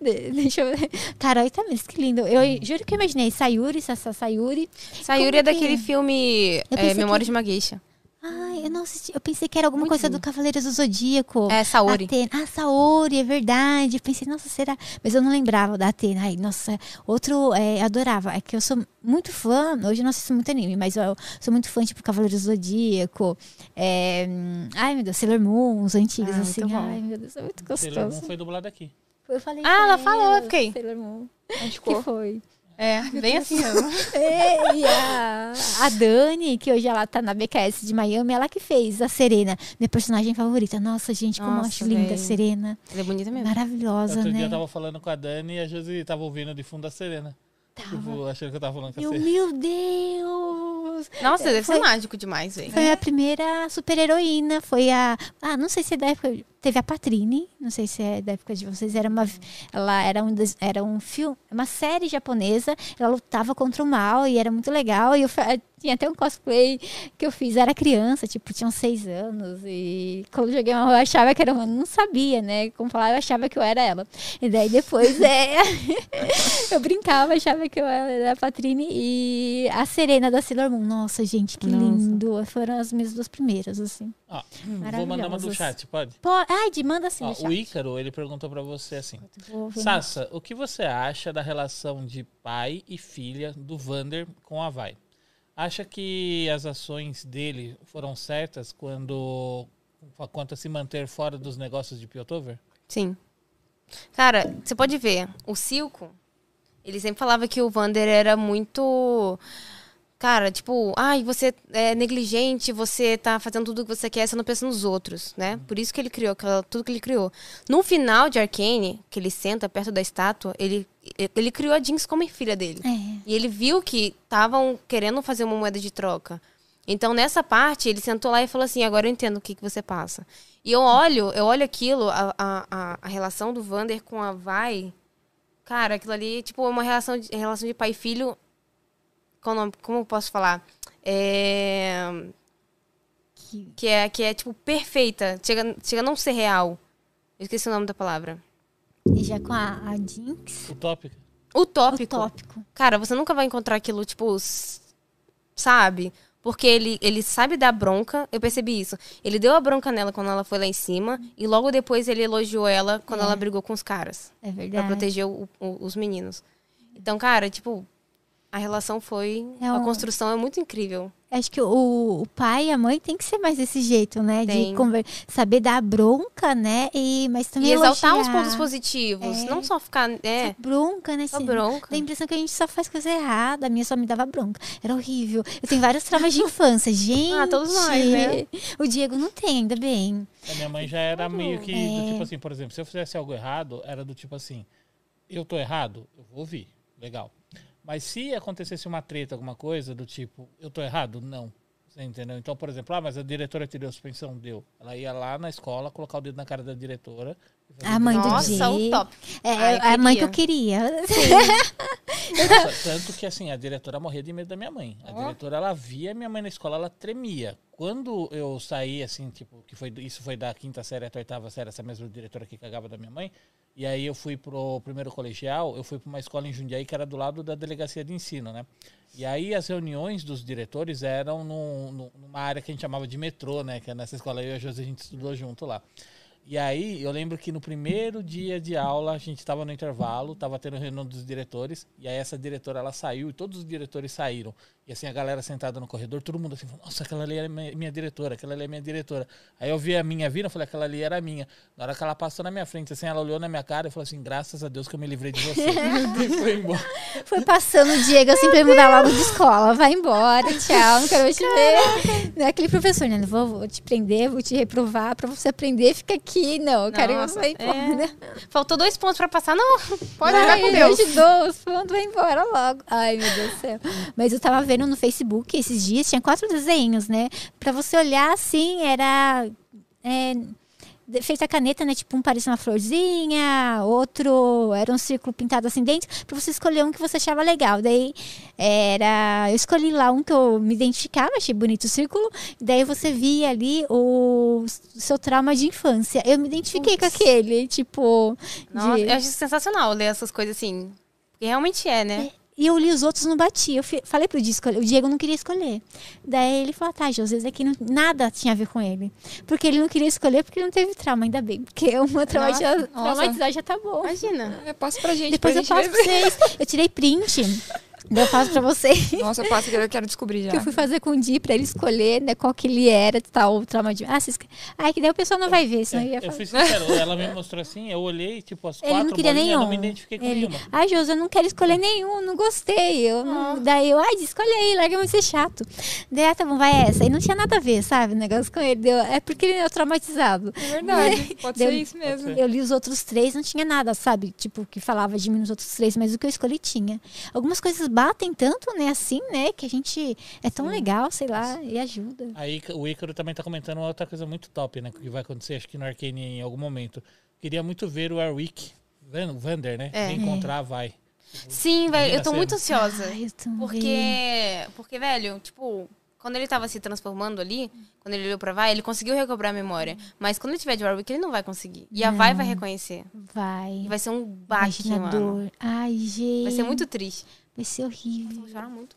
Speaker 1: De- Deixa eu ver. Carol e Tamiris, que lindo. Eu
Speaker 3: Hum.
Speaker 1: juro que eu imaginei Sayuri, Sassá Sayuri.
Speaker 2: Sayuri
Speaker 1: Como
Speaker 2: é daquele
Speaker 1: que é?
Speaker 2: filme
Speaker 1: Eu
Speaker 2: é,
Speaker 1: pensei
Speaker 2: Memórias de uma Gueixa.
Speaker 1: Ai, eu não assisti. Eu pensei que era alguma
Speaker 2: Muito
Speaker 1: coisa
Speaker 2: lindo.
Speaker 1: do Cavaleiros do Zodíaco.
Speaker 2: É, Saori.
Speaker 1: Atena. Ah, Saori, é verdade. Eu pensei, nossa, será? Mas eu não lembrava da Atena. Ai, nossa, outro é, adorava. É que eu sou muito fã, hoje eu não assisto muito anime, mas eu sou muito fã, tipo, Cavaleiros do Zodíaco. É, hum, ai, meu Deus, Sailor Moon, os antigos,
Speaker 2: Ah,
Speaker 1: assim.
Speaker 2: muito bom.
Speaker 1: Ai, meu Deus, é muito
Speaker 4: Sailor Moon
Speaker 1: gostoso.
Speaker 4: foi dublado aqui.
Speaker 1: Eu falei
Speaker 2: Ah,
Speaker 1: Sailor,
Speaker 2: ela falou, eu fiquei.
Speaker 1: Sailor Moon. Que
Speaker 3: Ficou.
Speaker 1: foi?
Speaker 2: É, bem assim mesmo.
Speaker 1: É, e a, a Dani, que hoje ela tá na BKS de Miami, ela que fez a Serena, minha personagem favorita. Nossa, gente, como eu
Speaker 2: Nossa,
Speaker 1: acho linda a
Speaker 2: velho.
Speaker 1: Serena.
Speaker 2: Ela é bonita mesmo.
Speaker 1: Maravilhosa,
Speaker 4: Outro dia
Speaker 1: né?
Speaker 4: eu tava falando com a Dani e a Josi tava ouvindo de fundo a Serena. Tipo, achando que eu tava falando com a
Speaker 1: Eu,
Speaker 4: Serena.
Speaker 1: meu Deus!
Speaker 2: Nossa, deve ser
Speaker 1: É, Foi-
Speaker 2: mágico demais, velho.
Speaker 1: Foi a primeira super-heroína, foi a... Ah, não sei se é da época... Teve a Patrine, não sei se é da época de vocês, era uma, ela era um, des- era um filme, uma série japonesa, ela lutava contra o mal e era muito legal. E eu fa- tinha até um cosplay que eu fiz, era criança, tipo, tinha uns seis anos. E quando eu joguei uma, eu achava que era uma, não sabia, né? Como falar, eu achava que eu era ela. E daí depois é, eu brincava, achava que eu era a Patrine e a Serena da Sailor Moon. Nossa, gente, que
Speaker 6: Nossa.
Speaker 1: lindo! Foram as minhas duas primeiras, assim.
Speaker 4: Ó, Vou mandar uma do
Speaker 1: Maravilhosos.
Speaker 4: chat, pode?
Speaker 1: Pô, ai, de- manda assim
Speaker 4: Ó,
Speaker 1: no chat.
Speaker 4: o Ícaro, ele perguntou pra você assim.
Speaker 1: Vou ver.
Speaker 4: Sassa, o que você acha da relação de pai e filha do Vander com a Vai? Acha que as ações dele foram certas quando quanto a se manter fora dos negócios de Piltover?
Speaker 2: Sim. Cara, você pode ver, o Silco, ele sempre falava que o Vander era muito. Cara, tipo, ai, você é negligente, você tá fazendo tudo o que você quer, você não pensa nos outros, né? Por isso que ele criou aquela- tudo que ele criou. No final de Arcane, que ele senta perto da estátua, ele, ele criou a Jinx como filha dele.
Speaker 1: É.
Speaker 2: E ele viu que estavam querendo fazer uma moeda de troca. Então, nessa parte, ele sentou lá e falou assim: agora eu entendo o que, que você passa. E eu olho, eu olho aquilo, a, a, a- a relação do Vander com a Vai. Cara, aquilo ali, tipo, é uma relação de, relação de pai e filho. Qual o nome? Como eu posso falar? É,
Speaker 1: Que-
Speaker 2: que, é, que é, tipo, perfeita. Chega, chega a não ser real. Eu esqueci o nome da palavra.
Speaker 1: E já com a, a Jinx.
Speaker 4: Utópica?
Speaker 2: Utópico.
Speaker 1: Utópico.
Speaker 2: Cara, você nunca vai encontrar aquilo, tipo, s- sabe? Porque ele, ele sabe dar bronca, eu percebi isso. Ele deu a bronca nela quando ela foi lá em cima, e logo depois ele elogiou ela quando ela brigou com os caras,
Speaker 1: É
Speaker 2: Pra
Speaker 1: verdade.
Speaker 2: proteger o- o- os meninos. Então, cara, tipo, a relação foi.
Speaker 1: É
Speaker 2: A
Speaker 1: um-
Speaker 2: construção é muito incrível.
Speaker 1: Acho que o, o pai e a mãe tem que ser mais desse jeito, né? De
Speaker 2: Tem.
Speaker 1: conver- saber dar bronca, né? E, mas também
Speaker 2: E exaltar
Speaker 1: elogiar.
Speaker 2: os pontos positivos,
Speaker 1: É.
Speaker 2: não só ficar.
Speaker 1: Só
Speaker 2: É,
Speaker 1: Bronca, né?
Speaker 2: só
Speaker 1: Assim,
Speaker 2: bronca.
Speaker 1: Dá a impressão que a gente só faz coisa errada. A minha só me dava bronca. Era horrível. Eu tenho vários traumas de infância. Gente.
Speaker 2: Ah, todos nós, né?
Speaker 1: O Diego não tem, ainda bem.
Speaker 4: A minha mãe já era meio que do
Speaker 1: É.
Speaker 4: tipo assim, por exemplo, se eu fizesse algo errado, era do tipo assim, eu tô errado, eu vou ouvir, legal. Mas se acontecesse uma treta, alguma coisa do tipo, eu tô errado, não. Você entendeu? Então, por exemplo, ah, mas a diretora te deu suspensão, deu. Ela ia lá na escola, colocar o dedo na cara da diretora. e fazer um
Speaker 1: A mãe do
Speaker 4: tudo.
Speaker 2: Nossa,
Speaker 1: Diego.
Speaker 2: o top.
Speaker 1: É
Speaker 2: Ai,
Speaker 1: a mãe que eu
Speaker 2: queria.
Speaker 1: queria.
Speaker 4: Nossa, Tanto que assim, a diretora morria de medo da minha mãe. A diretora, ela via minha mãe na escola, ela tremia. Quando eu saí, assim, tipo, que foi, isso foi da quinta série até a oitava série, essa mesma diretora que cagava da minha mãe. E aí eu fui pro primeiro colegial, eu fui pra uma escola em Jundiaí que era do lado da delegacia de ensino, né? E aí as reuniões dos diretores eram num- num- numa área que a gente chamava de metrô, né? Que é nessa escola eu e a José a gente estudou junto lá. E aí, eu lembro que no primeiro dia de aula, a gente estava no intervalo, estava tendo reunião dos diretores, e aí essa diretora, ela saiu, e todos os diretores saíram. E assim, a galera sentada no corredor, todo mundo assim, falando, nossa, aquela ali é minha minha diretora, aquela ali é minha diretora. Aí eu vi a minha vir, eu falei, aquela ali era a minha. Na hora que ela passou na minha frente, assim, ela olhou na minha cara e falou assim, graças a Deus que eu me livrei de você. e foi embora.
Speaker 1: Foi passando o Diego assim pra ele mudar logo de escola. Vai embora, tchau, não quero mais te ver. Não é aquele professor, né? Não Vou, vou te prender, vou te reprovar pra você aprender, fica aqui. Não, eu quero que
Speaker 2: Nossa, é.
Speaker 1: você vai embora.
Speaker 2: Faltou dois pontos pra passar, não. Pode
Speaker 1: Ai,
Speaker 2: ficar com Deus.
Speaker 1: Eu te dou, os fundos vai embora logo. Ai, meu Deus do céu. Mas eu tava vendo no Facebook esses dias, tinha quatro desenhos, né? Pra você olhar assim, era. É, de- feito a caneta, né? Tipo, um parecia uma florzinha, outro era um círculo pintado assim dentro, pra você escolher um que você achava legal. Daí era. Eu escolhi lá um que eu me identificava, achei bonito o círculo. Daí você via ali o seu trauma de infância. Eu me identifiquei com aquele, tipo.
Speaker 2: Nossa,
Speaker 1: de-
Speaker 2: eu acho sensacional ler essas coisas assim. Porque realmente é, né?
Speaker 1: E eu li os outros não batia. Eu fi- falei pro Diego escolher. O Diego não queria escolher. Daí ele falou, tá, José, isso aqui não, nada tinha a ver com ele. Porque ele não queria escolher porque ele não teve trauma, ainda bem. Porque é uma traumatiza- traumatizar já tá bom.
Speaker 2: Imagina.
Speaker 3: É, passa pra gente.
Speaker 1: Depois
Speaker 3: pra
Speaker 1: eu
Speaker 3: gente
Speaker 1: passo pra vocês. Eu tirei print. daí eu passo pra vocês.
Speaker 3: ver. Nossa, passa que eu quero descobrir já.
Speaker 1: Que eu fui fazer com o Di pra ele escolher né, qual que ele era, tal, o trauma de. Ah, vocês... Ai, que daí o pessoal não vai ver, senão eu ia
Speaker 4: Eu
Speaker 1: falar.
Speaker 4: fui sincero, ela me mostrou assim, eu olhei, tipo, as
Speaker 1: é Ele não
Speaker 4: quatro
Speaker 1: queria
Speaker 4: bolinhas, eu não me
Speaker 1: nenhum.
Speaker 4: identifiquei com
Speaker 1: Ele-
Speaker 4: nenhuma. Hum.
Speaker 1: Ah, Josi, eu não quero escolher nenhum, não gostei. Eu não-
Speaker 2: Ah.
Speaker 1: Daí eu, ai, escolhe aí, larga muito ser chato. Daí, ah, tá bom, vai essa. E não tinha nada a ver, sabe? O negócio com ele. Deu... É porque ele é traumatizado.
Speaker 3: É verdade. Pode
Speaker 1: Deu-
Speaker 3: ser isso mesmo.
Speaker 1: Eu li os outros três, não tinha nada, sabe? Tipo, que falava de mim nos outros três, mas o que eu escolhi tinha. Algumas coisas batem tanto, né? Assim, né? Que a gente é tão legal, sei lá, e ajuda.
Speaker 4: Aí o Ícaro também tá comentando uma outra coisa muito top, né? Que vai acontecer, acho que no Arcane em algum momento. Queria muito ver o Arwick, Van- Vander, né?
Speaker 2: É.
Speaker 4: Se encontrar, vai.
Speaker 2: Sim, velho, eu tô
Speaker 4: Imagina a
Speaker 2: muito ansiosa.
Speaker 1: Ai, eu também.
Speaker 2: Porque, porque, velho, tipo, quando ele tava se transformando ali, quando ele olhou pra Vai, ele conseguiu recobrar a memória. Mas quando ele tiver de Warwick, ele não vai conseguir. E a Vai vai reconhecer.
Speaker 1: Vai.
Speaker 2: E vai ser um baque,
Speaker 1: Imagina a
Speaker 2: mano.
Speaker 1: dor. Ai, gente.
Speaker 2: Vai ser muito triste.
Speaker 1: Vai ser
Speaker 2: Nossa, eu
Speaker 1: horrível.
Speaker 2: vou chorar muito.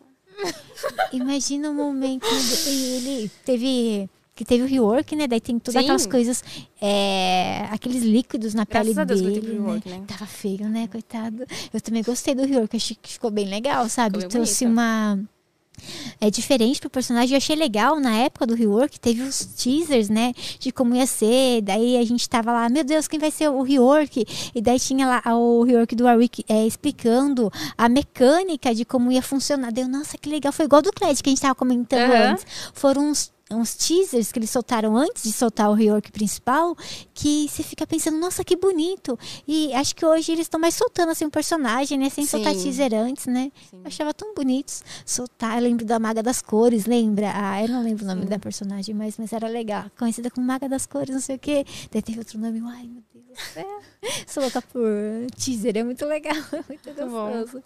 Speaker 1: Imagina o momento em que ele teve. Que teve o rework, né? Daí tem todas
Speaker 2: Sim.
Speaker 1: aquelas coisas. é, aqueles líquidos na
Speaker 2: Graças
Speaker 1: pele
Speaker 2: a Deus que eu
Speaker 1: dele.
Speaker 2: tive
Speaker 1: né?
Speaker 2: rework, né?
Speaker 1: Tava feio, né? Coitado. Eu também gostei do rework. Achei que ficou bem legal, sabe?
Speaker 2: Ficou bem
Speaker 1: Trouxe
Speaker 2: bonito.
Speaker 1: uma. É diferente pro personagem. Eu achei legal na época do rework. Teve os teasers, né? De como ia ser. Daí a gente tava lá, meu Deus, quem vai ser o rework? E daí tinha lá o rework do Warwick é, explicando a mecânica de como ia funcionar. Deu, nossa, que legal. Foi igual do Cled que a gente tava comentando
Speaker 2: Aham.
Speaker 1: antes. Foram uns, uns teasers que eles soltaram antes de soltar o rework principal. Que você fica pensando, nossa, que bonito. E acho que hoje eles estão mais soltando assim o personagem, né? Sem soltar
Speaker 2: Sim.
Speaker 1: teaser antes, né?
Speaker 2: Sim.
Speaker 1: Eu achava tão bonitos soltar. Eu lembro da Maga das Cores, lembra? Ah, eu não lembro o nome da personagem, mas, mas era legal. Conhecida como Maga das Cores, não sei o quê. Daí teve outro nome, ai meu Deus do céu. Sou louca por teaser, é muito legal, é muito
Speaker 2: bom.
Speaker 1: gostoso.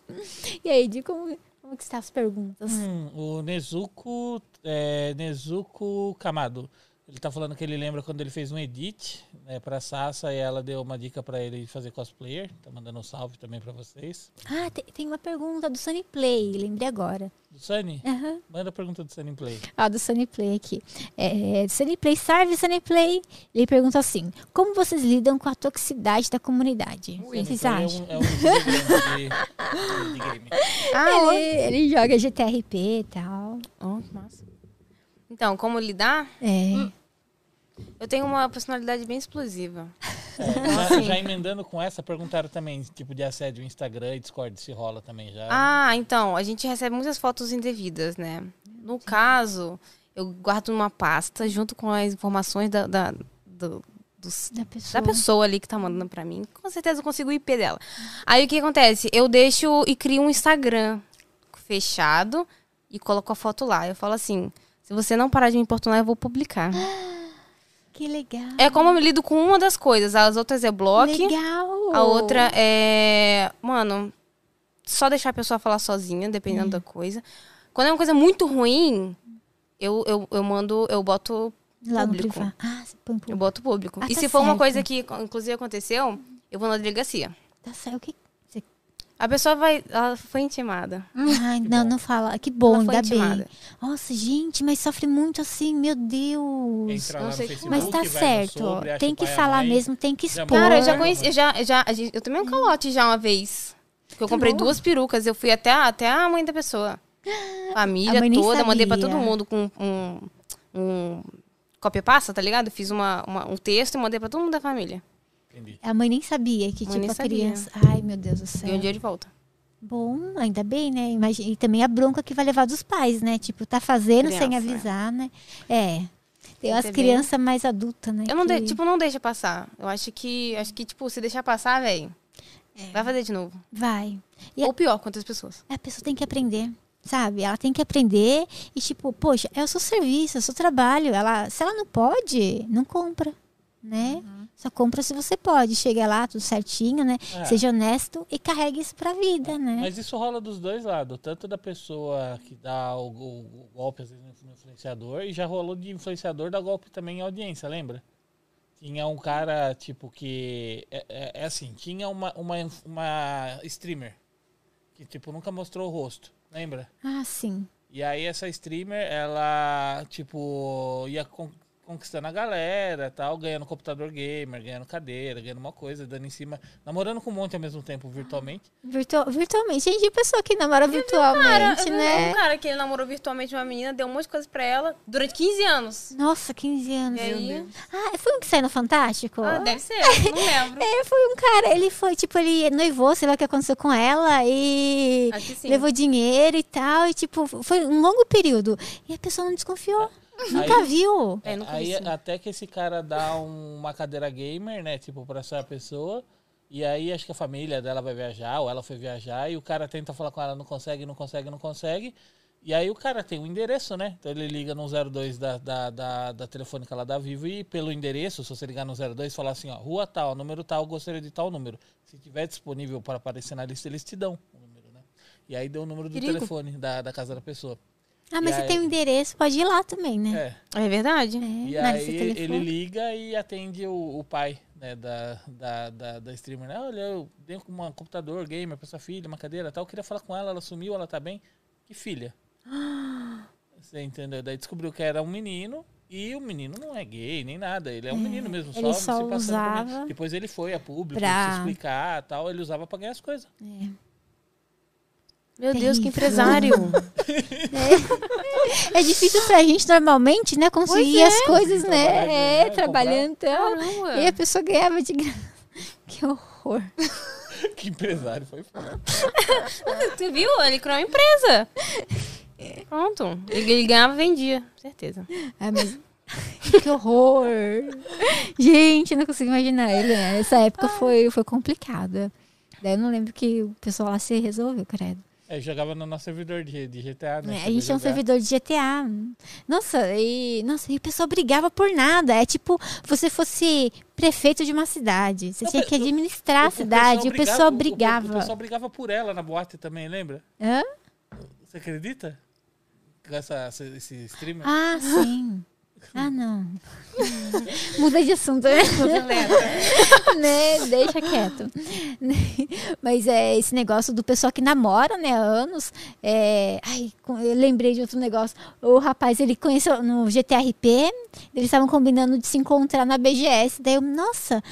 Speaker 1: E aí, de como, como que está as perguntas?
Speaker 4: Hum, o Nezuko, é, Nezuko Kamado. Ele tá falando que ele lembra quando ele fez um edit né, pra Sasa e ela deu uma dica pra ele de fazer cosplayer. Tá mandando um salve também pra vocês.
Speaker 1: Ah, te- tem, uma pergunta do Sunny Play, lembrei agora.
Speaker 4: Do Sunny,
Speaker 1: Aham.
Speaker 4: manda a pergunta do Sunny Play.
Speaker 1: Ah, do Sunnyplay aqui. É, Sunnyplay, salve Sunnyplay. Ele pergunta assim: Como vocês lidam com a toxicidade da comunidade? O
Speaker 4: Sunny
Speaker 1: que vocês
Speaker 4: Play é
Speaker 1: acham?
Speaker 4: um- É um, videogame de- de game.
Speaker 1: Ah, ele, ele joga GTRP e tal.
Speaker 2: Oh, que massa. Então, como lidar?
Speaker 1: É.
Speaker 2: Eu tenho uma personalidade bem explosiva.
Speaker 1: Tá.
Speaker 4: É, já, já emendando com essa, perguntaram também tipo de assédio no Instagram e Discord se rola também já.
Speaker 2: Ah, então, a gente recebe muitas fotos indevidas, né? No caso, eu guardo numa pasta junto com as informações da, da- do- dos-
Speaker 1: Da pessoa.
Speaker 2: da pessoa ali que tá mandando pra mim. Com certeza eu consigo o IP dela. Aí o que acontece? Eu deixo e crio um Instagram fechado e coloco a foto lá. Eu falo assim: se você não parar de me importunar, eu vou publicar.
Speaker 1: Que legal.
Speaker 2: É como eu lido com uma das coisas, as outras é bloco.
Speaker 1: Legal.
Speaker 2: A outra é. Mano, só deixar a pessoa falar sozinha, dependendo
Speaker 1: Hum.
Speaker 2: da coisa. Quando é uma coisa muito ruim, eu, eu, eu mando, eu boto.
Speaker 1: Lá no
Speaker 2: público.
Speaker 1: privado. Ah, você põe
Speaker 2: Eu
Speaker 1: público.
Speaker 2: boto público.
Speaker 1: Ah,
Speaker 2: e
Speaker 1: tá
Speaker 2: se for uma
Speaker 1: certo.
Speaker 2: coisa que, inclusive, aconteceu, eu vou na delegacia.
Speaker 1: Tá certo. O que-
Speaker 2: A pessoa vai. Ela foi intimada.
Speaker 1: Ai, não,
Speaker 4: bom.
Speaker 1: não fala. Que bom,
Speaker 2: ela foi
Speaker 1: ainda
Speaker 2: intimada.
Speaker 1: bem. Nossa, gente, mas sofre muito assim, meu Deus.
Speaker 4: Entra
Speaker 2: não
Speaker 4: lá no
Speaker 2: sei-
Speaker 4: Facebook,
Speaker 1: Mas tá
Speaker 4: vai no
Speaker 1: certo.
Speaker 4: sobre, acha
Speaker 1: tem
Speaker 4: o
Speaker 1: que
Speaker 4: pai e a
Speaker 1: falar
Speaker 4: mãe.
Speaker 1: mesmo, tem que
Speaker 4: Já
Speaker 1: expor.
Speaker 4: mandou,
Speaker 2: Cara, eu já
Speaker 4: Porra.
Speaker 2: conheci. Eu, já, eu, já, a gente- eu tomei um calote já uma vez. Que eu comprei
Speaker 1: bom.
Speaker 2: duas perucas. Eu fui até, a- até a mãe da pessoa. Família
Speaker 1: A mãe nem
Speaker 2: toda, mandei pra
Speaker 1: sabia.
Speaker 2: todo mundo com um. um Copia-pasta, tá ligado? Fiz uma, uma- um texto e mandei pra todo mundo da família.
Speaker 4: Entendi.
Speaker 1: A mãe nem sabia que,
Speaker 2: Mãe
Speaker 1: tipo,
Speaker 2: nem
Speaker 1: a
Speaker 2: sabia.
Speaker 1: criança. Ai, meu Deus do céu.
Speaker 2: E um dia de volta.
Speaker 1: Bom, ainda bem, né? Imagina, e também a bronca que vai levar dos pais, né? Tipo, tá fazendo sem
Speaker 2: Criança,
Speaker 1: avisar, né? É. Tem
Speaker 2: que
Speaker 1: umas
Speaker 2: ter bem- né?
Speaker 1: crianças mais adultas, né?
Speaker 2: Eu não, de,
Speaker 1: que-
Speaker 2: tipo, não deixa passar. Eu acho que, acho que tipo, se deixar passar, velho, vai fazer de novo.
Speaker 1: Vai. É. E a-
Speaker 2: Ou pior, quantas pessoas.
Speaker 1: A pessoa tem que aprender, sabe? Ela tem que aprender e, tipo, poxa, é o seu serviço, é o seu trabalho. Ela, se ela não pode, não compra, né?
Speaker 2: Uhum.
Speaker 1: Só compra se você pode. Chega lá, tudo certinho, né?
Speaker 4: É.
Speaker 1: Seja honesto e carregue isso pra vida, né?
Speaker 4: Mas isso rola dos dois lados, tanto da pessoa que dá o, o- o golpe às vezes, no influenciador, e já rolou de influenciador dar golpe também em audiência, lembra? Tinha um cara, tipo, que. É, é- é assim, tinha uma, uma, uma streamer que, tipo, nunca mostrou o rosto, lembra?
Speaker 1: Ah, sim.
Speaker 4: E aí essa streamer, ela, tipo, ia con- conquistando a galera, tal, ganhando computador gamer, ganhando cadeira, ganhando uma coisa, dando em cima, namorando com um monte ao mesmo tempo, virtualmente.
Speaker 1: Virtua- virtualmente. Gente, a pessoa que namora
Speaker 2: Cara,
Speaker 1: virtualmente,
Speaker 2: eu vi
Speaker 1: né?
Speaker 2: um cara que ele namorou virtualmente uma menina, deu um monte de coisa pra ela durante 15 anos.
Speaker 1: Nossa, 15 anos.
Speaker 2: E aí?
Speaker 1: Ah, foi um que saiu no Fantástico?
Speaker 2: Ah, deve ser, não lembro.
Speaker 1: É, foi um cara, ele foi, tipo, ele noivou, sei lá o que aconteceu com ela e
Speaker 2: Acho que sim.
Speaker 1: levou dinheiro e tal, e tipo, foi um longo período. E a pessoa não desconfiou, nunca viu.
Speaker 2: É, nunca vi
Speaker 4: aí
Speaker 2: isso.
Speaker 4: até que esse cara dá um- uma cadeira gamer, né, tipo, pra essa pessoa. E E aí acho que a família dela vai viajar, ou ela foi viajar, e o cara tenta falar com ela, não consegue, não consegue, não consegue. E aí o cara tem o endereço, né? Então ele liga no 02 da, da, da, da telefônica lá da Vivo e pelo endereço, se você ligar no 02, falar assim, ó, rua tal, número tal, gostaria de tal número. Se tiver disponível para aparecer na lista, eles te dão o número, né? E aí deu o número do
Speaker 2: Perigo.
Speaker 4: telefone da, da casa da pessoa.
Speaker 1: Ah, mas
Speaker 4: E
Speaker 1: você
Speaker 4: aí?
Speaker 1: tem o endereço, pode ir lá também, né?
Speaker 4: É.
Speaker 2: É verdade.
Speaker 1: É,
Speaker 4: E
Speaker 1: na lista
Speaker 4: aí
Speaker 1: telefônica.
Speaker 4: ele liga e atende o, o pai né, da, da, da, da streamer, né? Olha, eu dei com um computador, gamer pra sua filha, uma cadeira e tal. Eu queria falar com ela, ela sumiu, ela tá bem. Que filha? Você entendeu? Daí descobriu que era um menino. E o menino não é gay nem nada, ele é um menino mesmo,
Speaker 1: ele só
Speaker 4: só, se passando por
Speaker 1: usava
Speaker 4: mim. Depois ele foi a público
Speaker 1: pra-
Speaker 4: se explicar tal, ele usava pra ganhar as coisas.
Speaker 2: Meu
Speaker 1: Terrível.
Speaker 2: Deus, que empresário.
Speaker 1: É difícil pra gente normalmente, né? Conseguir as
Speaker 2: é.
Speaker 1: coisas,
Speaker 4: Trabalhar,
Speaker 1: né? É,
Speaker 4: né,
Speaker 1: trabalhando então.
Speaker 2: Caramba.
Speaker 1: E a pessoa ganhava de graça. Que horror.
Speaker 4: que empresário foi foda.
Speaker 2: Você viu? Ele criou uma empresa. Pronto. Ele, ele ganhava e vendia, certeza.
Speaker 1: É, mas... que horror. Gente, eu não consigo imaginar. Ele, né? Essa época foi, foi complicada. Daí eu não lembro que o pessoal lá se resolveu, credo.
Speaker 4: É, jogava no nosso servidor de, de GTA, né?
Speaker 1: É, a gente é um
Speaker 4: Jogar.
Speaker 1: servidor de GTA. Nossa, e nossa, e o pessoal brigava por nada. É tipo, você fosse prefeito de uma cidade, você
Speaker 4: Não,
Speaker 1: tinha
Speaker 4: mas
Speaker 1: que
Speaker 4: o-
Speaker 1: administrar a cidade, o pessoal brigava.
Speaker 4: O, pessoal brigava por ela na boate também, lembra?
Speaker 1: Hã?
Speaker 4: Você acredita? Com essa, esse- esse streamer?
Speaker 1: Ah, sim. Ah, não. Muda de assunto, né? Né? Deixa quieto. Né? Mas é esse negócio do pessoal que namora, né, há anos. é, Ai, com- eu lembrei de outro negócio. O rapaz, ele conheceu no GTRP, eles estavam combinando de se encontrar na BGS. Daí eu, nossa,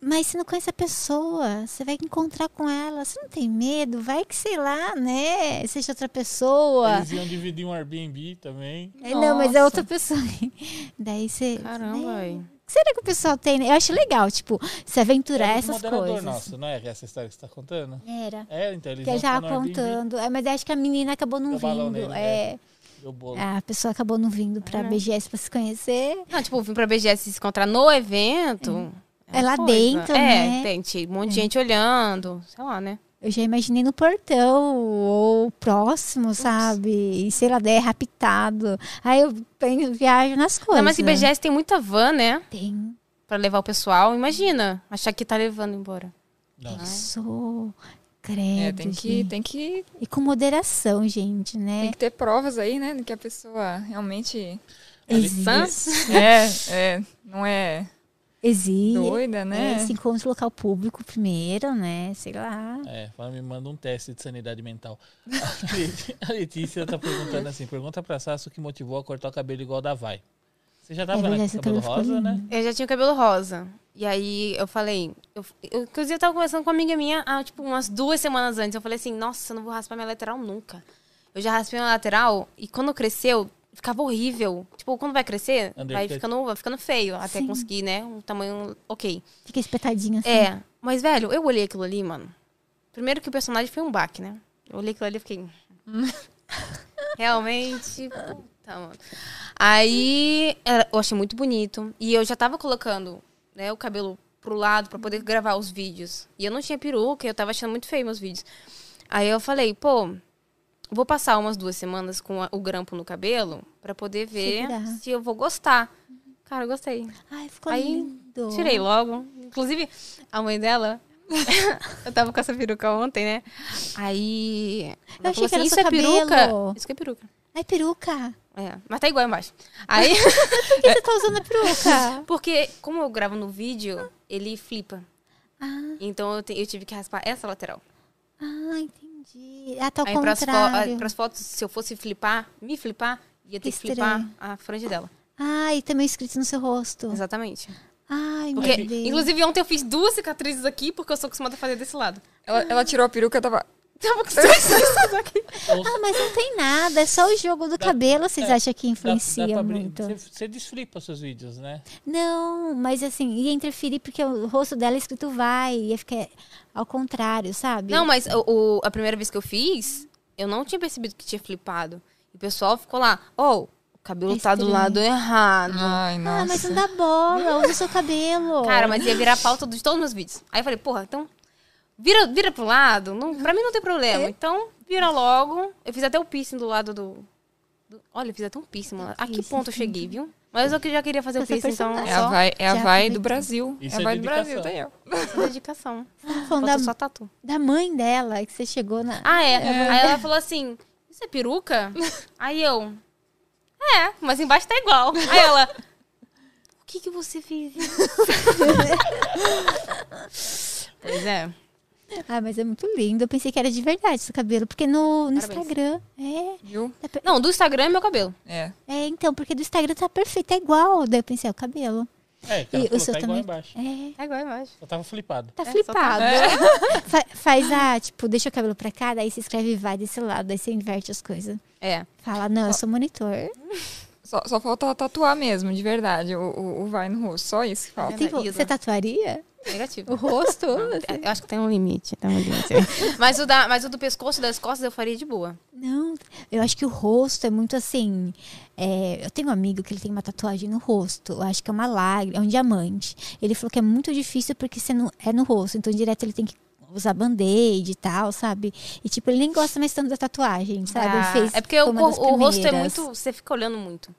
Speaker 1: mas você não conhece a pessoa, você vai encontrar com ela, você não tem medo, vai que sei lá, né? Seja outra pessoa.
Speaker 4: Eles iam dividir um Airbnb também.
Speaker 1: É, não, mas é
Speaker 3: Nossa.
Speaker 1: outra pessoa. Daí você.
Speaker 2: Caramba,
Speaker 1: né?
Speaker 2: velho.
Speaker 1: O que será que o pessoal tem? né? Eu acho legal, tipo, se aventurar
Speaker 4: Era do
Speaker 1: essas
Speaker 4: É moderador
Speaker 1: coisas.
Speaker 4: nosso, não é essa história que você tá contando?
Speaker 1: Era.
Speaker 4: É, então eles
Speaker 1: Que eu
Speaker 4: iam
Speaker 1: já
Speaker 4: ficar no Airbnb,
Speaker 1: contando. É, mas acho que a menina acabou não
Speaker 4: Deu balão
Speaker 1: vindo.
Speaker 4: nele, né?
Speaker 1: é.
Speaker 4: deu bolo.
Speaker 1: A pessoa acabou não vindo pra
Speaker 2: É.
Speaker 1: BGS pra se conhecer.
Speaker 2: Não, tipo, vim pra BGS se encontrar no evento.
Speaker 1: É lá
Speaker 2: uma coisa.
Speaker 1: dentro,
Speaker 2: é,
Speaker 1: né?
Speaker 2: tem tinha um monte de gente olhando. Sei lá, né?
Speaker 1: Eu já imaginei no portão ou próximo, sabe? E sei lá, daí é raptado. Aí eu pen- viajo nas coisas.
Speaker 2: Não, mas que BGS tem muita van, né?
Speaker 1: Tem.
Speaker 2: Pra levar o pessoal. Imagina, achar que tá levando embora.
Speaker 1: É.
Speaker 4: Nossa.
Speaker 1: Sou. Credo.
Speaker 3: É, tem que,
Speaker 1: gente.
Speaker 3: tem, que,
Speaker 1: E com moderação, gente, né?
Speaker 3: tem que ter provas aí, né? de Que a pessoa realmente
Speaker 1: Existe.
Speaker 3: é, é, não é
Speaker 1: Existe.
Speaker 3: doida, né?
Speaker 1: É, se encontra em local público primeiro, né? Sei lá.
Speaker 4: É, fala, me manda um teste de sanidade mental. A Leti- A Letícia tá perguntando assim: pergunta pra Sasso o que motivou a cortar o cabelo igual da Vai. Você já tava
Speaker 1: É verdade,
Speaker 4: né, com
Speaker 1: seu
Speaker 4: cabelo
Speaker 1: cabelo ficou
Speaker 4: rosa, né?
Speaker 1: lindo.
Speaker 2: Eu já tinha o cabelo rosa. E aí eu falei. Eu, eu, inclusive, eu tava conversando com uma amiga minha há tipo umas duas semanas antes. Eu falei assim, nossa, eu não vou raspar minha lateral nunca. Eu já raspei minha lateral e quando cresceu, ficava horrível. Tipo, quando vai crescer, vai
Speaker 4: Undercut.
Speaker 2: ficando, vai ficando feio. Até
Speaker 1: Sim.
Speaker 2: conseguir, né? Um tamanho ok.
Speaker 1: Fica espetadinho assim.
Speaker 2: É. Mas, velho, eu olhei aquilo ali, mano. Primeiro que o personagem foi um baque, né? Eu olhei aquilo ali e fiquei. "Hum." Realmente. Puta, mano. Aí era- eu achei muito bonito. E eu já tava colocando né, o cabelo pro lado pra poder gravar os vídeos. E eu não tinha peruca, e eu tava achando muito feio meus vídeos. Aí eu falei, pô, vou passar umas duas semanas com a- o grampo no cabelo pra poder ver
Speaker 1: Segurar.
Speaker 2: se eu vou gostar. Cara, eu gostei.
Speaker 1: Ai, ficou
Speaker 2: Aí,
Speaker 1: lindo.
Speaker 2: Tirei logo. Inclusive, a mãe dela. eu tava com essa peruca ontem, né? Aí. ela
Speaker 1: achei
Speaker 2: falou
Speaker 1: que era
Speaker 2: isso
Speaker 1: seu
Speaker 2: é
Speaker 1: cabelo."
Speaker 2: peruca. Isso que é peruca.
Speaker 1: Ai, peruca.
Speaker 2: É, mas tá igual embaixo. Aí,
Speaker 1: Por que
Speaker 2: É.
Speaker 1: você tá usando a peruca?
Speaker 2: porque como eu gravo no vídeo, ele flipa.
Speaker 1: ah,
Speaker 2: Então eu, te- eu tive que raspar essa lateral.
Speaker 1: ah, entendi. Ah, tá ao
Speaker 2: Aí pras, fo
Speaker 1: contrário.
Speaker 2: aí pras fotos, se eu fosse flipar, me flipar, ia ter
Speaker 1: Que
Speaker 2: que flipar
Speaker 1: estranho.
Speaker 2: a franja dela.
Speaker 1: Ah, e também escrito no seu rosto.
Speaker 2: Exatamente.
Speaker 1: Ai, Uhum. meu
Speaker 2: Porque,
Speaker 1: Deus.
Speaker 2: inclusive, ontem eu fiz duas cicatrizes aqui, porque eu sou acostumada a fazer desse lado.
Speaker 3: Ela, ela tirou a peruca, tava.
Speaker 1: Então,
Speaker 2: Tava com cicatrizes aqui.
Speaker 4: Ou
Speaker 1: Ah, mas não tem nada. É só o jogo do cabelo, vocês
Speaker 4: é,
Speaker 1: acham que influencia
Speaker 4: brin-
Speaker 1: muito?
Speaker 4: Você, você desflipa seus vídeos, né?
Speaker 1: Não, mas assim, ia interferir porque o rosto dela é escrito vai, ia ficar ao contrário, sabe?
Speaker 2: Não, mas o, o- a primeira vez que eu fiz, eu não tinha percebido que tinha flipado. E o pessoal ficou lá, oh, cabelo
Speaker 1: É
Speaker 2: tá do
Speaker 1: estranho.
Speaker 2: lado errado.
Speaker 3: Ai,
Speaker 1: Ah, mas
Speaker 3: nossa.
Speaker 1: não dá bola, usa o seu cabelo.
Speaker 2: Cara, mas ia virar a pauta de todos os meus vídeos. Aí eu falei, porra, então vira, vira pro lado. Não, pra mim não tem problema. Então vira logo. Eu fiz até o piercing do lado do. do- olha, eu fiz até um piercing. Mano. A que
Speaker 1: Piercing,
Speaker 2: ponto eu cheguei, viu? Mas eu que já queria fazer o
Speaker 1: Essa
Speaker 2: piercing, então
Speaker 1: personagem.
Speaker 3: É a
Speaker 2: só
Speaker 3: vai, é a
Speaker 1: tá já
Speaker 3: vai do
Speaker 1: aproveitando.
Speaker 3: Brasil.
Speaker 4: Isso
Speaker 3: é a
Speaker 4: é
Speaker 3: vai do Brasil,
Speaker 4: dedicação.
Speaker 3: tem eu.
Speaker 2: essa dedicação.
Speaker 1: falando da,
Speaker 2: Falta só tatu.
Speaker 1: da mãe dela, que você chegou na.
Speaker 2: Ah, é. Aí ela falou assim: Isso é peruca? Aí eu. É, mas embaixo tá igual. Aí ela. O que que você fez isso? pois é.
Speaker 1: Ah, mas é muito lindo. Eu pensei que era de verdade seu cabelo, porque no, no
Speaker 2: Parabéns.
Speaker 1: Instagram. É,
Speaker 3: Viu?
Speaker 2: Não, do Instagram é meu cabelo.
Speaker 3: É.
Speaker 1: é, então, porque do Instagram tá perfeito, é igual. Daí eu pensei, é o cabelo.
Speaker 4: É, que ela
Speaker 1: E o
Speaker 4: falou,
Speaker 1: seu
Speaker 4: tá igual
Speaker 1: também?
Speaker 4: embaixo.
Speaker 1: É,
Speaker 2: Tá igual embaixo.
Speaker 4: Eu tava flipado.
Speaker 1: tá
Speaker 2: É, só tá-
Speaker 1: flipado. Fa- faz a, tipo, deixa o cabelo pra cá, daí você escreve vai desse lado, daí você inverte as coisas.
Speaker 2: É.
Speaker 1: Fala, não, eu sou monitor.
Speaker 3: Só, só falta tatuar mesmo, de verdade, o, o, o vai no rosto. Só isso que falta.
Speaker 2: É,
Speaker 1: Tem
Speaker 2: mas
Speaker 1: vo-
Speaker 2: Isa.
Speaker 1: você tatuaria?
Speaker 2: Negativo.
Speaker 1: O rosto? assim.
Speaker 2: Eu acho que tem um limite. Tem um limite. mas, o da, mas o do pescoço e das costas eu faria de boa.
Speaker 1: Não, eu acho que o rosto é muito assim. é, eu tenho um amigo que ele tem uma tatuagem no rosto. Eu acho que é uma lágrima, é um diamante. Ele falou que é muito difícil porque você não é no rosto. Então, direto ele tem que usar band-aid e tal, sabe? E tipo, ele nem gosta mais tanto da tatuagem, sabe? Ele
Speaker 2: Ah,
Speaker 1: fez
Speaker 2: é porque o,
Speaker 1: foi uma das
Speaker 2: cor- o rosto é
Speaker 1: primeiras. É.
Speaker 2: muito. Você fica olhando muito.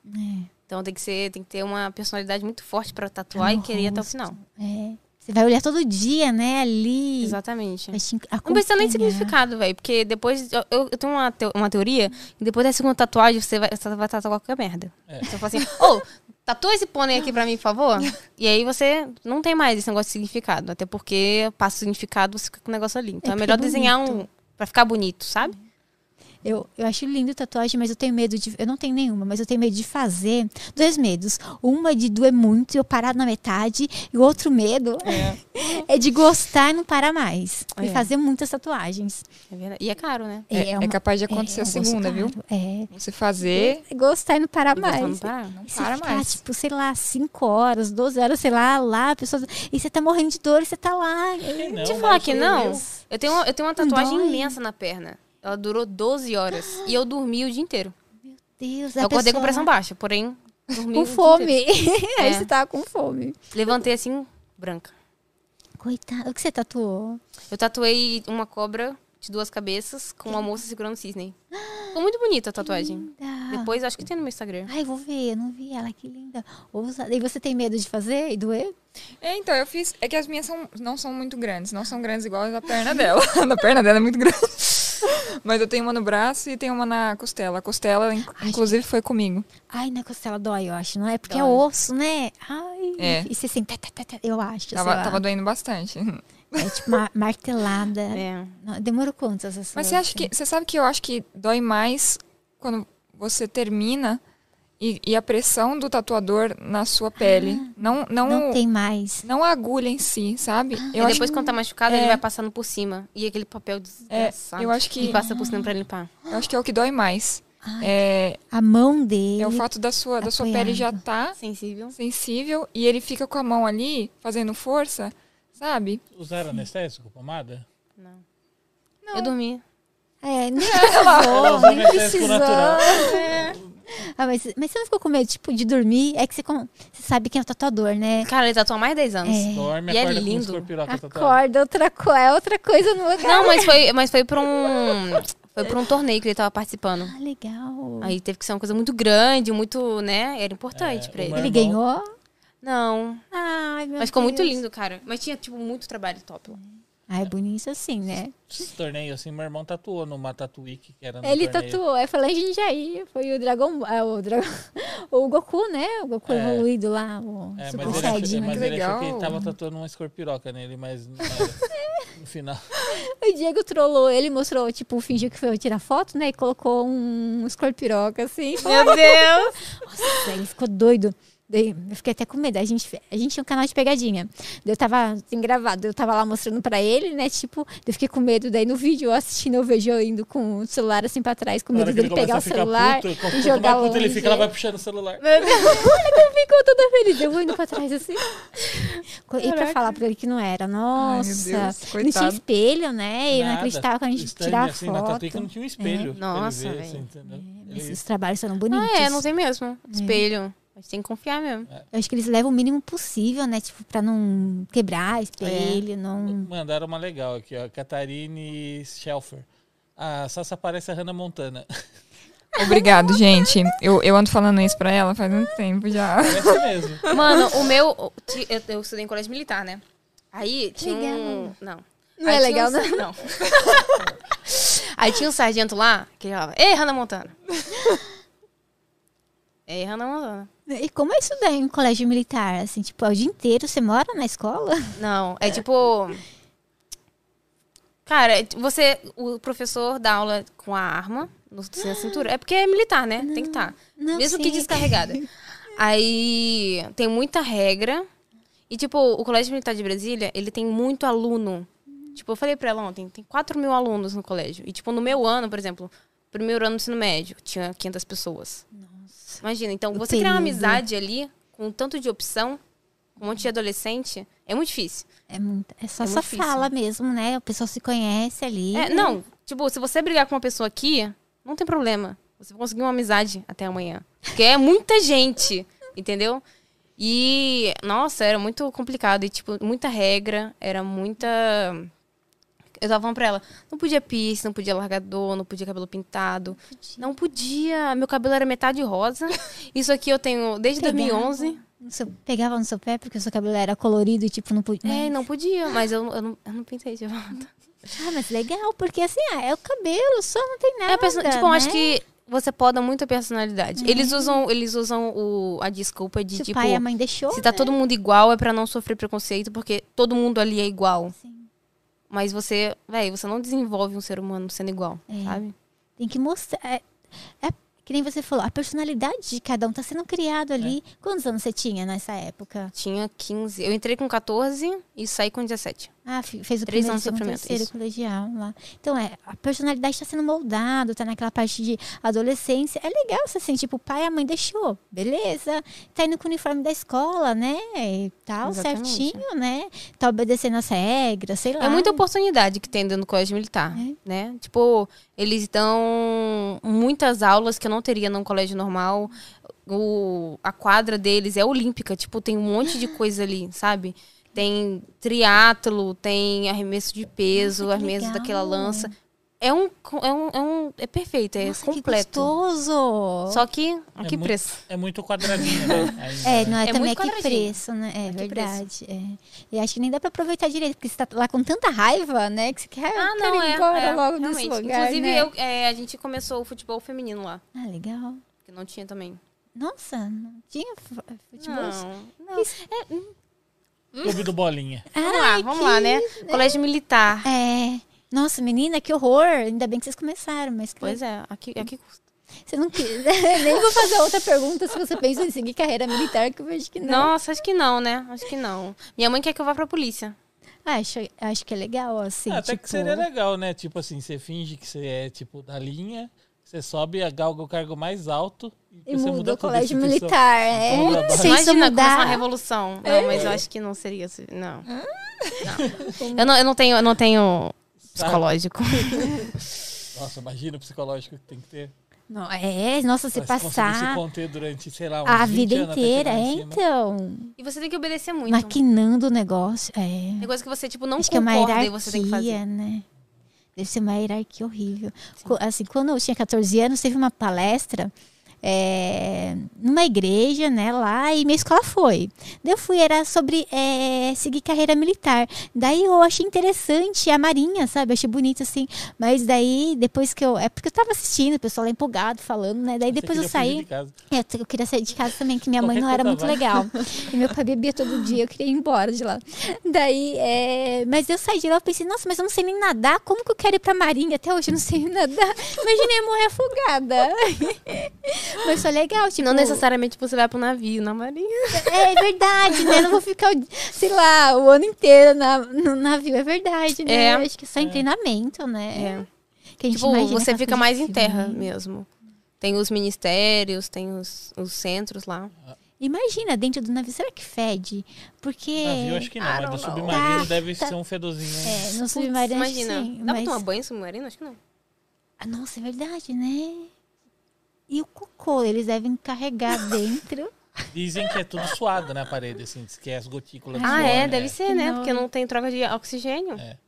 Speaker 2: Então tem que, ser, tem que ter uma personalidade muito forte pra tatuar
Speaker 1: É
Speaker 2: e
Speaker 1: no
Speaker 2: querer ir até o final.
Speaker 1: É. Você vai olhar todo dia, né? Ali.
Speaker 2: Exatamente.
Speaker 1: Vai te
Speaker 2: Não precisa
Speaker 1: acompanhar.
Speaker 2: nem de significado, velho. Porque depois. Eu, eu eu tenho uma, teo- uma teoria que depois da segunda tatuagem você vai, você vai tatuar qualquer merda.
Speaker 4: É.
Speaker 2: Você fala assim, ô, tatua esse pônei aqui pra mim, por favor. E aí você não tem mais esse negócio de significado. Até porque passa o significado, você fica com o negócio ali. Então
Speaker 1: É
Speaker 2: é,
Speaker 1: porque
Speaker 2: melhor
Speaker 1: é
Speaker 2: desenhar um.
Speaker 1: bonito.
Speaker 2: Pra ficar bonito, sabe?
Speaker 1: Eu, eu acho lindo tatuagem, mas eu tenho medo de. Eu não tenho nenhuma, mas eu tenho medo de fazer. Dois medos. Uma de doer muito e eu parar na metade. E o outro medo é, de gostar e não parar mais. E
Speaker 2: É.
Speaker 1: fazer muitas tatuagens.
Speaker 2: É verdade. E é caro, né?
Speaker 3: É, é
Speaker 1: uma-
Speaker 3: capaz de acontecer
Speaker 1: é
Speaker 3: a
Speaker 1: um gosto
Speaker 3: segunda, viu?
Speaker 1: caro. É.
Speaker 3: Você fazer,
Speaker 1: É Gostar e não parar
Speaker 2: Então,
Speaker 1: mais.
Speaker 2: vamos parar?
Speaker 3: não
Speaker 1: E você
Speaker 3: para
Speaker 1: ficar,
Speaker 3: mais.
Speaker 1: tipo, sei lá, 5 horas, 12 horas, sei lá, lá, a pessoa. E você tá morrendo de dor e você tá lá.
Speaker 4: Quem não,
Speaker 2: Deixa eu
Speaker 4: né?
Speaker 2: falar que
Speaker 4: Sou
Speaker 2: não.
Speaker 4: eu.
Speaker 2: Eu tenho, uma- eu tenho uma tatuagem
Speaker 1: Dói.
Speaker 2: imensa na perna. Ela durou 12 horas. E eu dormi o dia inteiro.
Speaker 1: Deus, a
Speaker 2: Eu acordei
Speaker 1: pessoa
Speaker 2: com pressão baixa, porém, dormi. o
Speaker 1: Com
Speaker 2: dia
Speaker 1: fome. Aí
Speaker 2: É.
Speaker 1: você tava com fome.
Speaker 2: inteiro. Levantei assim, branca.
Speaker 1: Coitado, o que você tatuou?
Speaker 2: Eu tatuei uma cobra de duas cabeças com uma moça segurando um cisne. Ficou muito bonita a tatuagem.
Speaker 1: Ah.
Speaker 2: Depois, acho que tem no meu
Speaker 3: né?
Speaker 2: Instagram.
Speaker 1: Ai, vou ver, eu não vi ela, que linda. Ousa- E você tem medo de fazer e doer?
Speaker 3: É, então, eu fiz. É que as minhas são, não são muito grandes. Não são grandes igual a da perna dela. a perna dela é muito grande. Mas eu tenho uma no braço e tenho uma na costela. A costela, in- inclusive, foi comigo.
Speaker 1: Ai, na costela dói, eu acho, não é? Porque é
Speaker 2: Dói.
Speaker 1: osso, né? Ai,
Speaker 3: É.
Speaker 1: e você sente, tá, tá, tá, tá, eu acho, sei
Speaker 3: Tava,
Speaker 1: lá.
Speaker 3: tava doendo bastante.
Speaker 1: É tipo uma martelada.
Speaker 2: É.
Speaker 1: Não, Demorou quantas essas?
Speaker 3: Mas você acha que. Você sabe que eu acho que dói mais quando você termina e, e a pressão do tatuador na sua pele. não, não,
Speaker 1: Ah, Não
Speaker 3: não,
Speaker 1: tem mais.
Speaker 3: a agulha em si, sabe? Eu
Speaker 2: e
Speaker 3: acho
Speaker 2: depois, quando tá machucada, ele
Speaker 3: é.
Speaker 2: vai passando por cima. E aquele papel desgraçado.
Speaker 3: eu acho que-
Speaker 2: passa por cima pra limpar.
Speaker 3: Eu acho que é o que dói mais. É,
Speaker 1: A mão dele.
Speaker 3: é o fato da sua, da sua pele já tá
Speaker 2: Sensível.
Speaker 3: sensível e ele fica com a mão ali fazendo força, sabe?
Speaker 4: Usaram anestésico, pomada?
Speaker 2: Não. Eu dormi.
Speaker 1: É, nem precisou,
Speaker 4: Usar
Speaker 1: nem
Speaker 4: anestésico
Speaker 1: precisou.
Speaker 4: natural.
Speaker 1: Ah, mas, mas você não ficou com medo, tipo, de dormir? É que você, com- você sabe quem é o tatuador, né?
Speaker 2: Cara, ele tatuou há mais de 10 anos.
Speaker 4: Dorme,
Speaker 2: E é
Speaker 4: acorda com um
Speaker 2: lindo.
Speaker 4: os corpiroca tatuados.
Speaker 1: Acorda, outra, co- é outra coisa no lugar.
Speaker 2: Não, mas foi, mas foi pra um. Foi pra um torneio que ele tava participando.
Speaker 1: Ah, legal.
Speaker 2: Aí teve que ser uma coisa muito grande, muito, né? Era importante
Speaker 4: É,
Speaker 2: pra ele.
Speaker 4: uma-
Speaker 1: Ele
Speaker 4: irmão-
Speaker 1: ganhou?
Speaker 2: Não.
Speaker 1: Ai, meu
Speaker 2: Mas ficou muito
Speaker 1: Deus.
Speaker 2: lindo, cara. Mas tinha, tipo, muito trabalho top. lá.
Speaker 1: Ah, é bonito assim, né?
Speaker 4: Esse torneio assim, meu irmão tatuou numa tatuíque que era no
Speaker 1: Ele
Speaker 4: torneio.
Speaker 1: tatuou, aí falou, gente, aí foi o Dragon ah, o Dragon o Goku, né? O Goku
Speaker 4: É.
Speaker 1: evoluído lá, o
Speaker 4: É,
Speaker 1: Super
Speaker 4: mas ele,
Speaker 1: Saiyajin.
Speaker 4: achou,
Speaker 3: né?
Speaker 4: mas
Speaker 3: Que
Speaker 4: ele achou que
Speaker 3: legal.
Speaker 4: ele tava tatuando uma escorpiroca nele, mas não
Speaker 1: É.
Speaker 4: era. no final.
Speaker 1: O Diego trollou ele, mostrou, tipo, fingiu que foi tirar foto, né? E colocou um escorpiroca, assim.
Speaker 2: Meu Deus!
Speaker 1: Nossa, ele ficou doido. Daí eu fiquei até com medo. A gente, a gente tinha um canal de pegadinha. Daí eu tava assim, gravado, eu tava lá mostrando pra ele, né? Tipo, daí eu fiquei com medo. Daí no vídeo eu assistindo, eu vejo eu indo com o celular assim pra trás, com
Speaker 4: Na
Speaker 1: medo
Speaker 4: hora que
Speaker 1: dele pegar o
Speaker 4: começa a ficar
Speaker 1: celular
Speaker 4: puto, quanto
Speaker 1: e
Speaker 4: mais
Speaker 1: jogar
Speaker 4: puto ele
Speaker 1: longe.
Speaker 4: fica, ela vai puxando o celular.
Speaker 1: Meu Deus, olha que eu fico toda feliz. Eu vou indo pra trás assim. E pra falar pra ele que não era. Nossa.
Speaker 3: Deus,
Speaker 1: não tinha
Speaker 3: coitado.
Speaker 1: espelho, né? Eu não
Speaker 4: Nada.
Speaker 1: acreditava quando a gente
Speaker 4: Stand,
Speaker 1: tirava
Speaker 4: assim, Na Tatuí que não
Speaker 1: foto. É.
Speaker 4: tinha um espelho. pra
Speaker 2: Nossa,
Speaker 4: ele ver,
Speaker 2: velho.
Speaker 4: você entendeu? Ele-
Speaker 1: Esses trabalhos foram bonitos.
Speaker 2: Ah, é, não tem mesmo. Espelho. Mas tem que confiar mesmo.
Speaker 1: Eu acho que eles levam o mínimo possível, né? Tipo, pra não quebrar espelho,
Speaker 4: É.
Speaker 1: não.
Speaker 4: Mandaram uma legal aqui, ó. Catarine Schelfer. A Sassa parece a Hannah Montana.
Speaker 3: Obrigado, gente. Eu, eu ando falando isso pra ela faz muito tempo já.
Speaker 4: Parece É assim mesmo.
Speaker 2: É. Mano, o meu. o- ti- Eu, eu estudei em colégio militar, né? Aí tinha um. Não.
Speaker 1: Não é
Speaker 2: tinha
Speaker 1: legal,
Speaker 2: um sar- Não. Aí tinha um sargento lá que ele falava: Ei, Hannah Montana. Ei, Hannah Montana.
Speaker 1: E como é isso daí em um colégio militar? Assim, tipo, é o dia inteiro você mora na escola?
Speaker 2: Não, é tipo. Cara, é ti- você. O professor dá aula com a arma no, na cintura. É porque é militar, né? Tem que estar.
Speaker 1: Não
Speaker 2: Mesmo
Speaker 1: sei.
Speaker 2: que descarregada. Aí tem muita regra. E, tipo, o Colégio Militar de Brasília, ele tem muito aluno. Tipo, eu falei pra ela ontem, tem 4 mil alunos no colégio. E, tipo, no meu ano, por exemplo, primeiro ano do ensino médio, tinha 500 pessoas. Imagina, então,
Speaker 1: O
Speaker 2: você criar uma
Speaker 1: período.
Speaker 2: amizade ali, com tanto de opção, com um monte de adolescente, é muito difícil.
Speaker 1: É, muito, é só
Speaker 2: É
Speaker 1: essa
Speaker 2: difícil.
Speaker 1: fala mesmo, né? O pessoal se conhece ali.
Speaker 2: É, não, tipo, se você brigar com uma pessoa aqui, não tem problema. Você vai conseguir uma amizade até amanhã. Porque é muita gente, entendeu? E, nossa, era muito complicado. E, tipo, muita regra, era muita. Eu tava falando pra ela, não podia piercing, não podia largador, não podia cabelo pintado. Não podia. Meu cabelo era metade rosa. Isso aqui eu tenho desde
Speaker 1: Pegava.
Speaker 2: 2011.
Speaker 1: No seu- pegava no seu pé porque o seu cabelo era colorido e tipo não podia.
Speaker 2: É, não podia, mas eu, eu, não, eu não tipo, pintei de volta.
Speaker 1: Ah, mas legal, porque assim, ah, é o cabelo, só não tem nada.
Speaker 2: É, perso- tipo, eu acho
Speaker 1: né? Uhum.
Speaker 2: que você poda muito a personalidade. Eles usam, eles usam o, a desculpa de,
Speaker 1: Se o
Speaker 2: tipo,
Speaker 1: pai e a mãe deixou.
Speaker 2: se tá
Speaker 1: né?
Speaker 2: todo mundo igual é pra não sofrer preconceito, porque todo mundo ali é igual.
Speaker 1: Sim.
Speaker 2: Mas você, véi, você não desenvolve um ser humano sendo igual,
Speaker 1: É.
Speaker 2: sabe?
Speaker 1: Tem que mostrar. É, é que nem você falou, a personalidade de cada um tá sendo criado
Speaker 2: É.
Speaker 1: ali. Quantos anos você tinha nessa época?
Speaker 2: Tinha 15. Eu entrei com 14 e saí com 17.
Speaker 1: Ah, fi- fez o
Speaker 2: Três
Speaker 1: primeiro,
Speaker 2: anos de
Speaker 1: segundo,
Speaker 2: sofrimento,
Speaker 1: terceiro
Speaker 2: isso.
Speaker 1: colegial lá. Então, é, a personalidade tá sendo moldada, tá naquela parte de adolescência. É legal você assim, tipo, o pai e a mãe deixou, beleza. Tá indo com o uniforme da escola, né? E tal,
Speaker 2: Exatamente.
Speaker 1: certinho, né? Tá obedecendo as regras, sei lá.
Speaker 2: É muita oportunidade que tem dentro do colégio militar,
Speaker 1: É.
Speaker 2: né? Tipo, eles dão muitas aulas que eu não teria num colégio normal. O, a quadra deles é olímpica, tipo, tem um monte de coisa ali, sabe? Tem triatlo, tem arremesso de peso,
Speaker 1: Nossa, que
Speaker 2: arremesso
Speaker 1: legal.
Speaker 2: daquela lança. É um, co- é um, é um- é perfeito, é
Speaker 1: Nossa, Que
Speaker 2: completo.
Speaker 1: gostoso!
Speaker 2: Só que, a
Speaker 4: É
Speaker 2: que
Speaker 4: muito-
Speaker 2: preço?
Speaker 4: É muito quadradinho, né? Ainda,
Speaker 1: É,
Speaker 4: né?
Speaker 1: não é,
Speaker 2: É
Speaker 1: também
Speaker 2: muito
Speaker 1: que
Speaker 2: quadradinho.
Speaker 1: preço, né? É,
Speaker 2: que
Speaker 1: verdade. É. E acho que nem dá pra aproveitar direito, porque você tá lá com tanta raiva, né? Que você quer, ah,
Speaker 2: Ah,
Speaker 1: eu
Speaker 2: não,
Speaker 1: quero ir
Speaker 2: é.
Speaker 1: embora
Speaker 2: é,
Speaker 1: logo desse
Speaker 2: realmente.
Speaker 1: lugar,
Speaker 2: Inclusive,
Speaker 1: né?
Speaker 2: eu- é, a gente começou o futebol feminino lá,
Speaker 1: Ah, legal.
Speaker 2: que não tinha também.
Speaker 1: Nossa, não tinha fu-
Speaker 2: Tipo,
Speaker 1: futebol?
Speaker 2: Não, não.
Speaker 4: Clube do Bolinha.
Speaker 2: Vamos lá, vamos lá, né? Colégio militar.
Speaker 1: É. Nossa, menina, que horror. Ainda bem que vocês começaram, mas... que-
Speaker 2: Pois é, aqui, aqui custa.
Speaker 1: Você não quis... Nem vou fazer outra pergunta se você pensa em seguir carreira militar, que eu vejo que não.
Speaker 2: Nossa, acho que não, né? Acho que não. Minha mãe quer que eu vá pra polícia.
Speaker 1: Ah, acho, acho que é legal, assim,
Speaker 4: Ah, Até
Speaker 1: tipo...
Speaker 4: que seria legal, né? Tipo assim, você finge que você é, tipo, da linha, você sobe, a galga o cargo mais alto
Speaker 1: E
Speaker 4: você tipo,
Speaker 1: muda o
Speaker 4: toda a
Speaker 1: colégio
Speaker 4: instituição.
Speaker 1: militar, é.
Speaker 4: Muda a barra.
Speaker 1: Sem isso
Speaker 2: Imagina começar uma
Speaker 1: mudar.
Speaker 2: revolução. Não, mas eu acho que não seria assim. Não. Não. Eu não, eu não tenho, eu não tenho psicológico.
Speaker 4: Nossa, imagina o psicológico que tem que ter.
Speaker 1: Não, é, nossa, se
Speaker 4: Pra conseguir se
Speaker 1: passar
Speaker 4: conter durante, sei lá, uns
Speaker 1: a
Speaker 4: 20
Speaker 1: vida
Speaker 4: anos até
Speaker 1: inteira, é,
Speaker 4: chegar em cima.
Speaker 1: então...
Speaker 2: E você tem que obedecer muito.
Speaker 1: Maquinando o negócio, é...
Speaker 2: Tem coisa que você, tipo, não
Speaker 1: Acho que é uma
Speaker 2: concorda
Speaker 1: hierarquia,
Speaker 2: e você tem que fazer.
Speaker 1: né? Deve ser uma hierarquia horrível. Co- Assim, quando eu tinha 14 anos, teve uma palestra é, numa igreja, né, lá, e minha escola foi. Daí eu fui, era sobre é, seguir carreira militar. Daí eu achei interessante a marinha, sabe? Eu achei bonito, assim. Mas daí, depois que eu... É porque eu tava assistindo, o pessoal lá empolgado, falando, né? Daí
Speaker 4: Você
Speaker 1: depois eu
Speaker 4: queria fugir
Speaker 1: saí...
Speaker 4: de casa.
Speaker 1: É, Eu, eu queria sair de casa também, que minha mãe
Speaker 4: Qualquer
Speaker 1: não era muito
Speaker 4: coisa vai.
Speaker 1: legal. E meu pai bebia todo dia, eu queria ir embora de lá. Daí, é, mas eu saí de lá e pensei, nossa, mas eu não sei nem nadar, como que eu quero ir pra marinha? Até hoje eu não sei nadar. Imaginei eu morrer afogada. Mas foi legal, tipo.
Speaker 2: Não necessariamente você vai pro navio, na marinha.
Speaker 1: É verdade, né? Não vou ficar, o di- sei lá, o ano inteiro na, no navio. É verdade, né?
Speaker 2: É.
Speaker 1: Acho que só em treinamento, né? Que a gente
Speaker 2: Tipo,
Speaker 1: imagina
Speaker 2: você
Speaker 1: aquela coisa
Speaker 2: fica mais
Speaker 1: de né?
Speaker 2: em terra
Speaker 1: filme.
Speaker 2: mesmo. Tem os ministérios, tem os, os centros lá.
Speaker 1: Imagina, dentro do navio, será que fede? Porque.
Speaker 4: Navio, acho que não,
Speaker 2: I
Speaker 4: mas no
Speaker 2: don't know.
Speaker 4: submarino
Speaker 1: Tá,
Speaker 4: deve
Speaker 1: tá.
Speaker 4: ser um fedozinho. hein?
Speaker 1: É, no
Speaker 2: Putz,
Speaker 1: submarino. acho que
Speaker 2: imagina.
Speaker 1: sim,
Speaker 2: Dá pra
Speaker 1: mas-
Speaker 2: tomar banho em submarino? Acho que não.
Speaker 1: Ah, Nossa, é verdade, né? E o cocô, eles devem carregar dentro.
Speaker 4: Dizem que é tudo suado, né, a parede, assim, diz que é as gotículas. de
Speaker 2: Ah,
Speaker 4: suor,
Speaker 2: é,
Speaker 4: né?
Speaker 2: deve ser, né? Porque não tem troca de oxigênio.
Speaker 4: É.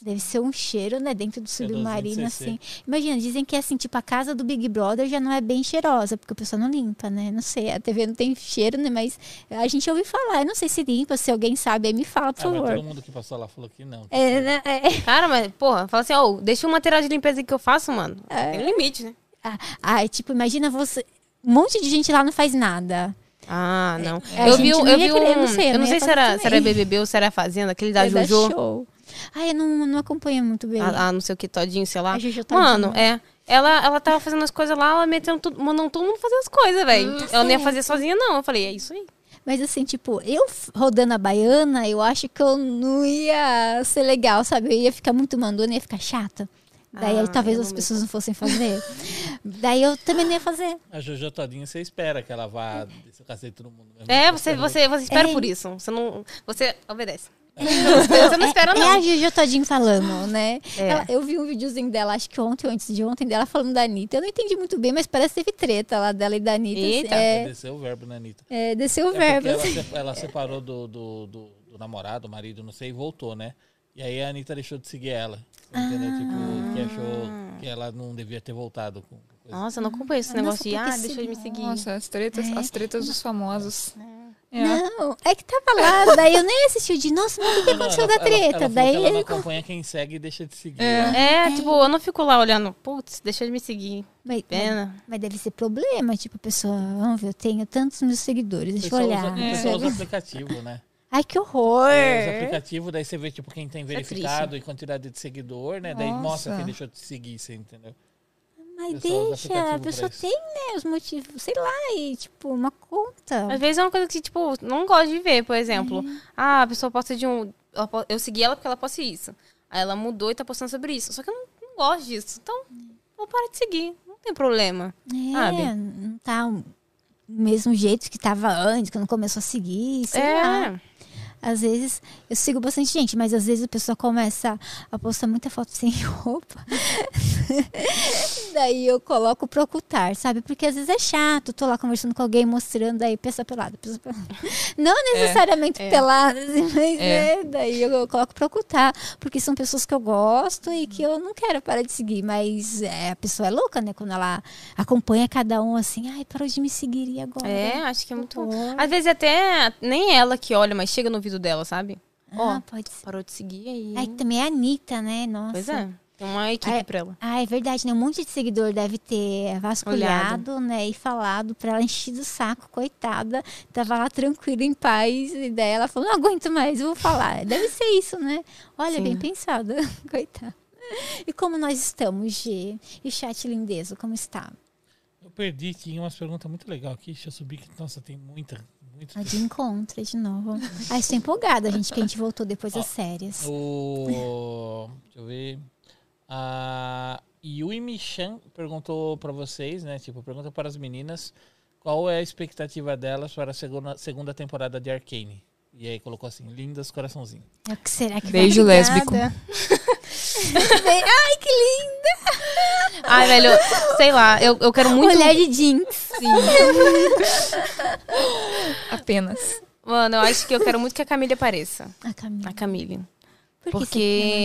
Speaker 1: Deve ser um cheiro, né? Dentro do
Speaker 4: Cheirosinho de
Speaker 1: submarino,
Speaker 4: CC.
Speaker 1: assim. Imagina, dizem que assim, tipo, a casa do Big Brother já não é bem cheirosa, porque o pessoal não limpa, né? Não sei, a TV não tem cheiro, né? Mas a gente ouve falar. Eu não sei se limpa, se alguém sabe, aí me fala, por
Speaker 4: Ah, mas
Speaker 1: favor.
Speaker 4: todo mundo que passou lá falou que não. que
Speaker 1: É, né? É.
Speaker 2: Cara, mas, porra, fala assim, ó, deixa o material de limpeza que eu faço, mano.
Speaker 1: É.
Speaker 2: Tem limite, né?
Speaker 1: Ah, ah, tipo, imagina você. Um monte de gente lá não faz nada.
Speaker 2: Ah, não.
Speaker 1: É, a
Speaker 2: eu vi,
Speaker 1: gente
Speaker 2: um-
Speaker 1: não
Speaker 2: eu
Speaker 1: ia
Speaker 2: vi um,
Speaker 1: querer, não sei, eu
Speaker 2: eu
Speaker 1: não
Speaker 2: não
Speaker 1: ia
Speaker 2: sei se era,
Speaker 1: fazer
Speaker 2: se era
Speaker 1: também.
Speaker 2: BBB ou se era Fazenda, aquele da
Speaker 1: Vai dar
Speaker 2: Jojo.
Speaker 1: show. Ah, eu não, não acompanho muito bem.
Speaker 2: Ah, ah, não sei o que, Todinho, sei lá.
Speaker 1: A Jojo Todinho.
Speaker 2: Mano, é. Ela, ela tava fazendo as coisas lá, ela meteu tudo, mandando todo mundo fazer as coisas, velho. ela não ia fazer sozinha, não. Eu falei, é isso aí.
Speaker 1: Mas assim, tipo, eu f- rodando a baiana, eu acho que eu não ia ser legal, sabe? Eu ia ficar muito mandona, ia ficar chata. Daí
Speaker 2: Ah,
Speaker 1: eu- talvez
Speaker 2: eu
Speaker 1: as
Speaker 2: não me-
Speaker 1: pessoas não fossem fazer. Daí eu também não ia fazer.
Speaker 4: A Jojo Todinho, você espera que ela vá descer o cacete todo mundo. né? mesmo.
Speaker 2: É, você, você, você espera
Speaker 1: É.
Speaker 2: por isso. Você não. Você obedece. Você não espera,
Speaker 1: é, é a
Speaker 2: Ah, não.
Speaker 1: Juju Todinho falando, né?
Speaker 2: É.
Speaker 1: Ela- eu vi um videozinho dela, acho que ontem ou antes de ontem, dela falando da Anitta. Eu não entendi muito bem, mas parece que teve treta lá dela e da Anitta.
Speaker 2: Eita.
Speaker 1: É,
Speaker 4: Desceu o verbo, né, Anitta?
Speaker 1: é, desceu o
Speaker 4: É
Speaker 1: verbo.
Speaker 4: porque ela,
Speaker 1: assim.
Speaker 4: se- ela separou do, do, do, do namorado, marido, não sei, e voltou, né? E aí a Anitta deixou de seguir ela. você Entendeu?
Speaker 1: Ah.
Speaker 4: Tipo, que achou que ela não devia ter voltado com com
Speaker 1: Ah,
Speaker 4: coisa.
Speaker 2: Nossa, eu não acompanho esse
Speaker 1: Nossa,
Speaker 2: negócio de,
Speaker 1: porque
Speaker 2: ah,
Speaker 1: se-
Speaker 2: deixa eu me seguir.
Speaker 3: Nossa, as tretas,
Speaker 1: É.
Speaker 3: as tretas dos famosos. É.
Speaker 1: Não, é que tava lá, daí eu nem assisti o de, nossa, mas o que que aconteceu
Speaker 4: Ela-
Speaker 1: da
Speaker 4: ela- ela
Speaker 1: treta?
Speaker 4: falou que
Speaker 1: daí
Speaker 4: ela não
Speaker 1: ele
Speaker 4: acompanha quem segue e deixa de seguir.
Speaker 3: É.
Speaker 4: né?
Speaker 2: É, tipo, eu não fico lá olhando, putz, deixa ele me seguir.
Speaker 1: Mas,
Speaker 2: Pena.
Speaker 1: mas deve ser problema, tipo, a pessoa, vamos ver, eu tenho tantos meus seguidores,
Speaker 4: O
Speaker 1: deixa eu
Speaker 4: pessoal usa,
Speaker 1: olhar. É.
Speaker 4: o pessoal usa aplicativo, né?
Speaker 1: Ai, que horror!
Speaker 4: É, os aplicativos, daí você vê tipo quem tem
Speaker 2: é triste.
Speaker 4: verificado e quantidade de seguidor, né? Daí mostra
Speaker 3: Nossa.
Speaker 4: quem deixou de seguir, você entendeu?
Speaker 1: mas
Speaker 4: o pessoal usa
Speaker 1: deixa, a
Speaker 4: aplicativo
Speaker 1: pessoa
Speaker 4: pra isso.
Speaker 1: tem, né, os motivos, sei lá, e tipo, uma conta.
Speaker 2: Às vezes é uma coisa que, tipo, não gosto de ver, por exemplo.
Speaker 1: Uhum.
Speaker 2: Ah, a pessoa posta de um. ela po- Eu segui ela porque ela posta isso. Aí ela mudou e tá postando sobre isso. Só que eu não, não gosto disso. Então, vou parar de seguir. Não tem problema.
Speaker 1: É,
Speaker 2: sabe?
Speaker 1: não tá o mesmo jeito que tava antes, quando começou a seguir, sei lá.
Speaker 2: é.
Speaker 1: Às vezes, eu sigo bastante gente, mas às vezes a pessoa começa a postar muita foto sem roupa. daí eu coloco pra ocultar, sabe? Porque às vezes é chato, tô lá conversando com alguém, mostrando, daí pensa pelado, pensa pelado. Não necessariamente
Speaker 2: é.
Speaker 1: pelado, mas
Speaker 3: É.
Speaker 1: né, daí eu, eu coloco pra ocultar. Porque são pessoas que eu gosto e que eu não quero parar de seguir. Mas é, a pessoa é louca, né? Quando ela acompanha cada um assim, ai, parou de me seguir e agora.
Speaker 2: É, acho que é muito.
Speaker 1: Horror.
Speaker 2: Às vezes até nem ela que olha, mas chega no ouvido dela, sabe?
Speaker 1: Ah,
Speaker 2: Ó,
Speaker 1: pode ser.
Speaker 2: parou de seguir aí.
Speaker 1: Aí
Speaker 2: hein?
Speaker 1: também é a Anitta, né? Nossa.
Speaker 2: Pois é. Tem uma equipe
Speaker 1: Ai,
Speaker 2: pra ela.
Speaker 1: Ah, é verdade, né? Um monte de seguidor deve ter vasculhado, né? E falado pra ela encher do saco, coitada. Tava lá tranquila, em paz. E daí ela falou, não aguento mais, eu vou falar. Deve ser isso, né? Olha,
Speaker 2: Sim.
Speaker 1: bem pensada. Coitada. E como nós estamos, G? E o chat lindezo, como está?
Speaker 4: Eu perdi, tinha umas perguntas muito legais aqui. Deixa eu subir que, nossa, tem muita, muito.
Speaker 1: A Tá de encontra de novo. Ah, estou empolgada, gente, que a gente voltou depois das séries.
Speaker 4: O... Deixa eu ver. A Yui Michan perguntou pra vocês, né? Tipo, pergunta para as meninas qual é a expectativa delas para a segunda, segunda temporada de Arcane. E aí colocou assim, lindas coraçãozinho.
Speaker 1: É O que será que
Speaker 3: Beijo
Speaker 1: vai
Speaker 3: lésbico.
Speaker 1: Ai, que lindo!
Speaker 2: Ai, velho, sei lá, eu, eu quero muito.
Speaker 1: Mulher de jeans.
Speaker 3: Apenas.
Speaker 2: Mano, eu acho que eu quero muito que a Camila apareça.
Speaker 1: A Camila.
Speaker 2: A Camille.
Speaker 1: Por que você quer
Speaker 2: Porque,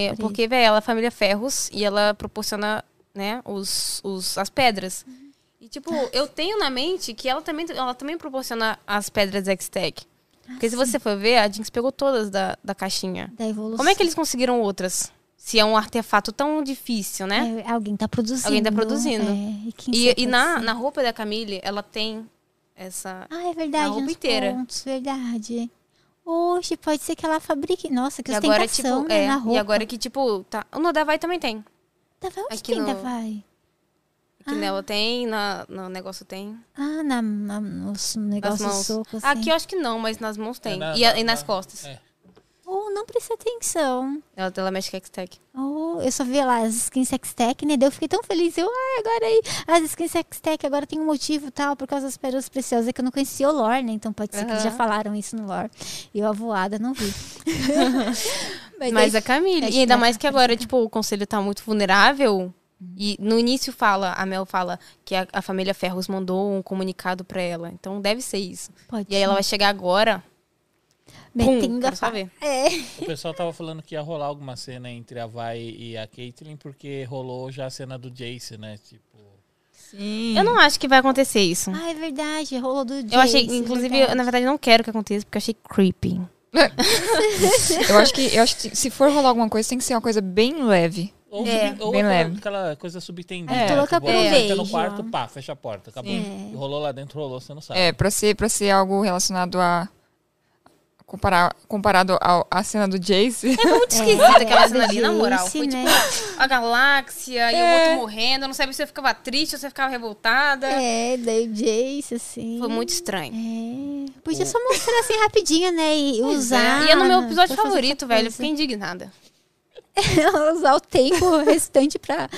Speaker 1: ela por
Speaker 2: porque velho, ela é família Ferros e ela proporciona, né, os, os, as pedras. E, tipo, eu tenho na mente que ela também, ela também proporciona as pedras X-Tech. Porque se você for ver, a Jinx pegou todas da, da caixinha.
Speaker 1: Ah, Da evolução.
Speaker 2: Como é que eles conseguiram outras? Se é um artefato tão difícil, né?
Speaker 1: É, alguém tá produzindo.
Speaker 2: Alguém tá produzindo.
Speaker 1: é, e quem
Speaker 2: E,
Speaker 1: sabe
Speaker 2: e
Speaker 1: pode
Speaker 2: na,
Speaker 1: ser.
Speaker 2: na roupa da Camille, ela tem essa...
Speaker 1: Ah, é verdade.
Speaker 2: na roupa
Speaker 1: nos
Speaker 2: inteira.
Speaker 1: Pontos, verdade. Oxe, pode ser que ela fabrique. Nossa, que
Speaker 2: E agora,
Speaker 1: ostentação
Speaker 2: tipo,
Speaker 1: né,
Speaker 2: é,
Speaker 1: na roupa.
Speaker 2: e agora que, tipo, tá... No Davai também tem.
Speaker 1: Tá, vai, onde
Speaker 2: aqui
Speaker 1: que ainda
Speaker 2: no-
Speaker 1: vai?
Speaker 2: Que nela tem, na, no negócio tem.
Speaker 1: Ah, na, na, nos negócios
Speaker 2: mãos.
Speaker 1: soco, assim.
Speaker 2: Aqui eu acho que não, mas nas mãos tem.
Speaker 4: É, na-
Speaker 2: e, a- e
Speaker 4: na-
Speaker 2: nas
Speaker 4: na-
Speaker 2: costas.
Speaker 4: é.
Speaker 1: Oh, não presta atenção.
Speaker 2: Ela, ela mexe com X-Tech.
Speaker 1: Oh, eu só vi lá as skins sex tech, né? Daí eu fiquei tão feliz. Eu, ai, agora aí, as skins sex tech agora tem um motivo e tal, por causa das pérolas preciosas. É que eu não conhecia o lore, né? Então pode ser que eles já
Speaker 2: Aham.
Speaker 1: falaram isso no lore. E eu, a voada, não vi. Mas
Speaker 2: Mas
Speaker 1: daí-
Speaker 2: a Camille.
Speaker 1: acho
Speaker 2: E ainda
Speaker 1: que
Speaker 2: mais que agora, tipo, o conselho tá muito vulnerável.
Speaker 1: Uhum.
Speaker 2: E no início fala, a Mel fala que a, a família Ferros mandou um comunicado pra ela. Então deve ser isso.
Speaker 1: pode
Speaker 2: E aí ela vai chegar agora. Pum,
Speaker 1: metendo a
Speaker 2: quero só
Speaker 1: faca.
Speaker 2: ver.
Speaker 1: É.
Speaker 4: O pessoal tava falando que ia rolar alguma cena entre a Vai e a Caitlyn, porque rolou já a cena do Jace, né? Tipo.
Speaker 3: Sim.
Speaker 2: Eu não acho que vai acontecer isso.
Speaker 1: Ah, é verdade. Rolou do Jace,
Speaker 2: eu achei, inclusive, eu,
Speaker 1: verdade.
Speaker 2: na verdade, não quero que aconteça, porque eu achei creepy.
Speaker 3: Eu acho que, eu acho que se for rolar alguma coisa, tem que ser uma coisa bem leve.
Speaker 4: Ou,
Speaker 2: É,
Speaker 4: sub- ou
Speaker 3: bem
Speaker 4: aquela,
Speaker 3: leve.
Speaker 4: aquela coisa subtendida.
Speaker 1: É, tô louca
Speaker 4: tipo,
Speaker 1: pra
Speaker 4: ela
Speaker 1: um
Speaker 4: entra no
Speaker 1: beijo. É.
Speaker 4: quarto, pá, fecha a porta, acabou.
Speaker 1: Sim.
Speaker 4: E Rolou lá dentro, rolou, você não sabe.
Speaker 3: É, pra ser, pra ser algo relacionado a. Comparar, comparado ao- à cena do Jace.
Speaker 2: Muito esquisita
Speaker 1: É,
Speaker 2: aquela
Speaker 1: do
Speaker 2: cena ali, na moral.
Speaker 1: Jace,
Speaker 2: Foi tipo
Speaker 1: né?
Speaker 2: a galáxia e
Speaker 3: É.
Speaker 2: o outro morrendo. Eu não sabia se eu ficava triste ou se eu ficava revoltada.
Speaker 1: É, daí o Jace, assim.
Speaker 2: Foi muito estranho.
Speaker 1: É. Podia só mostrar assim rapidinho, né? E
Speaker 2: Pois é.
Speaker 1: usar.
Speaker 2: E é no meu
Speaker 1: né, pra
Speaker 2: episódio
Speaker 1: fazer
Speaker 2: favorito,
Speaker 1: outra
Speaker 2: velho. Eu
Speaker 1: coisa.
Speaker 2: fiquei indignada.
Speaker 1: usar o tempo restante pra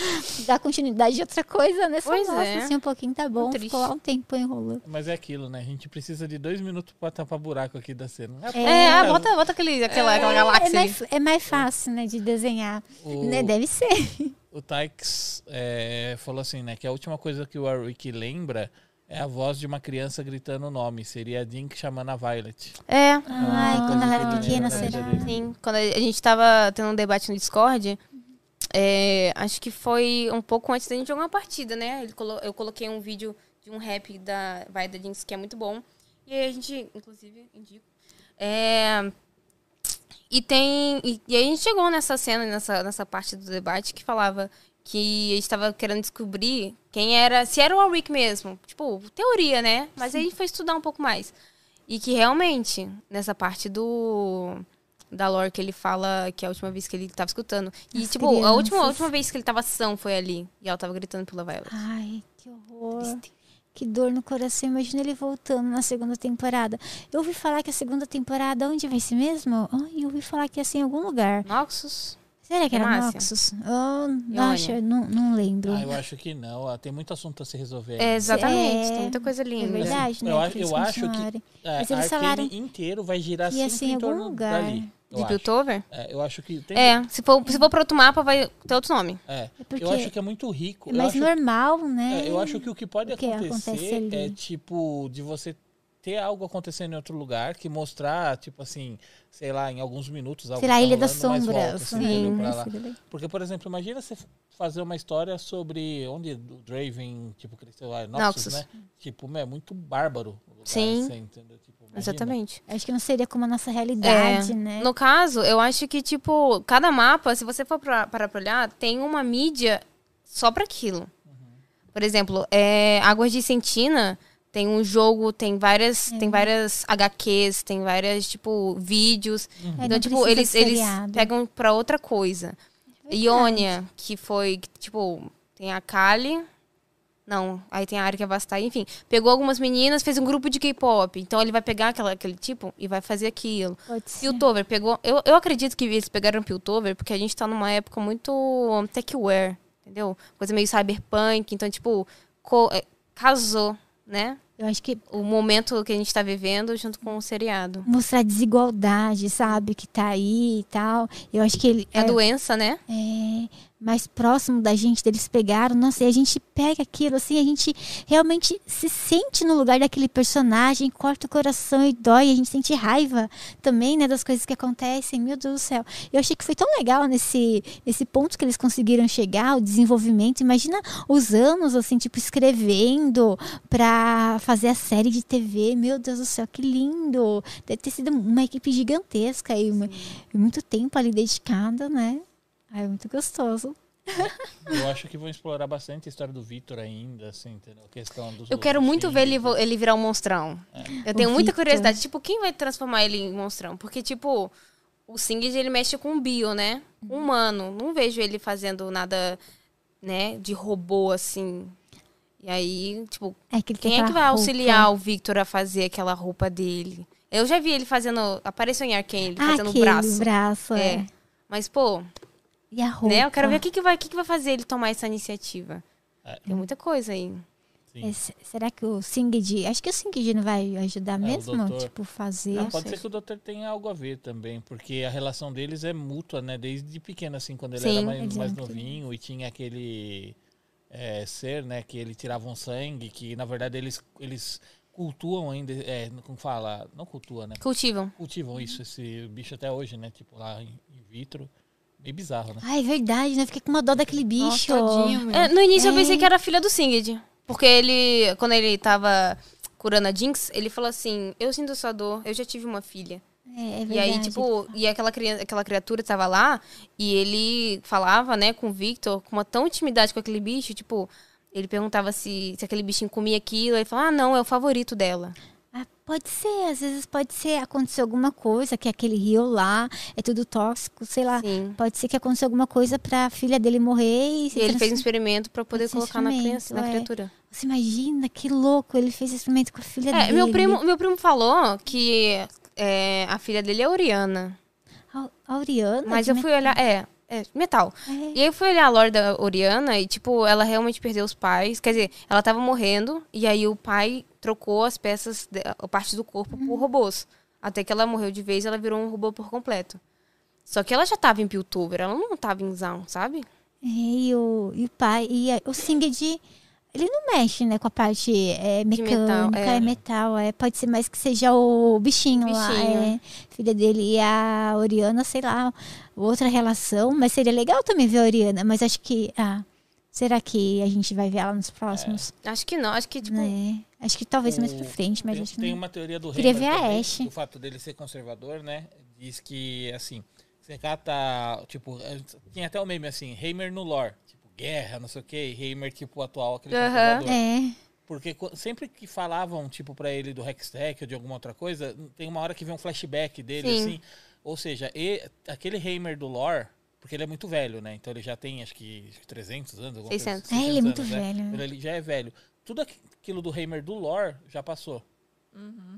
Speaker 1: dar continuidade de outra coisa, né? Só
Speaker 2: Pois
Speaker 1: mostra,
Speaker 2: é.
Speaker 1: assim, um pouquinho tá bom.
Speaker 2: triste.
Speaker 1: Ficou lá um tempo enrolando.
Speaker 4: Mas é aquilo, né? A gente precisa de dois minutos pra tapar buraco aqui da cena.
Speaker 2: É,
Speaker 1: É.
Speaker 2: ah, bota, bota aquele, aquela, aquela
Speaker 1: É
Speaker 2: galáxia ali.
Speaker 1: mais, é mais fácil, né, de desenhar.
Speaker 4: O,
Speaker 1: Né, deve ser.
Speaker 4: o Taix é, falou assim, né? Que a última coisa que o Warwick lembra é a voz de uma criança gritando o nome. Seria a Dink chamando a Violet.
Speaker 2: É.
Speaker 4: Ah,
Speaker 1: Ai, quando ela era
Speaker 4: entendi,
Speaker 1: pequena,
Speaker 4: entendi.
Speaker 1: será?
Speaker 2: Sim, quando a gente tava tendo um debate no Discord, é, acho que foi um pouco antes da gente jogar uma partida, né? Ele colo- eu coloquei um vídeo de um rap da Vai da Jinx, que é muito bom. E aí a gente, inclusive, indico. É, e tem. E, e aí a gente chegou nessa cena, nessa, nessa parte do debate, que falava que a gente tava querendo descobrir quem era. Se era o Warwick mesmo. Tipo, teoria, né? Mas aí a gente foi estudar um pouco mais. E que realmente, nessa parte do da lore que ele fala que é a última vez que ele tava escutando. E,
Speaker 1: As
Speaker 2: tipo, a última, a
Speaker 1: crianças.
Speaker 2: última vez que ele tava são foi ali. E ela tava gritando pela Violet.
Speaker 1: Ai, que horror.
Speaker 2: Triste.
Speaker 1: Que dor no coração. Imagina ele voltando na segunda temporada. Eu ouvi falar que a segunda temporada, onde vai ser mesmo? Ai, eu ouvi falar que ia ser em algum lugar.
Speaker 2: Noxus?
Speaker 1: Será que era
Speaker 2: Demacia?
Speaker 1: Noxus? Oh,
Speaker 2: Ionia.
Speaker 1: acho, não, não lembro.
Speaker 4: Ah, eu acho que não. Ah, tem muito assunto a se resolver.
Speaker 2: É, exatamente.
Speaker 1: É.
Speaker 2: Tem muita coisa
Speaker 1: É
Speaker 2: linda.
Speaker 1: verdade, né?
Speaker 4: Eu
Speaker 1: pra
Speaker 4: acho-
Speaker 1: eles
Speaker 4: eu acho que-
Speaker 1: continuarem.
Speaker 4: É,
Speaker 1: Mas
Speaker 4: a
Speaker 1: eles falaram
Speaker 4: Arcane inteiro vai girar
Speaker 1: que ia
Speaker 4: sempre
Speaker 1: ser em
Speaker 4: em
Speaker 1: algum
Speaker 4: torno
Speaker 1: lugar.
Speaker 4: dali. eu
Speaker 2: De
Speaker 4: acho.
Speaker 2: Piltover?
Speaker 4: É, eu acho que tem.
Speaker 2: É. Se for, se for pra outro mapa, vai ter outro nome.
Speaker 4: é.
Speaker 1: É porque
Speaker 4: Eu acho que é muito rico.
Speaker 1: é
Speaker 4: Eu
Speaker 1: mais
Speaker 4: acho-
Speaker 1: normal, né?
Speaker 4: é, eu acho que o que pode
Speaker 1: O que acontece
Speaker 4: acontecer é
Speaker 1: ali.
Speaker 4: tipo de você ter algo acontecendo em outro lugar que mostrar, tipo assim, sei lá, em alguns minutos algo
Speaker 1: Será a
Speaker 4: tá
Speaker 1: Ilha das
Speaker 4: rolando, mas volta,
Speaker 1: Sombras.
Speaker 4: assim,
Speaker 1: né?
Speaker 4: entendeu?
Speaker 2: Sim.
Speaker 4: Pra
Speaker 1: Mas
Speaker 4: lá.
Speaker 1: tudo bem.
Speaker 4: Porque, por exemplo, imagina você fazer uma história sobre onde o Draven, tipo, cresceu lá,
Speaker 2: Noxus.
Speaker 4: Noxus, né? Tipo, meu, é muito bárbaro. o lugar,
Speaker 2: Sim.
Speaker 4: você entendeu? Tipo, imagina.
Speaker 2: Exatamente.
Speaker 1: Acho que não seria como a nossa
Speaker 2: É.
Speaker 1: realidade, né?
Speaker 2: No caso, eu acho que, tipo, cada mapa, se você for pra- parar pra olhar, tem uma mídia só pra aquilo.
Speaker 1: Uhum.
Speaker 2: Por exemplo, é, Águas de Sentina tem um jogo, tem
Speaker 1: É.
Speaker 2: várias, tem várias HQs, tem várias, tipo, vídeos.
Speaker 1: É,
Speaker 2: Então,
Speaker 1: não
Speaker 2: tipo,
Speaker 1: precisa
Speaker 2: eles,
Speaker 1: de
Speaker 2: eles
Speaker 1: seriado. É
Speaker 2: pegam pra outra coisa. Iônia, que foi, que, tipo, tem a Kali. Não, aí tem a Arya que é Bastai, enfim. Pegou algumas meninas, fez um grupo de K-pop. Então ele vai pegar aquela, aquele tipo e vai fazer aquilo.
Speaker 1: Pode ser.
Speaker 2: Piltover pegou. Eu, eu acredito que eles pegaram Piltover porque a gente tá numa época muito techwear, entendeu? Coisa meio cyberpunk. Então, tipo, co- é, casou, né?
Speaker 1: Eu acho que
Speaker 2: O momento que a gente tá vivendo junto com o seriado.
Speaker 1: mostrar a desigualdade, sabe? Que tá aí e tal. Eu acho que ele
Speaker 2: A
Speaker 1: é,
Speaker 2: doença, né?
Speaker 1: é, mais próximo da gente, deles pegaram. Nossa, e a gente pega aquilo, assim, a gente realmente se sente no lugar daquele personagem, corta o coração e dói. A gente sente raiva também, né? Das coisas que acontecem. Meu Deus do céu. Eu achei que foi tão legal nesse, nesse ponto que eles conseguiram chegar, o desenvolvimento. Imagina os anos, assim, tipo, escrevendo pra fazer a série de TV. Meu Deus do céu, que lindo! Deve ter sido uma equipe gigantesca e, uma- e muito tempo ali dedicada, né? Ai, é muito gostoso.
Speaker 4: Eu acho que vão explorar bastante a história do Vitor ainda, assim, entendeu? A questão dos
Speaker 2: Eu quero muito ver ele, vo- ele virar um monstrão. Eu tenho
Speaker 1: O
Speaker 2: muita
Speaker 1: Victor.
Speaker 2: curiosidade. Tipo, quem vai transformar ele em monstrão? Porque, tipo, o Singed, ele mexe com o bio, né? Humano. Não vejo ele fazendo nada, né, de robô, assim. E aí, tipo,
Speaker 1: É que ele tem
Speaker 2: quem é que
Speaker 1: aquela
Speaker 2: vai
Speaker 1: roupa.
Speaker 2: auxiliar o Victor a fazer aquela roupa dele? Eu já vi ele fazendo. Apareceu em Arkane, ele
Speaker 1: Ah,
Speaker 2: fazendo o
Speaker 1: aquele
Speaker 2: braço.
Speaker 1: braço. é.
Speaker 2: É. Mas, pô,
Speaker 1: E a roupa.
Speaker 2: né? Eu quero ver o que, que, vai, o que, que vai fazer ele tomar essa iniciativa.
Speaker 4: É.
Speaker 2: Tem muita coisa aí.
Speaker 4: Sim.
Speaker 1: É, se- será que o Singed. Acho que o Singed não vai ajudar mesmo?
Speaker 4: É, doutor.
Speaker 1: Tipo, fazer.
Speaker 2: Não
Speaker 4: Ah, Pode
Speaker 2: sei.
Speaker 4: ser que o doutor tenha algo a ver também, porque a relação deles é mútua, né? Desde pequeno, assim, quando ele era
Speaker 2: Sim,
Speaker 4: mais,
Speaker 1: eles
Speaker 4: mais
Speaker 1: eram pequenos.
Speaker 4: novinho e tinha aquele é, ser, né? Que ele tirava um sangue, que na verdade eles, eles cultuam ainda, é, como fala? Não cultua, né?
Speaker 2: Cultivam.
Speaker 4: Cultivam isso, esse bicho até hoje, né? Tipo, lá em, in vitro. Meio bizarro, né?
Speaker 1: Ai, é verdade, né? Fiquei com uma dó daquele bicho.
Speaker 2: É, no início eu
Speaker 1: É.
Speaker 2: pensei que era a filha do Singed. Porque ele, quando ele tava curando a Jinx, ele falou assim: Eu sinto sua dor, eu já tive uma filha.
Speaker 1: É, é verdade.
Speaker 2: E aí, tipo, e aquela, cria- aquela criatura tava lá e ele falava, né, com o Victor, com uma tão intimidade com aquele bicho, tipo, ele perguntava se, se aquele bichinho comia aquilo, aí ele falava, ah, não, é o favorito dela.
Speaker 1: Ah, pode ser, às vezes pode ser. Aconteceu alguma coisa, que aquele rio lá é tudo tóxico, sei lá.
Speaker 2: Sim.
Speaker 1: Pode ser que aconteceu alguma coisa pra filha dele morrer e se
Speaker 2: E ele
Speaker 1: trans-
Speaker 2: fez um experimento pra poder
Speaker 1: Esse
Speaker 2: colocar na, criança, na
Speaker 1: experimento, é.
Speaker 2: criatura.
Speaker 1: Você imagina, que louco, ele fez experimento com a filha
Speaker 2: É,
Speaker 1: dele.
Speaker 2: meu primo, meu primo falou que é, a filha dele é Oriana.
Speaker 1: A, a Oriana.
Speaker 2: Mas
Speaker 1: de
Speaker 2: eu fui olhar. É, é, metal.
Speaker 1: É.
Speaker 2: E aí eu fui olhar a lore da Oriana e, tipo, ela realmente perdeu os pais. Quer dizer, ela tava morrendo e aí o pai trocou as peças, de- a parte do corpo por robôs. Até que ela morreu de vez ela virou um robô por completo. Só que ela já tava em Piltover, ela não tava em Zaun, sabe?
Speaker 1: É, E o, e o pai, e a- o Singed, ele não mexe, né, com a parte é,
Speaker 2: De
Speaker 1: mecânica,
Speaker 2: metal,
Speaker 1: é.
Speaker 2: é.
Speaker 1: metal, é, pode ser mais que seja o bichinho, lá, é,
Speaker 2: Bichinho.
Speaker 1: filha dele, e a Oriana, sei lá, outra relação, mas seria legal também ver a Oriana, mas acho que, ah, será que a gente vai ver ela nos
Speaker 4: É,
Speaker 1: próximos,
Speaker 2: Acho que não, acho que, tipo.
Speaker 1: né, acho que talvez mais pra
Speaker 4: O-
Speaker 1: frente, mas
Speaker 4: é, tem,
Speaker 1: acho que
Speaker 4: tem
Speaker 1: não.
Speaker 4: uma teoria do
Speaker 1: Queria
Speaker 4: Hammer
Speaker 1: ver a
Speaker 4: também,
Speaker 1: Ashe.
Speaker 4: O fato dele ser conservador, né? Diz que, assim, você cata, tipo, é, tinha até o meme assim, Heimer no lore. Tipo, guerra, não sei o quê, e Heimer, tipo, atual, aquele
Speaker 2: Aham.
Speaker 4: conservador.
Speaker 1: É,
Speaker 4: Porque co- sempre que falavam, tipo, pra ele do Hextech ou de alguma outra coisa, tem uma hora que vem um flashback dele,
Speaker 2: Sim.
Speaker 4: assim. Ou seja, e- aquele Heimer do lore, porque ele é muito velho, né? Então ele já tem, acho que, acho que 300 anos, alguma coisa
Speaker 2: 600.
Speaker 4: assim,
Speaker 1: É, ele é muito
Speaker 4: 600 anos, né?
Speaker 1: velho, né?
Speaker 4: Ele já é velho. Tudo aqu- aquilo do Heimer do lore já passou.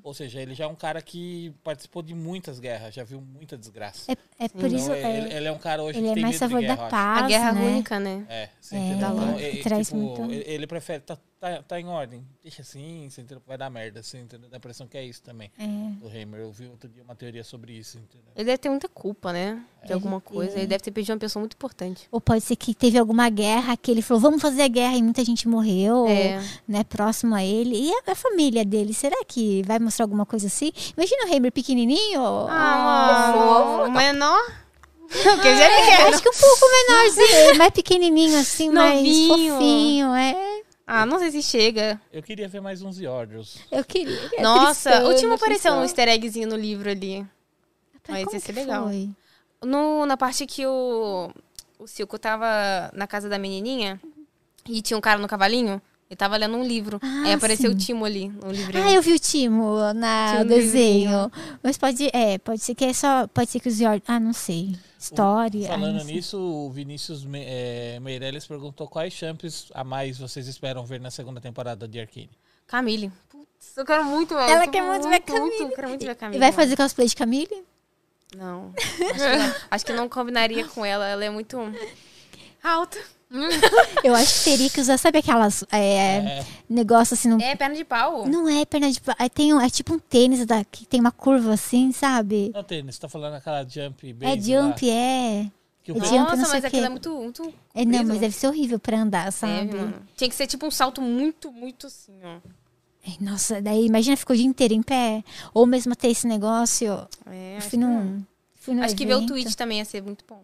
Speaker 4: Ou seja, ele já é um cara que participou de muitas guerras, já viu muita desgraça.
Speaker 1: é, é por
Speaker 4: Então,
Speaker 1: isso,
Speaker 4: ele,
Speaker 1: é,
Speaker 4: ele é um cara hoje
Speaker 1: ele
Speaker 4: que
Speaker 1: é
Speaker 4: tem
Speaker 1: mais
Speaker 4: medo de
Speaker 1: favor da
Speaker 4: guerra, eu acho.
Speaker 1: paz,
Speaker 2: A guerra
Speaker 1: né?
Speaker 2: única, né?
Speaker 4: é, você
Speaker 1: É,
Speaker 4: entendeu?
Speaker 2: tá
Speaker 4: Então,
Speaker 2: lá,
Speaker 4: e- e,
Speaker 1: traz
Speaker 4: tipo,
Speaker 1: muito-
Speaker 4: ele, ele prefere, tá, tá, tá em ordem, deixa assim, você entendeu? vai dar merda, você entendeu? Dá a impressão que é isso também,
Speaker 1: É.
Speaker 4: do Heimer. Eu vi outro dia uma teoria sobre isso, entendeu?
Speaker 2: Ele deve ter muita culpa, né? De alguma
Speaker 1: ter.
Speaker 2: coisa. Ele deve ter perdido uma pessoa muito importante.
Speaker 1: Ou pode ser que teve alguma guerra que ele falou, vamos fazer a guerra e muita gente morreu.
Speaker 2: É.
Speaker 1: né, próximo a ele. E a, a família dele, será que vai mostrar alguma coisa assim? Imagina o Heimer pequenininho.
Speaker 2: Ah, mano. Menor? Porque já é
Speaker 1: É, acho que um pouco menorzinho, mais pequenininho assim, mais
Speaker 2: Novinho.
Speaker 1: fofinho, é.
Speaker 2: Ah, não sei se chega.
Speaker 4: Eu queria ver mais uns Yordles.
Speaker 1: Eu queria.
Speaker 2: É Nossa,
Speaker 1: Tristana,
Speaker 2: o Timo apareceu um
Speaker 1: Tristana.
Speaker 2: easter eggzinho no livro ali.
Speaker 1: Mas
Speaker 2: Mas
Speaker 1: como
Speaker 2: ia ser
Speaker 1: que
Speaker 2: legal.
Speaker 1: foi?
Speaker 2: No, na parte que o, o Silco tava na casa da menininha e tinha um cara no cavalinho, ele tava lendo um livro.
Speaker 1: Ah,
Speaker 2: aí apareceu
Speaker 1: sim.
Speaker 2: o Timo ali no livrinho.
Speaker 1: Ah, eu vi o Timo na
Speaker 2: Tinha um
Speaker 1: desenho. Mas pode, é, pode ser que é só, pode ser que os Yord, ah, não sei. História. ah,
Speaker 4: Falando
Speaker 1: não sei.
Speaker 4: nisso, o Vinícius Me- eh, Meirelles perguntou quais champs a mais vocês esperam ver na segunda temporada de Arcane.
Speaker 2: Camille. Putz, eu quero muito velho.
Speaker 1: Ela
Speaker 2: eu
Speaker 1: quer
Speaker 2: tô
Speaker 1: muito ver
Speaker 2: Muito,
Speaker 1: Camille.
Speaker 2: eu quero muito ver a Camille.
Speaker 1: E vai
Speaker 2: mano.
Speaker 1: fazer cosplay de Camille?
Speaker 2: Não. Acho que não. Acho que não combinaria com ela. Ela é muito alta.
Speaker 1: Eu acho que teria que usar, sabe aquelas é, negócio assim no
Speaker 2: É, perna de pau.
Speaker 1: Não é perna de pau. É, tem um- é tipo um tênis da, que tem uma curva assim, sabe?
Speaker 4: Não, Tênis, você tá falando aquela jump
Speaker 1: É
Speaker 4: base lá,
Speaker 1: jump, é.
Speaker 4: que o
Speaker 1: é
Speaker 4: pe-
Speaker 1: jump, não sei
Speaker 2: Nossa,
Speaker 1: o
Speaker 2: mas
Speaker 1: quê.
Speaker 2: aquilo é muito, muito
Speaker 1: É, não,
Speaker 2: Mesmo?
Speaker 1: mas deve ser horrível pra andar,
Speaker 2: Deve,
Speaker 1: sabe?
Speaker 2: mano. Tinha que ser tipo um salto muito, muito assim, ó.
Speaker 1: Ai, Nossa, daí imagina ficou o dia inteiro em pé. Ou mesmo ter esse negócio.
Speaker 2: É,
Speaker 1: Eu
Speaker 2: acho
Speaker 1: fui num. Fui
Speaker 2: que-
Speaker 1: num
Speaker 2: acho que ver o
Speaker 1: evento.
Speaker 2: Twitch também ia ser muito bom.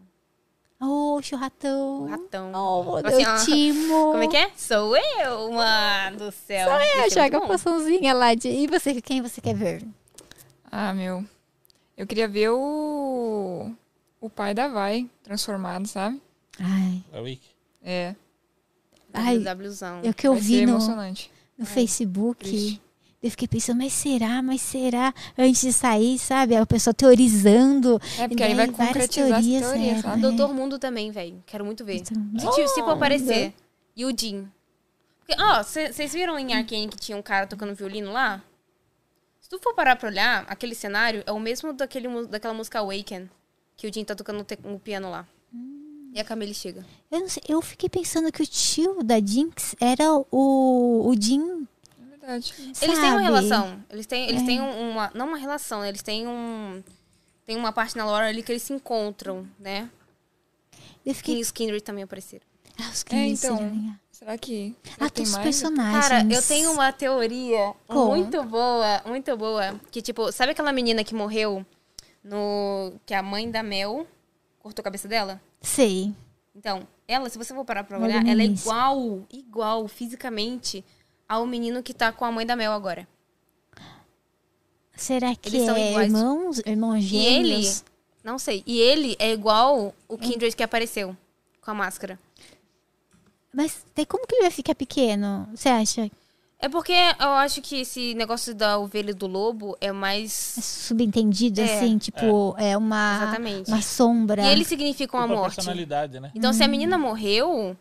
Speaker 1: Oh,
Speaker 2: O
Speaker 1: churratão.
Speaker 2: ratão.
Speaker 1: Oh,
Speaker 2: Assim,
Speaker 1: meu
Speaker 2: ó,
Speaker 1: timo.
Speaker 2: Como é que é? Sou eu, mano do céu. Sou
Speaker 1: É, joga a poçãozinha lá de. E você, quem você quer ver?
Speaker 3: Ah, meu. Eu queria ver o. O pai da Vai transformado, sabe?
Speaker 1: Ai.
Speaker 4: a Wick.
Speaker 3: É.
Speaker 1: Ai,
Speaker 2: WWzão.
Speaker 1: é o que eu
Speaker 3: vai
Speaker 1: vi
Speaker 3: ser
Speaker 1: no.
Speaker 3: emocionante.
Speaker 1: no
Speaker 2: É,
Speaker 1: Facebook.
Speaker 3: triste.
Speaker 1: Eu fiquei pensando, mas será, mas será? Antes de sair, sabe? Aí o pessoal teorizando.
Speaker 3: É, porque
Speaker 1: E daí
Speaker 3: aí vai
Speaker 1: várias
Speaker 3: concretizar essa
Speaker 1: teorias,
Speaker 3: teoria,
Speaker 1: é,
Speaker 3: sabe?
Speaker 1: né?
Speaker 2: Doutor Mundo também, velho. Quero muito ver.
Speaker 1: Então,
Speaker 2: Se, tipo, se for aparecer. E o Jim. Porque Ó, vocês viram em Arkane que tinha um cara tocando violino lá? Se tu for parar pra olhar, aquele cenário é o mesmo daquele, mu- daquela música Awaken, que o Jim tá tocando o te- o piano lá. E a Camille chega.
Speaker 1: Eu, não sei, eu fiquei pensando que o tio da Jinx era o, o Jim.
Speaker 3: É verdade.
Speaker 2: Eles têm uma
Speaker 1: sabe? É.
Speaker 2: relação. Eles têm, eles têm um- uma. Não uma relação, né? eles têm um. Tem uma parte na lore ali que eles se encontram, né?
Speaker 1: Eu
Speaker 2: E
Speaker 1: fiquei.
Speaker 2: os Kindred também apareceram.
Speaker 1: Ah, os
Speaker 3: É,
Speaker 1: crianças.
Speaker 3: então.
Speaker 1: né?
Speaker 3: Será que. será
Speaker 1: Ah,
Speaker 3: que tem
Speaker 1: todos os
Speaker 3: mais?
Speaker 1: personagens.
Speaker 2: Cara, eu tenho uma teoria
Speaker 1: Como?
Speaker 2: muito boa, muito boa. Que, tipo, sabe aquela menina que morreu no. Que a mãe da Mel cortou a cabeça dela?
Speaker 1: Sei.
Speaker 2: Então, ela, se você for parar pra
Speaker 1: Logo
Speaker 2: olhar,
Speaker 1: no
Speaker 2: ela é
Speaker 1: início.
Speaker 2: igual, igual fisicamente ao menino que tá com a mãe da Mel agora.
Speaker 1: Será que
Speaker 2: Eles são
Speaker 1: é
Speaker 2: iguais.
Speaker 1: irmãos, irmãos
Speaker 2: E ele,
Speaker 1: gêmeos?
Speaker 2: não sei, e ele é igual o Kindred que apareceu com a máscara.
Speaker 1: Mas tem como que ele vai ficar pequeno? Você acha?
Speaker 2: É porque eu acho que esse negócio da ovelha e do lobo é mais.
Speaker 1: É subentendido,
Speaker 2: É.
Speaker 1: assim, tipo, é, uma,
Speaker 2: Exatamente.
Speaker 1: uma sombra.
Speaker 2: E eles significam a
Speaker 4: Culpa é
Speaker 2: morte.
Speaker 4: personalidade, né?
Speaker 2: Então, se a
Speaker 1: Hum.
Speaker 2: menina morreu,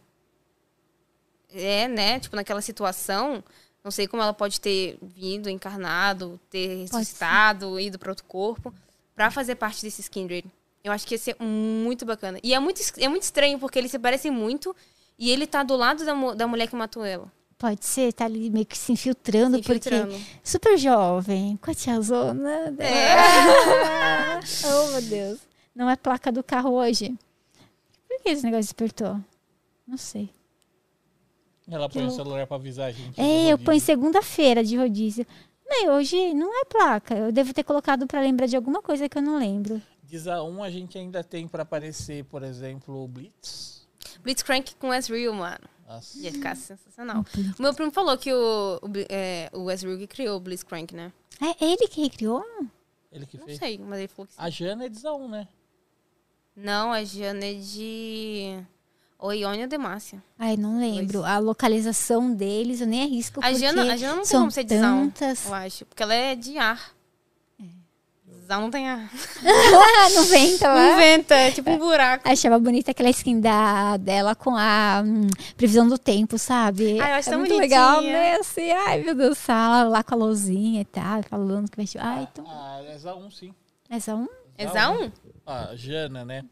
Speaker 2: é, né? Tipo, naquela situação, não sei como ela pode ter vindo, encarnado, ter
Speaker 1: ser.
Speaker 2: ressuscitado, ido para outro corpo, pra fazer parte desses Kindred. Eu acho que ia ser muito bacana. E é muito, es- é muito estranho, porque eles se parecem muito e ele tá do lado da, mu- da mulher que matou ela.
Speaker 1: Pode ser, tá ali meio que se infiltrando,
Speaker 2: se infiltrando.
Speaker 1: porque super jovem, com a tiazona. dela.
Speaker 2: É.
Speaker 1: oh, meu Deus. Não é placa do carro hoje. Por que esse negócio despertou? Não sei.
Speaker 4: Ela põe o
Speaker 1: louco.
Speaker 4: celular pra avisar a gente.
Speaker 1: É, eu
Speaker 4: do rodízio.
Speaker 1: ponho segunda-feira de rodízio. Mãe, hoje não é placa. Eu devo ter colocado pra lembrar de alguma coisa que eu não lembro.
Speaker 4: Diz a um, a gente ainda tem pra aparecer, por exemplo, o Blitz.
Speaker 2: Blitzcrank com Ezreal, mano.
Speaker 4: Nossa.
Speaker 2: Ia ficar
Speaker 1: Hum.
Speaker 2: sensacional. O meu primo falou que o, o, Bli- é, o Ezreal que criou o Blitzcrank, né?
Speaker 1: É ele que recriou?
Speaker 4: Ele que
Speaker 2: Não
Speaker 4: fez.
Speaker 2: sei, mas ele falou que sim. Ah.
Speaker 4: A Jana é diz a um, né?
Speaker 2: Não, a Jana é de. Ou Ione ou Demácia.
Speaker 1: Ai, não lembro. A localização deles, eu nem arrisco.
Speaker 2: A
Speaker 1: porque
Speaker 2: Jana, a Jana não tem
Speaker 1: são
Speaker 2: como ser de Zão,
Speaker 1: tantas.
Speaker 2: eu acho. Porque ela é de ar.
Speaker 1: É.
Speaker 2: Zão não tem ar.
Speaker 1: Ah, não vem, então.
Speaker 2: Não
Speaker 1: ah.
Speaker 2: venta, é tipo um buraco.
Speaker 1: Achava bonita aquela skin da, dela com a hum, previsão do tempo, sabe?
Speaker 2: Ai, Ah, eu acho
Speaker 1: é
Speaker 2: tão
Speaker 1: muito legal,
Speaker 2: bonitinha.
Speaker 1: né? Assim, ai, meu Deus, sala lá com a lousinha e tal, falando que vai chover. Ai, então,
Speaker 4: Ah, é Zá um, sim.
Speaker 1: é só um.
Speaker 2: É Zão?
Speaker 4: Ah, Jana, né?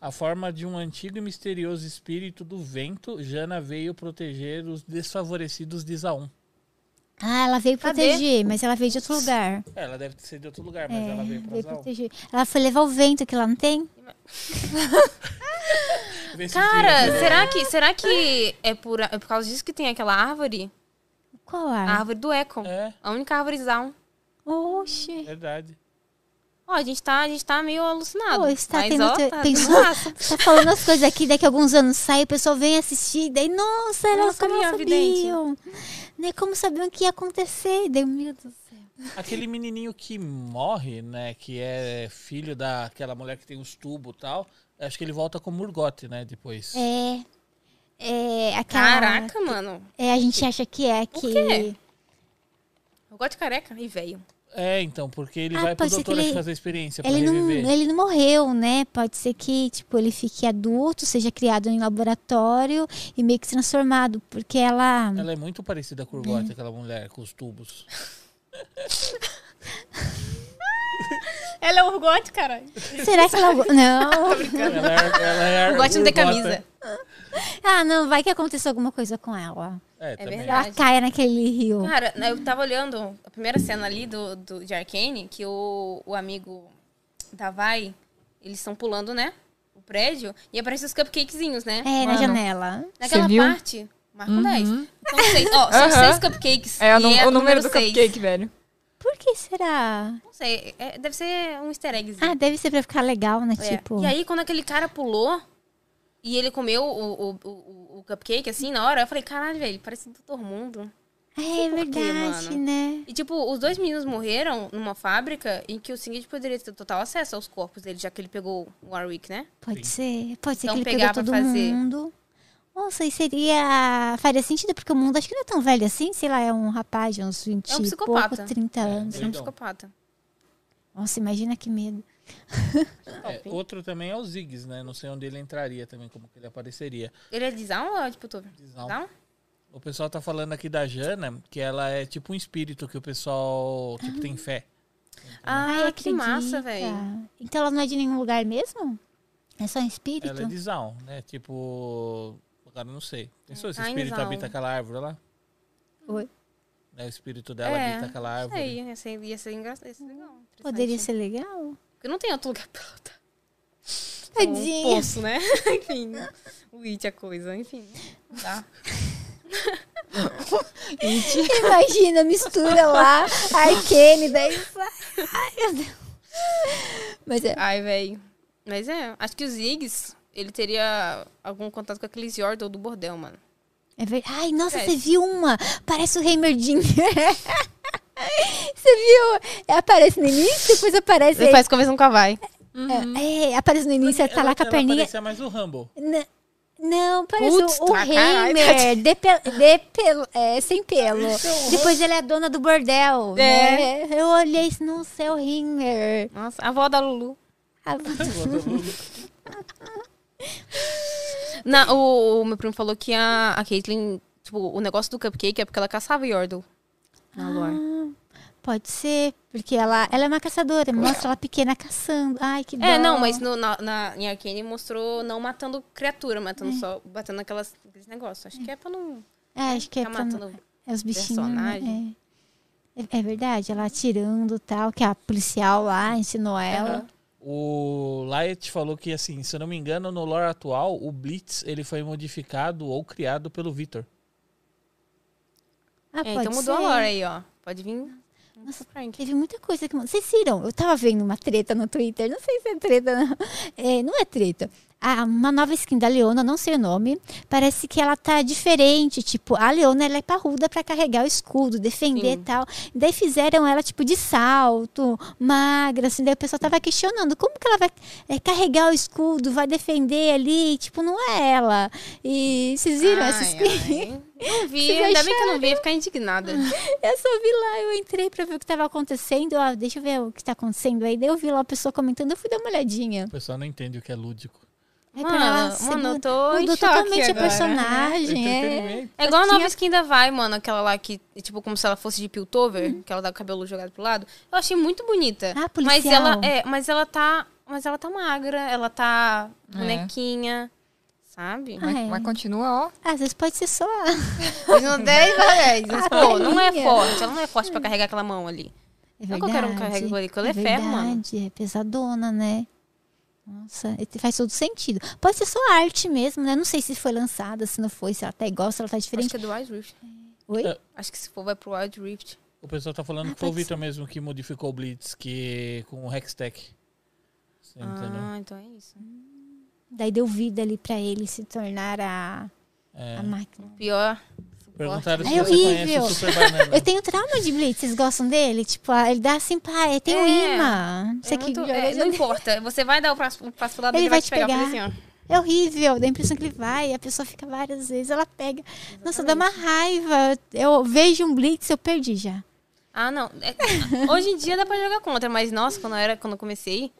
Speaker 4: A forma de um antigo e misterioso espírito do vento, Jana veio proteger os desfavorecidos de Zaun.
Speaker 1: Ah, ela veio
Speaker 2: Cadê?
Speaker 1: proteger, mas ela veio de outro lugar.
Speaker 4: É, Ela deve ser de outro lugar, mas ela veio pra
Speaker 1: É, Veio
Speaker 4: Zaun.
Speaker 1: proteger. Ela foi levar o vento que lá não tem?
Speaker 4: Vê se
Speaker 2: Cara,
Speaker 4: tira.
Speaker 2: será que, será que é, por, é por causa disso que tem aquela árvore?
Speaker 1: Qual
Speaker 2: A
Speaker 1: ar?
Speaker 2: árvore do Econ.
Speaker 4: É,
Speaker 2: A única árvore Zão.
Speaker 1: Oxi.
Speaker 4: verdade.
Speaker 2: Ó, a gente tá, a gente tá meio alucinado.
Speaker 1: Pô, isso tá
Speaker 2: mas,
Speaker 1: tendo
Speaker 2: ó,
Speaker 1: te-
Speaker 2: tá
Speaker 1: pensou?
Speaker 2: dando massa.
Speaker 1: Tá falando as coisas aqui, daqui a alguns anos sai, o pessoal vem assistir, daí, nossa, elas
Speaker 2: Nossa,
Speaker 1: como
Speaker 2: minha
Speaker 1: elas sabiam. Né, como sabiam que ia acontecer? Daí, meu Deus do céu.
Speaker 4: Aquele menininho que morre, né? Que é filho daquela mulher que tem os tubos e tal. Acho que ele volta com Murgote, né? Depois.
Speaker 1: É. É, aquela,
Speaker 2: Caraca, mano.
Speaker 1: É, a gente acha que é que.
Speaker 2: quê? Eu gosto de careca e velho.
Speaker 4: É, então, porque ele
Speaker 1: Ah,
Speaker 4: vai pro
Speaker 1: pode ser
Speaker 4: doutor
Speaker 1: que ele-
Speaker 4: fazer experiência pra
Speaker 1: Ele não,
Speaker 4: reviver.
Speaker 1: ele não morreu, né? Pode ser que, tipo, ele fique adulto, seja criado em laboratório e meio que transformado, porque ela.
Speaker 4: Ela é muito parecida com o Urgot,
Speaker 1: É.
Speaker 4: aquela mulher com os tubos.
Speaker 2: Ela é Urgote, caralho.
Speaker 1: Será que ela.
Speaker 2: Tá
Speaker 1: Não!
Speaker 4: Ela é, ela é a
Speaker 2: Urgote não tem
Speaker 4: Urgota.
Speaker 2: Um camisa.
Speaker 1: Ah, não, vai que aconteça alguma coisa com ela.
Speaker 4: É, também.
Speaker 2: verdade.
Speaker 1: Ela caia naquele rio.
Speaker 2: Cara, eu tava olhando a primeira cena ali do, do, de Arcane, que o, o amigo da Vai, eles estão pulando, né? O prédio, e aparecem os cupcakezinhos, né?
Speaker 1: É, na
Speaker 3: Mano.
Speaker 1: janela.
Speaker 2: Naquela
Speaker 3: Você viu? Uhum.
Speaker 2: parte, marca um 10.
Speaker 1: Uhum.
Speaker 2: São seis, ó, são
Speaker 3: Aham.
Speaker 2: seis cupcakes.
Speaker 3: É, o
Speaker 2: e
Speaker 3: nu-
Speaker 2: é
Speaker 3: o número do
Speaker 2: seis.
Speaker 3: cupcake, velho.
Speaker 1: Por que será?
Speaker 2: Não sei, é- deve ser um easter eggzinho.
Speaker 1: Ah, deve ser pra ficar legal, né?
Speaker 3: Ah,
Speaker 2: É.
Speaker 1: Tipo.
Speaker 2: E aí, quando aquele cara pulou e ele comeu o, o, o, o cupcake, assim, na hora, eu falei, caralho, velho, parece do Dr. Mundo.
Speaker 1: é
Speaker 2: por quê,
Speaker 1: verdade,
Speaker 2: mano?
Speaker 1: né?
Speaker 2: E, tipo, os dois meninos morreram numa fábrica em que o Singed poderia ter total acesso aos corpos dele, já que ele pegou o Warwick, né?
Speaker 1: Pode ser. Pode ser
Speaker 2: Então
Speaker 1: que ele
Speaker 2: pegar
Speaker 1: pegou
Speaker 2: pra
Speaker 1: todo
Speaker 2: fazer.
Speaker 1: mundo. Nossa, e seria. Faria sentido, porque o mundo acho que não é tão velho assim. Sei lá, é um rapaz de uns 20
Speaker 2: É um
Speaker 1: e pouco,
Speaker 2: psicopata.
Speaker 1: 30 anos.
Speaker 2: Ele é um
Speaker 4: Doidão.
Speaker 2: psicopata.
Speaker 1: Nossa, imagina que medo.
Speaker 4: É, outro também é o Ziggs, né? Não sei onde ele entraria também, como que ele apareceria.
Speaker 2: Ele é de Zaun ou é de Putov?
Speaker 4: Zão.
Speaker 2: Zaun?
Speaker 4: O pessoal tá falando aqui da Jana, que ela é tipo um espírito que o pessoal tipo, tem fé.
Speaker 2: um Ah, que
Speaker 1: acredita.
Speaker 2: massa, velho.
Speaker 1: Então ela não é de nenhum lugar mesmo? É só um espírito?
Speaker 4: Ela é de Zaun, né? Tipo. Agora eu não sei. Pensou esse
Speaker 2: Ah, em
Speaker 4: espírito
Speaker 2: Zaun.
Speaker 4: habita aquela árvore lá?
Speaker 1: Oi.
Speaker 4: Né, o espírito dela
Speaker 2: É,
Speaker 4: habita aquela
Speaker 2: Isso
Speaker 4: árvore.
Speaker 2: aí, ia ser, ia ser engraçado. Ia ser legal, interessante.
Speaker 1: Poderia ser legal?
Speaker 2: Porque não tem outro lugar pra ela tá. Um
Speaker 1: Tadinha.
Speaker 2: poço, né? enfim. O it, a coisa, enfim. Tá.
Speaker 1: Imagina, mistura lá, Arcane, daí vai. Ai, meu Deus. Mas é.
Speaker 2: Ai, velho. Mas é, acho que o Ziggs, ele teria algum contato com aquele Yordle do bordel, mano.
Speaker 1: é ver... Ai, nossa,
Speaker 2: É.
Speaker 1: você viu uma? Parece o Heimerdinger. Você viu? É, Aparece no início, depois aparece.
Speaker 2: Depois conversa com a Vai. "Hum."
Speaker 1: É, é, aparece no início, tá lá com a perninha.
Speaker 4: parecia mais o Rambo.
Speaker 1: N- Não, parece
Speaker 2: Putz,
Speaker 1: o, o
Speaker 2: tá, caralho,
Speaker 1: Heimer, de pe- de pelo- é, sem pelo. Depois ele é a dona do bordel,
Speaker 2: É.
Speaker 1: né? Eu olhei isso, nossa, é o Heimer.
Speaker 2: Nossa, a avó da Lulu.
Speaker 1: Ah,
Speaker 2: Na, o, o meu primo falou que a, a Caitlyn, tipo, o negócio do cupcake é porque ela caçava Yordle. Na lore.
Speaker 1: Pode ser, porque ela, ela é uma caçadora, mostra ela pequena caçando. Ai, que Ah, dó.
Speaker 2: É, não, mas no, na, na, em Arcane mostrou não matando criatura, matando só, batendo aquelas, aqueles negócios. Acho que é pra não
Speaker 1: É, acho que é,
Speaker 2: ficar
Speaker 1: pra,
Speaker 2: matando.
Speaker 1: é os bichinhos, né?
Speaker 2: personagem.
Speaker 1: É. É- é verdade, ela atirando e tal, que a policial lá ensinou ela.
Speaker 4: O Light falou que, assim, se eu não me engano, no lore atual, o Blitz ele foi modificado ou criado pelo Victor.
Speaker 1: Ah,
Speaker 2: É,
Speaker 1: pode
Speaker 2: então mudou
Speaker 1: ser.
Speaker 2: a lore aí, ó. Pode vir.
Speaker 1: Nossa,
Speaker 2: Frank.
Speaker 1: Teve muita coisa que. Vocês viram? Eu tava vendo uma treta no Twitter. Não sei se é treta, não. É, não é treta. Ah, uma nova skin da Leona, não sei o nome. Parece que ela tá diferente. Tipo, a Leona ela é parruda pra carregar o escudo, defender e
Speaker 2: Sim.
Speaker 1: tal. Daí fizeram ela, tipo, de salto, magra, assim. Daí o pessoal tava questionando como que ela vai é, carregar o escudo, vai defender ali. Tipo, não é ela. E vocês viram essa
Speaker 2: Ai,
Speaker 1: skin?
Speaker 2: ai. Não vi,
Speaker 1: Vocês
Speaker 2: ainda bem que eu não vi, ia ficar indignada.
Speaker 1: Eu só vi lá, eu entrei pra ver o que tava acontecendo. Ó, deixa eu ver o que tá acontecendo aí. Daí eu vi lá a pessoa comentando, eu fui dar uma olhadinha.
Speaker 4: O pessoal não entende o que é lúdico.
Speaker 1: Aí
Speaker 2: mano,
Speaker 1: pra lá,
Speaker 2: mano,
Speaker 1: segura-
Speaker 2: eu tô em
Speaker 1: mudou
Speaker 2: choque
Speaker 1: totalmente
Speaker 2: agora. né?
Speaker 1: a personagem. É.
Speaker 4: Entretenimento.
Speaker 2: É igual a nova
Speaker 1: Tinha-
Speaker 2: skin da Vai, mano, aquela lá que, é tipo, como se ela fosse de Piltover,
Speaker 1: Hum.
Speaker 2: que ela dá o cabelo jogado pro lado. Eu achei muito bonita.
Speaker 1: Ah,
Speaker 2: Mas
Speaker 1: policial.
Speaker 2: ela é, mas ela tá, mas ela tá magra, ela tá
Speaker 3: É.
Speaker 2: bonequinha, sabe?
Speaker 1: Ah,
Speaker 3: Mas,
Speaker 1: é.
Speaker 3: mas continua, ó.
Speaker 1: Às vezes pode ser só.
Speaker 2: Mas no 10 vai 10. Mas,
Speaker 1: Ah,
Speaker 2: né, pô, não é
Speaker 1: tadinha.
Speaker 2: forte, ela não é forte pra carregar aquela mão ali.
Speaker 1: É
Speaker 2: Não é qualquer um que carrega aquilo ali, aquilo é ferro, mano.
Speaker 1: verdade, é pesadona, né? Nossa, e faz todo sentido. Pode ser só arte mesmo, né? Não sei se foi lançada, se não foi, se ela tá igual, se ela tá
Speaker 2: Acho
Speaker 1: diferente.
Speaker 2: que é do Wild Rift.
Speaker 1: Oi?
Speaker 4: É.
Speaker 2: Acho que se for vai pro Wild Rift.
Speaker 4: O pessoal tá falando
Speaker 1: Ah,
Speaker 4: que foi o
Speaker 1: pode
Speaker 4: Victor mesmo que modificou o Blitz que, com o Hextech. Você entendeu?
Speaker 2: Ah, então é isso.
Speaker 1: Daí deu vida ali pra ele se tornar a,
Speaker 4: É.
Speaker 1: a máquina.
Speaker 2: Pior. suporte.
Speaker 4: Perguntaram se
Speaker 1: É
Speaker 4: você conhece o
Speaker 1: horrível.
Speaker 4: Super Banana.
Speaker 1: Eu tenho trauma de Blitz, vocês gostam dele? Tipo, ah, ele dá assim, pá, ele tem um
Speaker 2: É.
Speaker 1: imã. Você
Speaker 2: É
Speaker 1: que
Speaker 2: muito-
Speaker 1: joga
Speaker 2: é, não importa. Você vai dar o passo, o passo pro lado
Speaker 1: Ele
Speaker 2: ele vai
Speaker 1: vai
Speaker 2: te
Speaker 1: te
Speaker 2: pegar.
Speaker 1: pegar.
Speaker 2: Assim, ó.
Speaker 1: É horrível, dá a impressão que ele vai, a pessoa fica várias vezes, ela pega. Nossa, dá uma raiva. Eu vejo um blitz, eu perdi já.
Speaker 2: Ah, não. É- hoje em dia dá pra jogar contra, mas nossa, quando eu, era, quando eu comecei,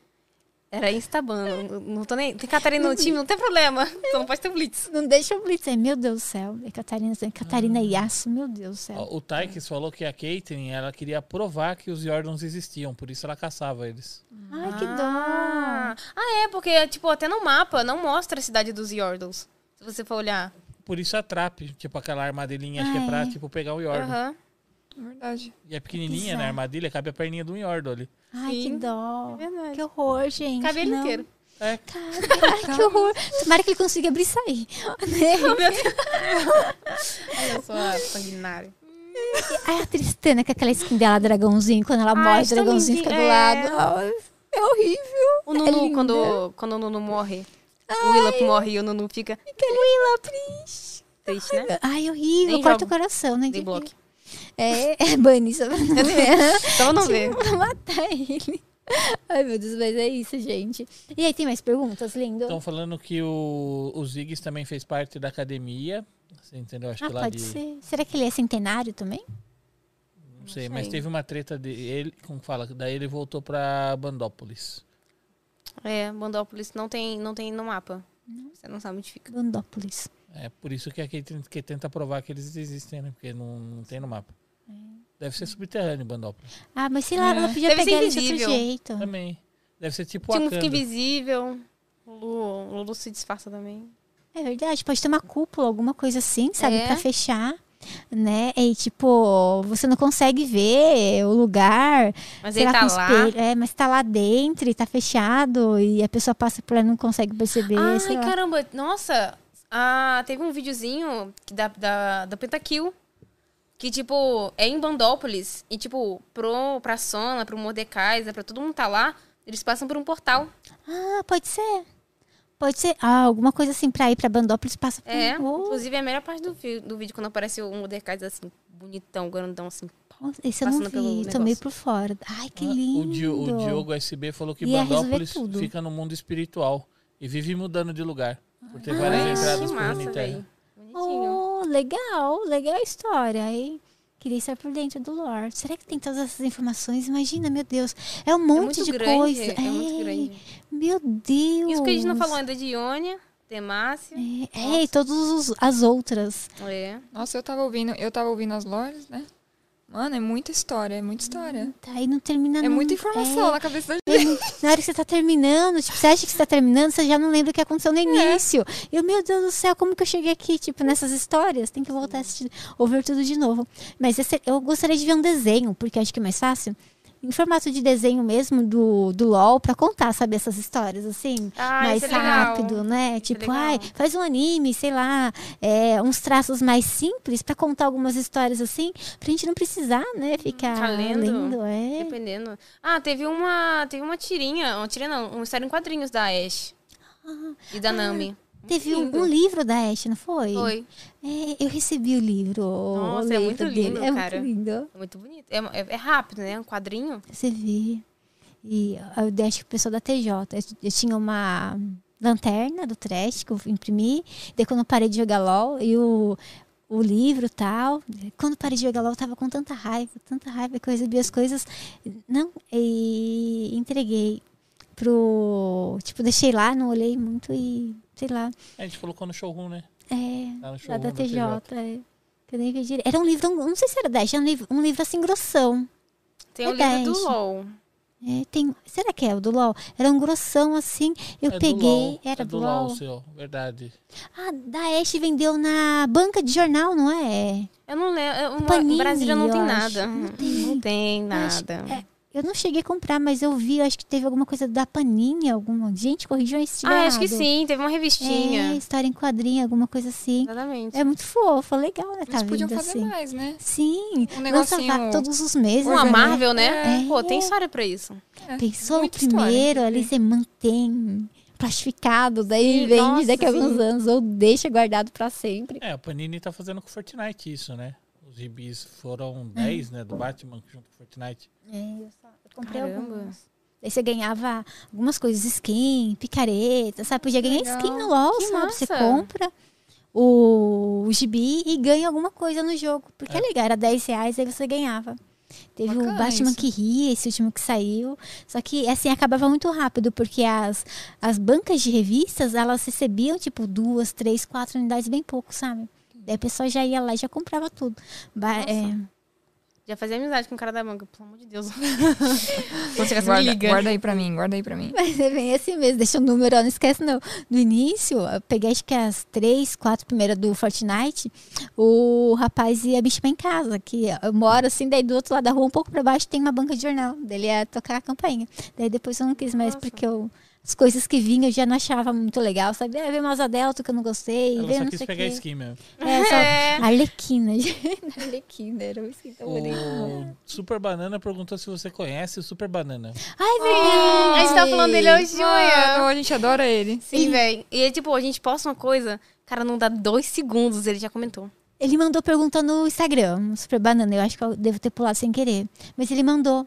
Speaker 2: era instaban. Não, não tô nem. Tem Catarina no time, não tem problema. Só não pode ter blitz.
Speaker 1: Não deixa o blitz aí, meu Deus do céu. É Catarina, é Catarina
Speaker 2: Hum.
Speaker 1: Iaço, meu Deus do céu.
Speaker 4: Ó, O Tykes falou que a Caitlyn, ela queria provar que os Jordans existiam, por isso ela caçava eles.
Speaker 1: Ai, que dó.
Speaker 2: Oh. Ah, ah, é, porque, tipo, até no mapa não mostra a cidade dos Yordles. Se você for olhar.
Speaker 4: Por isso a Trap, tipo aquela armadilhinha, acho que é pra,
Speaker 1: Ai.
Speaker 4: tipo, pegar o Jordan.
Speaker 2: Aham.
Speaker 3: Verdade.
Speaker 4: E é pequenininha, né? A
Speaker 1: Bizarro.
Speaker 4: armadilha cabe a perninha do Yordle ali.
Speaker 1: Ai, que
Speaker 2: Sim. É
Speaker 1: dó.
Speaker 2: verdade.
Speaker 1: Que horror, É gente.
Speaker 2: Cabelo
Speaker 1: Não.
Speaker 2: inteiro.
Speaker 4: É,
Speaker 1: Ai, que horror. Tomara que ele consiga abrir e sair.
Speaker 2: Olha só, sanguinário.
Speaker 1: Ai, a Tristana com aquela skin dela, dragãozinho, quando ela
Speaker 2: Ai,
Speaker 1: morre, o
Speaker 2: isso tá
Speaker 1: dragãozinho fica do
Speaker 2: lindinho, é.
Speaker 1: lado. Ai, É horrível.
Speaker 2: O
Speaker 1: É
Speaker 2: Nunu,
Speaker 1: linda.
Speaker 2: quando, quando o Nunu morre, o Willop morre e o Nunu fica
Speaker 1: Que lila, triste.
Speaker 2: triste, né?
Speaker 1: Ai, é horrível.
Speaker 2: Nem
Speaker 1: Corta o
Speaker 2: jogo.
Speaker 1: coração, né?
Speaker 2: Dei bloco.
Speaker 1: É, é Bunny, só pra não ver.
Speaker 2: Então não vê.
Speaker 1: Pra matar ele. Ai, meu Deus, mas é isso, gente. E aí, tem mais perguntas, lindo?
Speaker 4: Estão falando que o, o Ziggs também fez parte da academia. Você entendeu? Acho
Speaker 1: ah,
Speaker 4: que lá
Speaker 1: pode
Speaker 4: de.
Speaker 1: ser. Será que ele é centenário também?
Speaker 4: Não sei, mas
Speaker 2: sei.
Speaker 4: teve uma treta dele, como fala, daí ele voltou pra Bandópolis.
Speaker 2: É, Bandópolis não tem, não tem no mapa. Você não sabe onde fica.
Speaker 1: Bandópolis.
Speaker 4: É por isso que é que, tem- que tenta provar que eles existem, né? Porque não, não tem no mapa.
Speaker 1: É.
Speaker 4: Deve ser subterrâneo, Bandópolis.
Speaker 1: Ah, mas sei lá, ela podia
Speaker 2: É. Deve ser
Speaker 1: pegar ele de outro
Speaker 2: invisível.
Speaker 1: jeito.
Speaker 4: Também. Deve ser tipo
Speaker 2: O Timo fica
Speaker 4: Wakanda.
Speaker 2: um invisível. O Lulu, o Lulu se disfarça também.
Speaker 1: É verdade, pode ter uma cúpula, alguma coisa assim, sabe?
Speaker 2: É.
Speaker 1: Pra fechar. Né? E tipo, você não consegue ver o lugar.
Speaker 2: Mas
Speaker 1: sei
Speaker 2: ele
Speaker 1: lá,
Speaker 2: tá
Speaker 1: com
Speaker 2: lá.
Speaker 1: espelho- É, mas tá lá dentro e tá fechado. E a pessoa passa por lá e não consegue perceber. sei
Speaker 2: Ai,
Speaker 1: lá.
Speaker 2: caramba, nossa. Ah, teve um videozinho que da, da, da Pentakill. Que, tipo, é em Bandópolis. E, tipo, pro, pra Sona, pro Mordecai, pra todo mundo tá lá. Eles passam por um portal.
Speaker 1: Ah, pode ser. Pode ser. Ah, alguma coisa assim pra ir pra Bandópolis passa por
Speaker 2: É.
Speaker 1: Oh,
Speaker 2: Inclusive, é a melhor parte do, vi- do vídeo quando aparece o Mordecai assim, bonitão, grandão, assim.
Speaker 1: Esse eu não
Speaker 2: Passando pelo
Speaker 1: vi, tô
Speaker 2: negócio.
Speaker 1: meio por fora. Ai, que
Speaker 4: Ah, O,
Speaker 1: lindo.
Speaker 4: Di- o Diogo SB falou que
Speaker 1: Ia resolver
Speaker 4: Bandópolis
Speaker 1: tudo.
Speaker 4: fica no mundo espiritual e vive mudando de lugar. Por
Speaker 1: Ah,
Speaker 4: ter várias
Speaker 2: Ai,
Speaker 4: entradas né?
Speaker 2: que
Speaker 4: por
Speaker 2: massa, É
Speaker 4: Uniterra.
Speaker 2: velho. Bonitinho.
Speaker 1: Oh, legal, legal a história, hein? Queria estar por dentro do lore. Será que tem todas essas informações? Imagina, meu Deus. É um
Speaker 2: É
Speaker 1: monte
Speaker 2: muito
Speaker 1: de
Speaker 2: grande,
Speaker 1: coisa.
Speaker 2: é muito grande.
Speaker 1: Meu Deus.
Speaker 2: Isso que a gente não falou ainda é de Iônia, Temácia.
Speaker 1: É, é, e todas as outras.
Speaker 2: É.
Speaker 3: Nossa, eu tava ouvindo, eu tava ouvindo as lores, né? Mano, é muita história, é muita história.
Speaker 1: Tá, aí não termina
Speaker 3: É
Speaker 1: nunca.
Speaker 3: muita informação na cabeça da gente.
Speaker 1: É, é, na hora que você tá terminando, tipo, você acha que você tá terminando, você já não lembra o que aconteceu no
Speaker 2: É.
Speaker 1: início. E eu, meu Deus do céu, como que eu cheguei aqui, tipo, nessas histórias? Tem que voltar a assistir, ouvir tudo de novo. Mas esse- eu gostaria de ver um desenho, porque eu acho que é mais fácil. Em formato de desenho mesmo, do, do LOL, pra contar, sabe, essas histórias, assim.
Speaker 2: Ah,
Speaker 1: mais
Speaker 2: isso é legal.
Speaker 1: rápido, né?
Speaker 2: Isso é
Speaker 1: tipo,
Speaker 2: legal.
Speaker 1: ai, faz um anime, sei lá, é, uns traços mais simples pra contar algumas histórias assim, pra gente não precisar, né, ficar
Speaker 2: Ficar Hum, tá lendo.
Speaker 1: lendo, é.
Speaker 2: Dependendo. Ah, teve uma, teve uma tirinha, uma tirinha não, uma história em quadrinhos da Ash. e
Speaker 1: Ah,
Speaker 2: da Nami.
Speaker 1: Teve um,
Speaker 2: É lindo.
Speaker 1: um livro da Ash, não foi?
Speaker 2: Foi.
Speaker 1: É, eu recebi o livro.
Speaker 2: Nossa,
Speaker 1: o
Speaker 2: é
Speaker 1: leito
Speaker 2: muito lindo,
Speaker 1: dele. É
Speaker 2: cara.
Speaker 1: muito lindo.
Speaker 2: Muito bonito. É, é- é rápido, né? Um quadrinho.
Speaker 1: Você vê. E eu dei, acho que o pessoal da TJ. Eu, eu tinha uma lanterna do trash que eu imprimi. Daí quando eu parei de jogar LOL e o, o livro e tal. Quando eu parei de jogar LOL, eu tava com tanta raiva, tanta raiva que eu recebi as coisas. Não, e entreguei pro. Tipo, deixei lá, não olhei muito e. Sei lá.
Speaker 4: A gente colocou no showroom, né?
Speaker 1: É.
Speaker 4: Tá no
Speaker 1: Lá
Speaker 4: showroom
Speaker 1: da
Speaker 4: da
Speaker 1: TJ. é. Que eu nem vi direito. Era um livro, um- não sei se era 10, era um livro, um livro assim grossão.
Speaker 2: Tem
Speaker 1: É
Speaker 2: o livro do
Speaker 1: dez.
Speaker 2: LOL.
Speaker 1: É, tem, será que é o do LOL? Era um grossão assim. Eu
Speaker 4: É do
Speaker 1: peguei.
Speaker 4: LOL,
Speaker 1: Era
Speaker 4: é
Speaker 1: do LOL.
Speaker 4: seu, verdade.
Speaker 1: Ah, da Ash vendeu na banca de jornal, não é?
Speaker 2: Eu não lembro. é Uma,
Speaker 1: Panini,
Speaker 2: em Brasília não
Speaker 1: eu
Speaker 2: tem
Speaker 1: acho.
Speaker 2: nada.
Speaker 1: Não
Speaker 2: Não
Speaker 1: tem.
Speaker 2: tem,
Speaker 1: Acho-
Speaker 2: nada.
Speaker 1: é, Eu não cheguei a comprar, mas eu vi, acho que teve alguma coisa da Panini, alguma. Gente, corrigiu esse tipo.
Speaker 2: ah, acho que sim. Teve uma
Speaker 1: É,
Speaker 2: revistinha.
Speaker 1: história em quadrinho, alguma coisa assim.
Speaker 2: Exatamente.
Speaker 1: É muito fofa, legal, né? Tá
Speaker 3: Eles podiam
Speaker 1: vindo
Speaker 3: fazer
Speaker 1: assim.
Speaker 3: mais, né?
Speaker 1: Sim,
Speaker 3: Um
Speaker 1: lança
Speaker 3: negocinho- um
Speaker 1: va- todos os meses.
Speaker 2: Uma
Speaker 3: Orgânico.
Speaker 2: Marvel, né?
Speaker 1: É.
Speaker 2: Pô, tem história pra isso.
Speaker 1: Pensou o
Speaker 3: Muita história,
Speaker 1: primeiro,
Speaker 3: né?
Speaker 1: ali você mantém plastificado, daí
Speaker 2: é. Sim,
Speaker 1: vende
Speaker 2: nossa,
Speaker 1: daqui a alguns
Speaker 2: sim.
Speaker 1: anos, ou deixa guardado pra sempre.
Speaker 4: É, a Panini tá fazendo com o Fortnite isso, né? Os gibis
Speaker 1: Hum.
Speaker 4: foram 10, né? Do Batman junto com o Fortnite.
Speaker 1: É, eu, só, eu comprei
Speaker 2: Caramba.
Speaker 1: alguns. Daí você ganhava algumas coisas, skin, picareta, sabe? Podia ganhar
Speaker 3: legal.
Speaker 1: skin no LOL,
Speaker 2: Que
Speaker 1: sabe? Você
Speaker 2: massa.
Speaker 1: compra o, o gibi e ganha alguma coisa no jogo. Porque é,
Speaker 4: É.
Speaker 1: legal, era 10 reais, aí você ganhava. Teve o
Speaker 3: Bacana
Speaker 1: Batman
Speaker 3: isso.
Speaker 1: que ria, esse último que saiu. Só que, assim, acabava muito rápido, porque as, as bancas de revistas, elas recebiam, tipo, duas, três, quatro unidades, bem pouco, sabe? Daí a pessoa já ia lá e já comprava tudo. Ba- é,
Speaker 2: Já fazia amizade com o cara da manga, pelo amor de Deus.
Speaker 3: Então Guarda, guarda aí pra mim, guarda aí pra mim.
Speaker 1: Mas é bem assim mesmo, deixa o número, ó, não esquece não. No início, eu peguei acho que as três, quatro primeiras do Fortnite, o rapaz ia me chamar em casa, que eu moro assim, daí do outro lado da rua, um pouco pra baixo, tem uma banca de jornal, dele ia tocar a campainha. Daí depois eu não quis mais,
Speaker 2: Nossa.
Speaker 1: porque eu- as coisas que vinham eu já não achava muito legal, sabe? Ah, veio uma Asa Delta que eu não gostei,
Speaker 4: Ela
Speaker 1: veio
Speaker 4: só
Speaker 1: não
Speaker 4: quis
Speaker 1: sei o
Speaker 4: pegar a
Speaker 1: quê.
Speaker 4: skin mesmo.
Speaker 1: É, só...
Speaker 2: É.
Speaker 1: Arlequina, gente. Arlequina, era um skin tão bonito.
Speaker 4: O Super Banana perguntou se você conhece o Super Banana.
Speaker 1: Ai, verdade!
Speaker 2: a gente tava falando dele hoje de manhã.
Speaker 3: Mano, a gente adora ele.
Speaker 2: Sim, velho. E é tipo, a gente posta uma coisa, cara, não dá dois segundos, ele já comentou.
Speaker 1: Ele mandou pergunta no Instagram, no Super Banana. Eu acho que eu devo ter pulado sem querer. Mas ele mandou.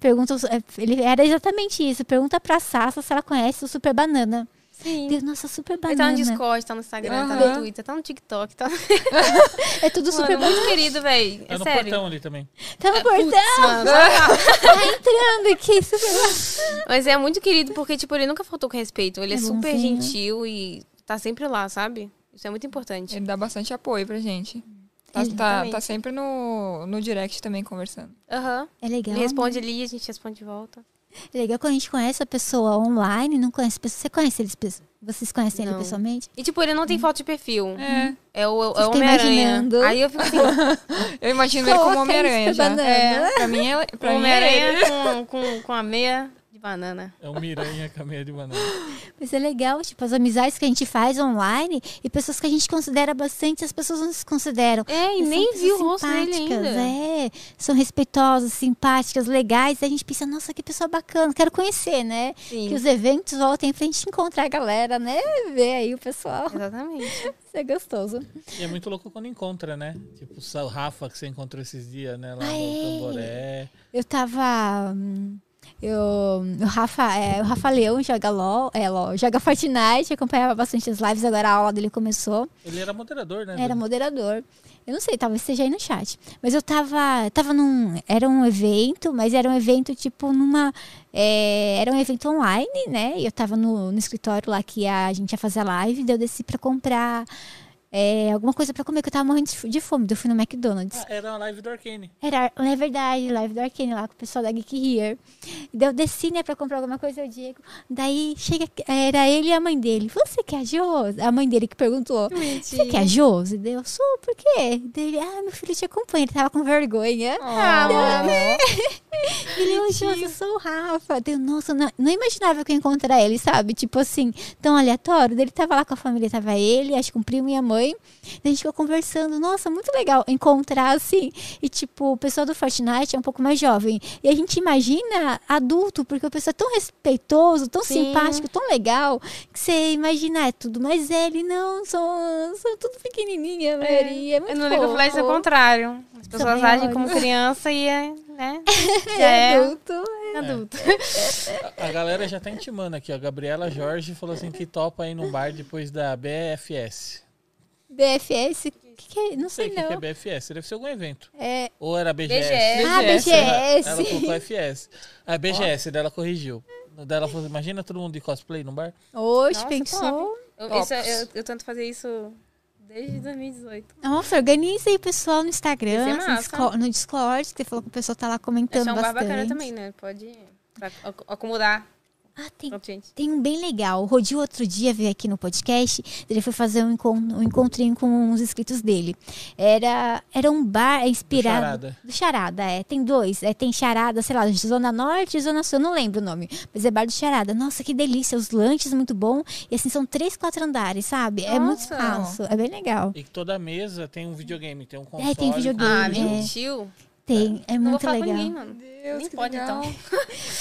Speaker 1: Pergunta, é, ele era exatamente isso. Pergunta pra Sassa se ela conhece o Super Banana.
Speaker 2: Sim.
Speaker 1: Deus, nossa, Super
Speaker 2: Ele tá
Speaker 1: Banana.
Speaker 2: no Discord, tá no Instagram, tá
Speaker 3: Aham.
Speaker 2: no Twitter, tá no TikTok, tá no
Speaker 1: é tudo
Speaker 2: Mano, é,
Speaker 1: Super Banana.
Speaker 2: muito querido, velho.
Speaker 4: Tá
Speaker 2: É
Speaker 4: no
Speaker 2: sério. Ah!
Speaker 4: portão ali também.
Speaker 1: Tá no portão
Speaker 2: Mano,
Speaker 1: entrando aqui. Super Banana.
Speaker 2: Mas é muito querido porque, tipo, ele nunca faltou com respeito. Ele é,
Speaker 1: É
Speaker 2: super
Speaker 1: bonzinho, né?
Speaker 2: gentil e tá sempre lá, sabe? Isso é muito importante.
Speaker 3: Ele dá bastante apoio pra gente. Tá, tá,
Speaker 2: Exatamente.
Speaker 3: tá sempre no, no direct também conversando.
Speaker 2: Aham.
Speaker 1: É legal.
Speaker 2: Ele um responde ali, a gente responde de volta.
Speaker 1: É legal quando a gente conhece a pessoa online, não conhece a pessoa. Você conhece eles pe- Vocês conhecem ele
Speaker 2: Não.
Speaker 1: pessoalmente?
Speaker 2: E tipo, ele não tem foto de perfil.
Speaker 3: É.
Speaker 2: É o,
Speaker 1: Vocês
Speaker 2: é o
Speaker 1: ficam
Speaker 2: Homem-Aranha.
Speaker 1: imaginando.
Speaker 2: Aí eu fico assim,
Speaker 3: Eu imagino ele como
Speaker 1: Coloca
Speaker 3: Homem-Aranha
Speaker 1: isso pra
Speaker 3: já.
Speaker 1: banana.
Speaker 3: É. Pra mim é. Pra mim é ele.
Speaker 2: Homem-Aranha com, com, com a meia de banana.
Speaker 4: É um miranha caminha de banana.
Speaker 1: Mas é legal, tipo, as amizades que a gente faz online e pessoas que a gente considera bastante, as pessoas não se consideram.
Speaker 2: É, e
Speaker 1: São
Speaker 2: nem
Speaker 1: pessoas
Speaker 2: viu o rosto dele
Speaker 1: simpáticas,
Speaker 2: ainda.
Speaker 1: É, são respeitosas, simpáticas, legais. Aí a gente pensa, nossa, que pessoa bacana, quero conhecer, né?
Speaker 2: Sim.
Speaker 1: Que os eventos voltem pra gente encontrar a galera, né? Ver aí o pessoal.
Speaker 2: Exatamente.
Speaker 1: Isso é gostoso.
Speaker 4: E é muito louco quando encontra, né? Tipo, o Rafa que você encontrou esses dias, né? Lá
Speaker 1: Ah, é.
Speaker 4: no Tamboré.
Speaker 1: Eu tava. hum, Eu, o, Rafa, é, o Rafa Leão joga LOL, é, LOL, joga Fortnite, acompanhava bastante as lives, agora a aula dele começou.
Speaker 4: Ele era moderador, né?
Speaker 1: Era
Speaker 4: do-
Speaker 1: moderador. Eu não sei, talvez esteja aí no chat. Mas eu tava. Tava num. Era um evento, mas era um evento, tipo, numa. é, era um evento online, né? E eu tava no, no escritório lá que a gente ia fazer a live, daí eu desci pra comprar é, alguma coisa pra comer, que eu tava morrendo de fo- de fome, daí eu fui no McDonald's.
Speaker 4: Ah, era a live do Arcane.
Speaker 1: Era, é verdade, live do Arcane lá com o pessoal da Geek Here. Daí eu desci, né, pra comprar alguma coisa, o Diego. Daí chega, era ele e a mãe dele. Você que é a Josi? A mãe dele que perguntou. Você que é a Josi? Daí eu sou, por quê? Daí ele, ah, meu filho te acompanha. Ele tava com vergonha.
Speaker 2: Ah, mano.
Speaker 1: Ele, ô Josi, eu sou o Rafa. Daí eu, nossa, não, não imaginava que eu ia encontrar ele, sabe? Tipo assim, tão aleatório. Daí ele tava lá com a família, tava ele, acho que um primo e a mãe. Daí a gente ficou conversando. Nossa, muito legal encontrar assim. E tipo, o pessoal do Fortnite é um pouco mais jovem. E a gente imagina adulto, porque o pessoal é tão respeitoso, tão
Speaker 2: Sim.
Speaker 1: simpático, tão legal, que você imagina, ah, é tudo mais ele. Não, são, são tudo pequenininha, a maioria. É muito
Speaker 2: No League of Legends é o
Speaker 1: fofo.
Speaker 2: contrário.
Speaker 1: é
Speaker 2: As pessoas agem
Speaker 1: maiores.
Speaker 2: como criança e é, né? Já
Speaker 1: É
Speaker 2: é
Speaker 1: adulto.
Speaker 2: adulto.
Speaker 4: A galera já tá intimando aqui, ó. A Gabriela Jorge falou assim que topa ir num bar depois da BFS.
Speaker 1: BFS, que que é? Não
Speaker 4: Não
Speaker 1: sei
Speaker 4: sei o que, que é
Speaker 1: não.
Speaker 4: BFS, deve ser algum evento.
Speaker 1: É,
Speaker 4: Ou era BGS.
Speaker 2: BGS.
Speaker 1: Ah, BGS.
Speaker 3: BGS.
Speaker 4: Ela colocou FS. A BGS, daí ela corrigiu. Daí ela falou, imagina todo mundo de cosplay num bar?
Speaker 1: Hoje
Speaker 2: Nossa,
Speaker 1: pensou.
Speaker 2: Eu, isso- é, eu- eu tento fazer isso desde 2018.
Speaker 1: Nossa, organiza aí, pessoal, no Instagram,
Speaker 2: Isso é
Speaker 1: no,
Speaker 2: massa.
Speaker 1: Discord, no Discord, que você falou que o pessoal tá lá
Speaker 2: Esse
Speaker 1: comentando
Speaker 2: é um bar
Speaker 1: bastante.
Speaker 2: bacana também, né? Pode pra ac- acomodar.
Speaker 1: Ah, tem,
Speaker 2: Pronto, gente.
Speaker 1: tem um bem legal. O Rodil outro dia veio aqui no podcast, ele foi fazer um, encon um encontrinho com uns inscritos dele. Era, era um bar inspirado.
Speaker 4: Charada.
Speaker 1: Do Charada, é. Tem dois. É, tem Charada, sei lá, Zona Norte e Zona Sul. Eu não lembro o nome. Mas é bar do Charada. Nossa, que delícia. Os lanches muito bom. E assim, são três, quatro andares, sabe? É muito
Speaker 2: Nossa.
Speaker 1: espaço. É bem legal.
Speaker 4: E que toda mesa tem um videogame, tem um console.
Speaker 1: É, tem videogame.
Speaker 2: Ah,
Speaker 1: É.
Speaker 2: mentiu.
Speaker 1: Tem. É
Speaker 2: Não vou
Speaker 1: muito
Speaker 2: falar
Speaker 1: legal.
Speaker 2: com ninguém, mano.
Speaker 3: Deus,
Speaker 2: Nem
Speaker 3: que
Speaker 2: pode,
Speaker 3: legal.
Speaker 2: então.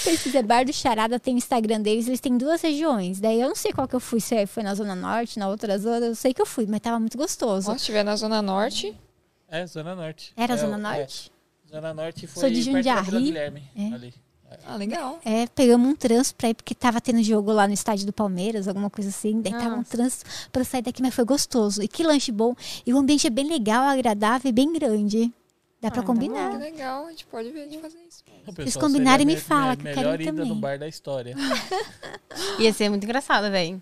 Speaker 1: Pesquisa Bar do Charada, tem o Instagram deles, eles têm duas regiões. Daí eu não sei qual que eu fui, se é, foi na Zona Norte, na outra zona, eu sei que eu fui, mas tava muito gostoso.
Speaker 3: Ó, Se estiver na Zona Norte,
Speaker 4: É, Zona Norte.
Speaker 1: Era a
Speaker 4: É,
Speaker 1: Zona
Speaker 4: é,
Speaker 1: Norte?
Speaker 4: Zona Norte foi
Speaker 1: Sou de
Speaker 4: perto da Vila
Speaker 1: Jundiaí.
Speaker 4: Guilherme,
Speaker 1: É.
Speaker 4: ali.
Speaker 3: ah, legal.
Speaker 1: É. pegamos um trânsito pra ir, porque tava tendo jogo lá no estádio do Palmeiras, alguma coisa assim. Daí tava um
Speaker 2: Nossa.
Speaker 1: trânsito pra eu sair daqui, mas foi gostoso. E que lanche bom. E o ambiente é bem legal, agradável e bem grande. Dá pra
Speaker 2: Ah, tá
Speaker 1: combinar.
Speaker 3: Que legal, a gente pode ver de fazer isso.
Speaker 4: O
Speaker 1: Vocês
Speaker 4: pessoal,
Speaker 1: combinarem, me
Speaker 4: seria me-
Speaker 1: fala,
Speaker 4: me-
Speaker 1: que eu quero
Speaker 4: Melhor
Speaker 1: ir
Speaker 4: ida
Speaker 1: também.
Speaker 4: no bar da história.
Speaker 2: Ia ser muito engraçado, velho.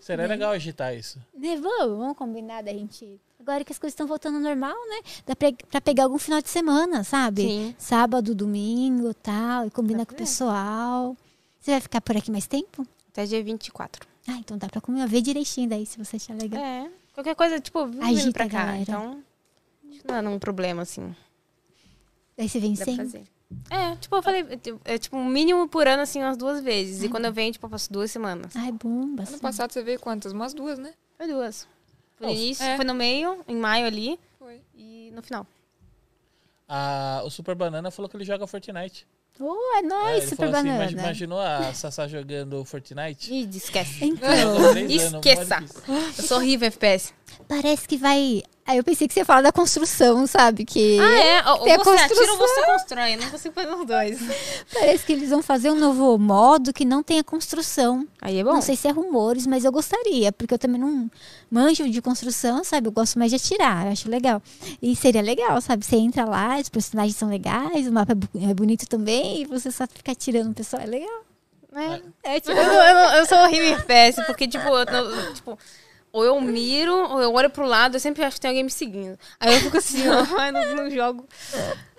Speaker 4: Seria legal agitar isso.
Speaker 1: Né, vamos, vamos combinar da gente. Agora que as coisas estão voltando ao normal, né? Dá pra, pra pegar algum final de semana, sabe?
Speaker 2: Sim.
Speaker 1: Sábado, domingo tal, e combina
Speaker 2: Dá
Speaker 1: com o
Speaker 2: pra ver.
Speaker 1: pessoal. Você vai ficar por aqui mais tempo?
Speaker 2: Até dia 24.
Speaker 1: Ah, então dá pra comer, ver direitinho daí, se você achar legal.
Speaker 2: É. Qualquer coisa, tipo, vim
Speaker 1: Agita,
Speaker 2: pra cá.
Speaker 1: galera.
Speaker 2: Então, acho que não é um problema, assim.
Speaker 1: Daí você vem
Speaker 2: Dá pra
Speaker 1: sem.
Speaker 2: fazer. É, tipo, eu falei, é tipo, um mínimo por ano, assim, umas duas vezes. E
Speaker 1: Uhum.
Speaker 2: quando eu venho, tipo, eu passo duas semanas.
Speaker 1: Ai, bom,
Speaker 3: Ano
Speaker 1: bastante.
Speaker 3: passado você veio quantas? Umas duas, né?
Speaker 2: Foi duas. Foi no
Speaker 4: Nossa.
Speaker 2: início,
Speaker 3: É.
Speaker 2: foi no meio, em maio ali,
Speaker 3: Foi.
Speaker 2: e no final.
Speaker 4: Ah, o Super Banana falou que ele joga Fortnite.
Speaker 1: Oh, é
Speaker 4: É,
Speaker 1: nóis,
Speaker 4: ele
Speaker 1: super
Speaker 4: falou assim,
Speaker 1: banana.
Speaker 4: "Imagi- imaginou a Sassá jogando Fortnite?
Speaker 2: Ih, esquece.
Speaker 1: Então,
Speaker 4: Ela tá três anos,
Speaker 2: Esqueça.
Speaker 4: mó difícil.
Speaker 2: Eu sou horrível FPS.
Speaker 1: parece que vai. Aí eu pensei que você ia falar da construção, sabe? Que
Speaker 2: Ah, é? Ou,
Speaker 1: Tem a
Speaker 2: ou você atira ou você
Speaker 1: construção.
Speaker 2: constrói. Eu não consigo fazer os dois.
Speaker 1: parece que eles vão fazer um novo modo que não tenha construção.
Speaker 2: Aí é bom.
Speaker 1: Não sei se é rumores, mas eu gostaria, porque eu também não manjo de construção, sabe? Eu gosto mais de atirar, eu acho legal. E seria legal, sabe? Você entra lá, os personagens são legais, o mapa é bu- é bonito também, e você só fica atirando o pessoal, é legal.
Speaker 2: É.
Speaker 1: É tipo,
Speaker 2: Eu, não- eu não- eu sou horrível em FPS, porque, tipo, eu, não- tipo, Ou eu miro, ou eu olho pro lado, eu sempre acho que tem alguém me seguindo. Aí eu fico assim, ó, eu não, não jogo.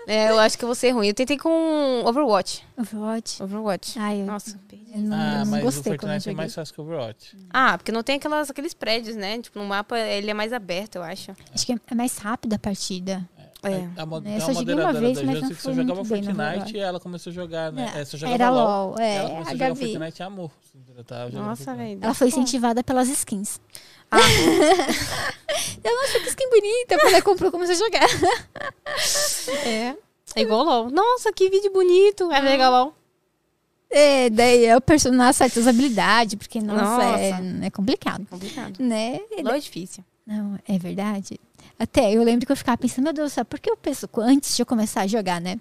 Speaker 2: É, eu acho que eu vou ser ruim. Eu tentei com Overwatch.
Speaker 1: Overwatch.
Speaker 2: Overwatch. Hum.
Speaker 1: Ai, eu,
Speaker 2: Ah, Nossa, perdi.
Speaker 1: eu não,
Speaker 4: Ah,
Speaker 1: não
Speaker 4: mas o
Speaker 1: Hum, gostei quando eu
Speaker 4: Fortnite é
Speaker 1: joguei.
Speaker 4: mais fácil que o Overwatch.
Speaker 2: Ah, porque não tem aquelas, aqueles prédios, né? Tipo, no mapa ele é mais aberto, eu acho.
Speaker 1: Acho que é mais rápida a partida.
Speaker 2: É.
Speaker 4: A, a, mo-
Speaker 1: Eu
Speaker 4: a
Speaker 1: só joguei uma
Speaker 4: moderadora
Speaker 1: vez,
Speaker 4: da
Speaker 1: mas
Speaker 4: Júlia
Speaker 1: não
Speaker 4: que
Speaker 1: fui
Speaker 4: só jogava
Speaker 1: muito bem no
Speaker 4: Fortnite
Speaker 1: Overwatch.
Speaker 4: e ela começou a jogar, né?
Speaker 1: É,
Speaker 4: É, só jogava
Speaker 1: era
Speaker 4: LOL.
Speaker 1: LOL, é, a
Speaker 4: ela começou a jogar
Speaker 1: Gabi.
Speaker 4: Fortnite e amor. Ela tava jogando
Speaker 2: Nossa,
Speaker 4: Fortnite.
Speaker 2: velho.
Speaker 1: Ela foi incentivada pelas skins.
Speaker 2: Ah.
Speaker 1: eu nossa, que skin bonita. Quando ela comprou, começou a jogar.
Speaker 2: É. É igual LOL. Nossa, que vídeo bonito. É legal LOL.
Speaker 1: É, daí é o personagem certa habilidades, porque, nossa,
Speaker 2: Nossa.
Speaker 1: É, é complicado.
Speaker 2: Complicado.
Speaker 1: Né?
Speaker 2: LOL é difícil.
Speaker 1: Não, é verdade. Até eu lembro que eu ficava pensando, meu Deus do céu, por que eu penso, antes de eu começar a jogar, né?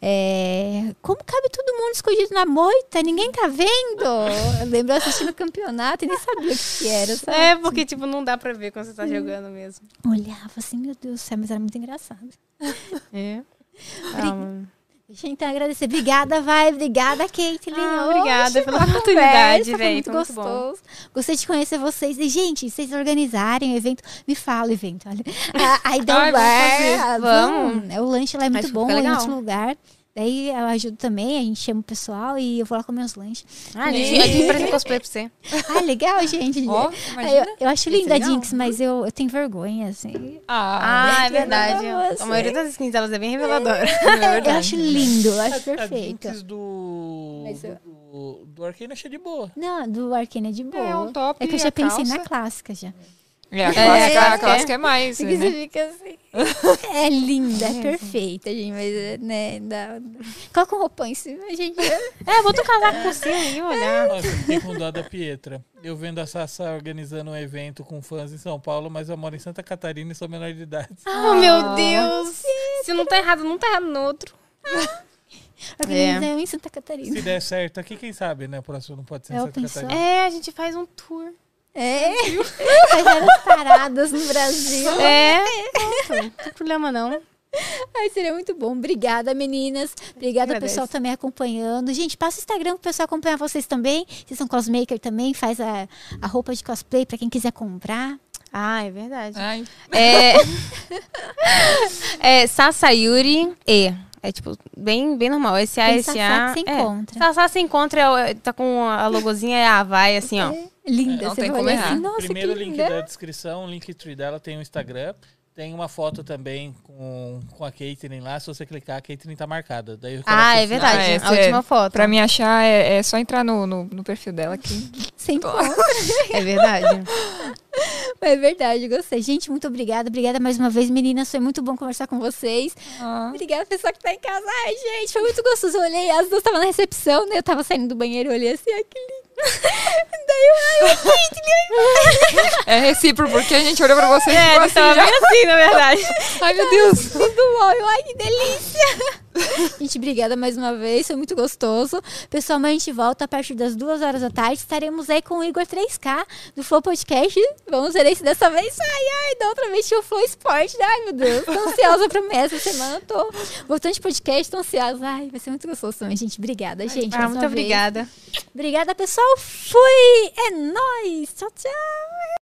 Speaker 1: É, como cabe todo mundo escondido na moita? Ninguém tá vendo? Eu lembro assistindo o campeonato e nem sabia o que que era, sabe?
Speaker 2: É, porque, tipo, não dá pra ver quando você tá jogando mesmo.
Speaker 1: Olhava assim, meu Deus do céu, mas era muito engraçado.
Speaker 2: É. Ah, mano.
Speaker 1: Deixa eu então agradecer. Obrigada, vai. Obrigada, Caitlyn.
Speaker 2: Ah,
Speaker 1: Hoje
Speaker 2: obrigada
Speaker 1: foi
Speaker 2: pela
Speaker 1: uma
Speaker 2: oportunidade,
Speaker 1: conversa,
Speaker 2: véi,
Speaker 1: Foi muito
Speaker 2: foi muito bom.
Speaker 1: gostoso. Gostei de conhecer vocês. E, gente, vocês organizarem o evento, me fala o evento. Olha. A- Aí dá um
Speaker 2: Ai, vamos fazer.
Speaker 1: bar.
Speaker 2: Vamos.
Speaker 1: É, O lanche lá é muito
Speaker 2: que
Speaker 1: bom,
Speaker 2: fica
Speaker 1: é em
Speaker 2: legal.
Speaker 1: outro lugar. Daí eu ajudo também, a gente chama o pessoal e eu vou lá comer os lanches.
Speaker 2: Ah, a gente, a gente faz um cosplay pra você.
Speaker 1: Ah, legal, gente.
Speaker 3: Ó,
Speaker 1: Ah,
Speaker 3: imagina.
Speaker 1: eu, eu acho
Speaker 2: Ia ser
Speaker 1: linda a
Speaker 2: é legal.
Speaker 1: Jinx, mas eu, eu tenho vergonha, assim.
Speaker 3: Ah,
Speaker 2: Ah, é
Speaker 1: verdade.
Speaker 2: verdade.
Speaker 1: Eu amo
Speaker 2: A maioria das skins delas é bem reveladora.
Speaker 1: Eu acho lindo, eu acho
Speaker 4: A
Speaker 1: perfeito.
Speaker 4: Jinx do,
Speaker 1: Mas eu-
Speaker 4: do, do Arcane achei de boa.
Speaker 1: Não, do Arcane é de boa.
Speaker 3: um top
Speaker 1: É que eu
Speaker 3: e
Speaker 1: já
Speaker 3: a
Speaker 1: pensei na
Speaker 3: calça.
Speaker 1: clássica já.
Speaker 3: é, a clássica,
Speaker 2: é,
Speaker 3: a clássica é mais, né?
Speaker 1: É linda, é perfeita, gente, mas, é, né, dá... Coloca um roupão em cima, gente.
Speaker 2: É, bota um casaco por cima e olha.
Speaker 4: Nossa, eu fiquei com dó da Pietra. Eu vendo a Sassa organizando um evento com fãs em São Paulo, mas eu moro em Santa Catarina e sou menor de idade.
Speaker 2: Oh, meu Deus. Se não tá errado, não tá errado no outro.
Speaker 1: Organiza eu em Santa Catarina.
Speaker 4: Se der certo aqui, quem sabe, né? O próximo não pode ser em
Speaker 1: Eu
Speaker 4: Santa
Speaker 1: pensou?
Speaker 4: Catarina.
Speaker 2: É, a gente faz um tour.
Speaker 1: É, faz várias paradas no Brasil.
Speaker 2: É, pronto. Não tem problema não.
Speaker 1: Ai, seria muito bom. Obrigada, meninas. Obrigada, ao
Speaker 2: Agradeço.
Speaker 1: pessoal também acompanhando. Gente, passa o Instagram pro pessoal acompanhar vocês também. Vocês são cosmaker também, faz a, a roupa de cosplay pra quem quiser comprar.
Speaker 2: Ah, é verdade.
Speaker 3: Ai,
Speaker 2: É, é Sasayuri E. É tipo, bem, bem normal. S-A,
Speaker 1: Tem
Speaker 2: S-A.
Speaker 1: Sassá que se
Speaker 2: é.
Speaker 1: encontra.
Speaker 2: Sassá se encontra, é, tá com a logozinha, é a vai, assim, ó.
Speaker 1: Linda,
Speaker 3: Não
Speaker 1: você
Speaker 3: tem
Speaker 1: vai
Speaker 3: como
Speaker 1: olhar
Speaker 3: errar.
Speaker 1: assim, nossa,
Speaker 4: Primeiro
Speaker 1: que
Speaker 4: link
Speaker 1: linda.
Speaker 4: da descrição, o link tree dela tem o Instagram. Tem uma foto também com, com a Caitlyn lá. Se você clicar, a Caitlyn tá marcada. Daí eu coloco
Speaker 2: Ah, é
Speaker 4: esse-
Speaker 2: verdade.
Speaker 3: Ah, é,
Speaker 2: a última
Speaker 3: cê-
Speaker 2: foto.
Speaker 3: Pra me achar, é, é só entrar no, no, no perfil dela que
Speaker 1: Sem pó.
Speaker 2: É verdade.
Speaker 1: É verdade, gostei. Gente, muito obrigada. Obrigada mais uma vez, meninas. Foi muito bom conversar com vocês.
Speaker 3: Ah.
Speaker 1: Obrigada, pessoal que tá em casa. Ai, gente, foi muito gostoso. Eu olhei, as duas estavam na recepção, né? Eu tava saindo do banheiro, eu olhei assim, ai, que lindo. Daí eu, ai, gente, lindo.
Speaker 3: é recíproco, porque a gente olhou pra você e
Speaker 2: É, ele
Speaker 3: ficou assim,
Speaker 2: tava
Speaker 3: já.
Speaker 2: bem assim, na verdade.
Speaker 3: Ai, meu Deus.
Speaker 1: Tudo bom? Eu, ai, que delícia. gente, obrigada mais uma vez. Foi muito gostoso. Pessoal, amanhã a gente volta a partir das duas horas da tarde. Estaremos aí com o Igor 3K do Flow Podcast. Vamos ver se dessa vez. Ai, ai, da outra vez tinha o Flow Esporte. Ai, meu Deus. Tô ansiosa pra amanhã. Essa semana eu tô voltando de podcast. Tô ansiosa. Ai, vai ser muito gostoso também, gente. Obrigada, gente.
Speaker 2: Ah,
Speaker 1: mais
Speaker 2: muito
Speaker 1: uma vez.
Speaker 2: obrigada.
Speaker 1: Obrigada, pessoal. Fui. É nóis. Tchau, tchau.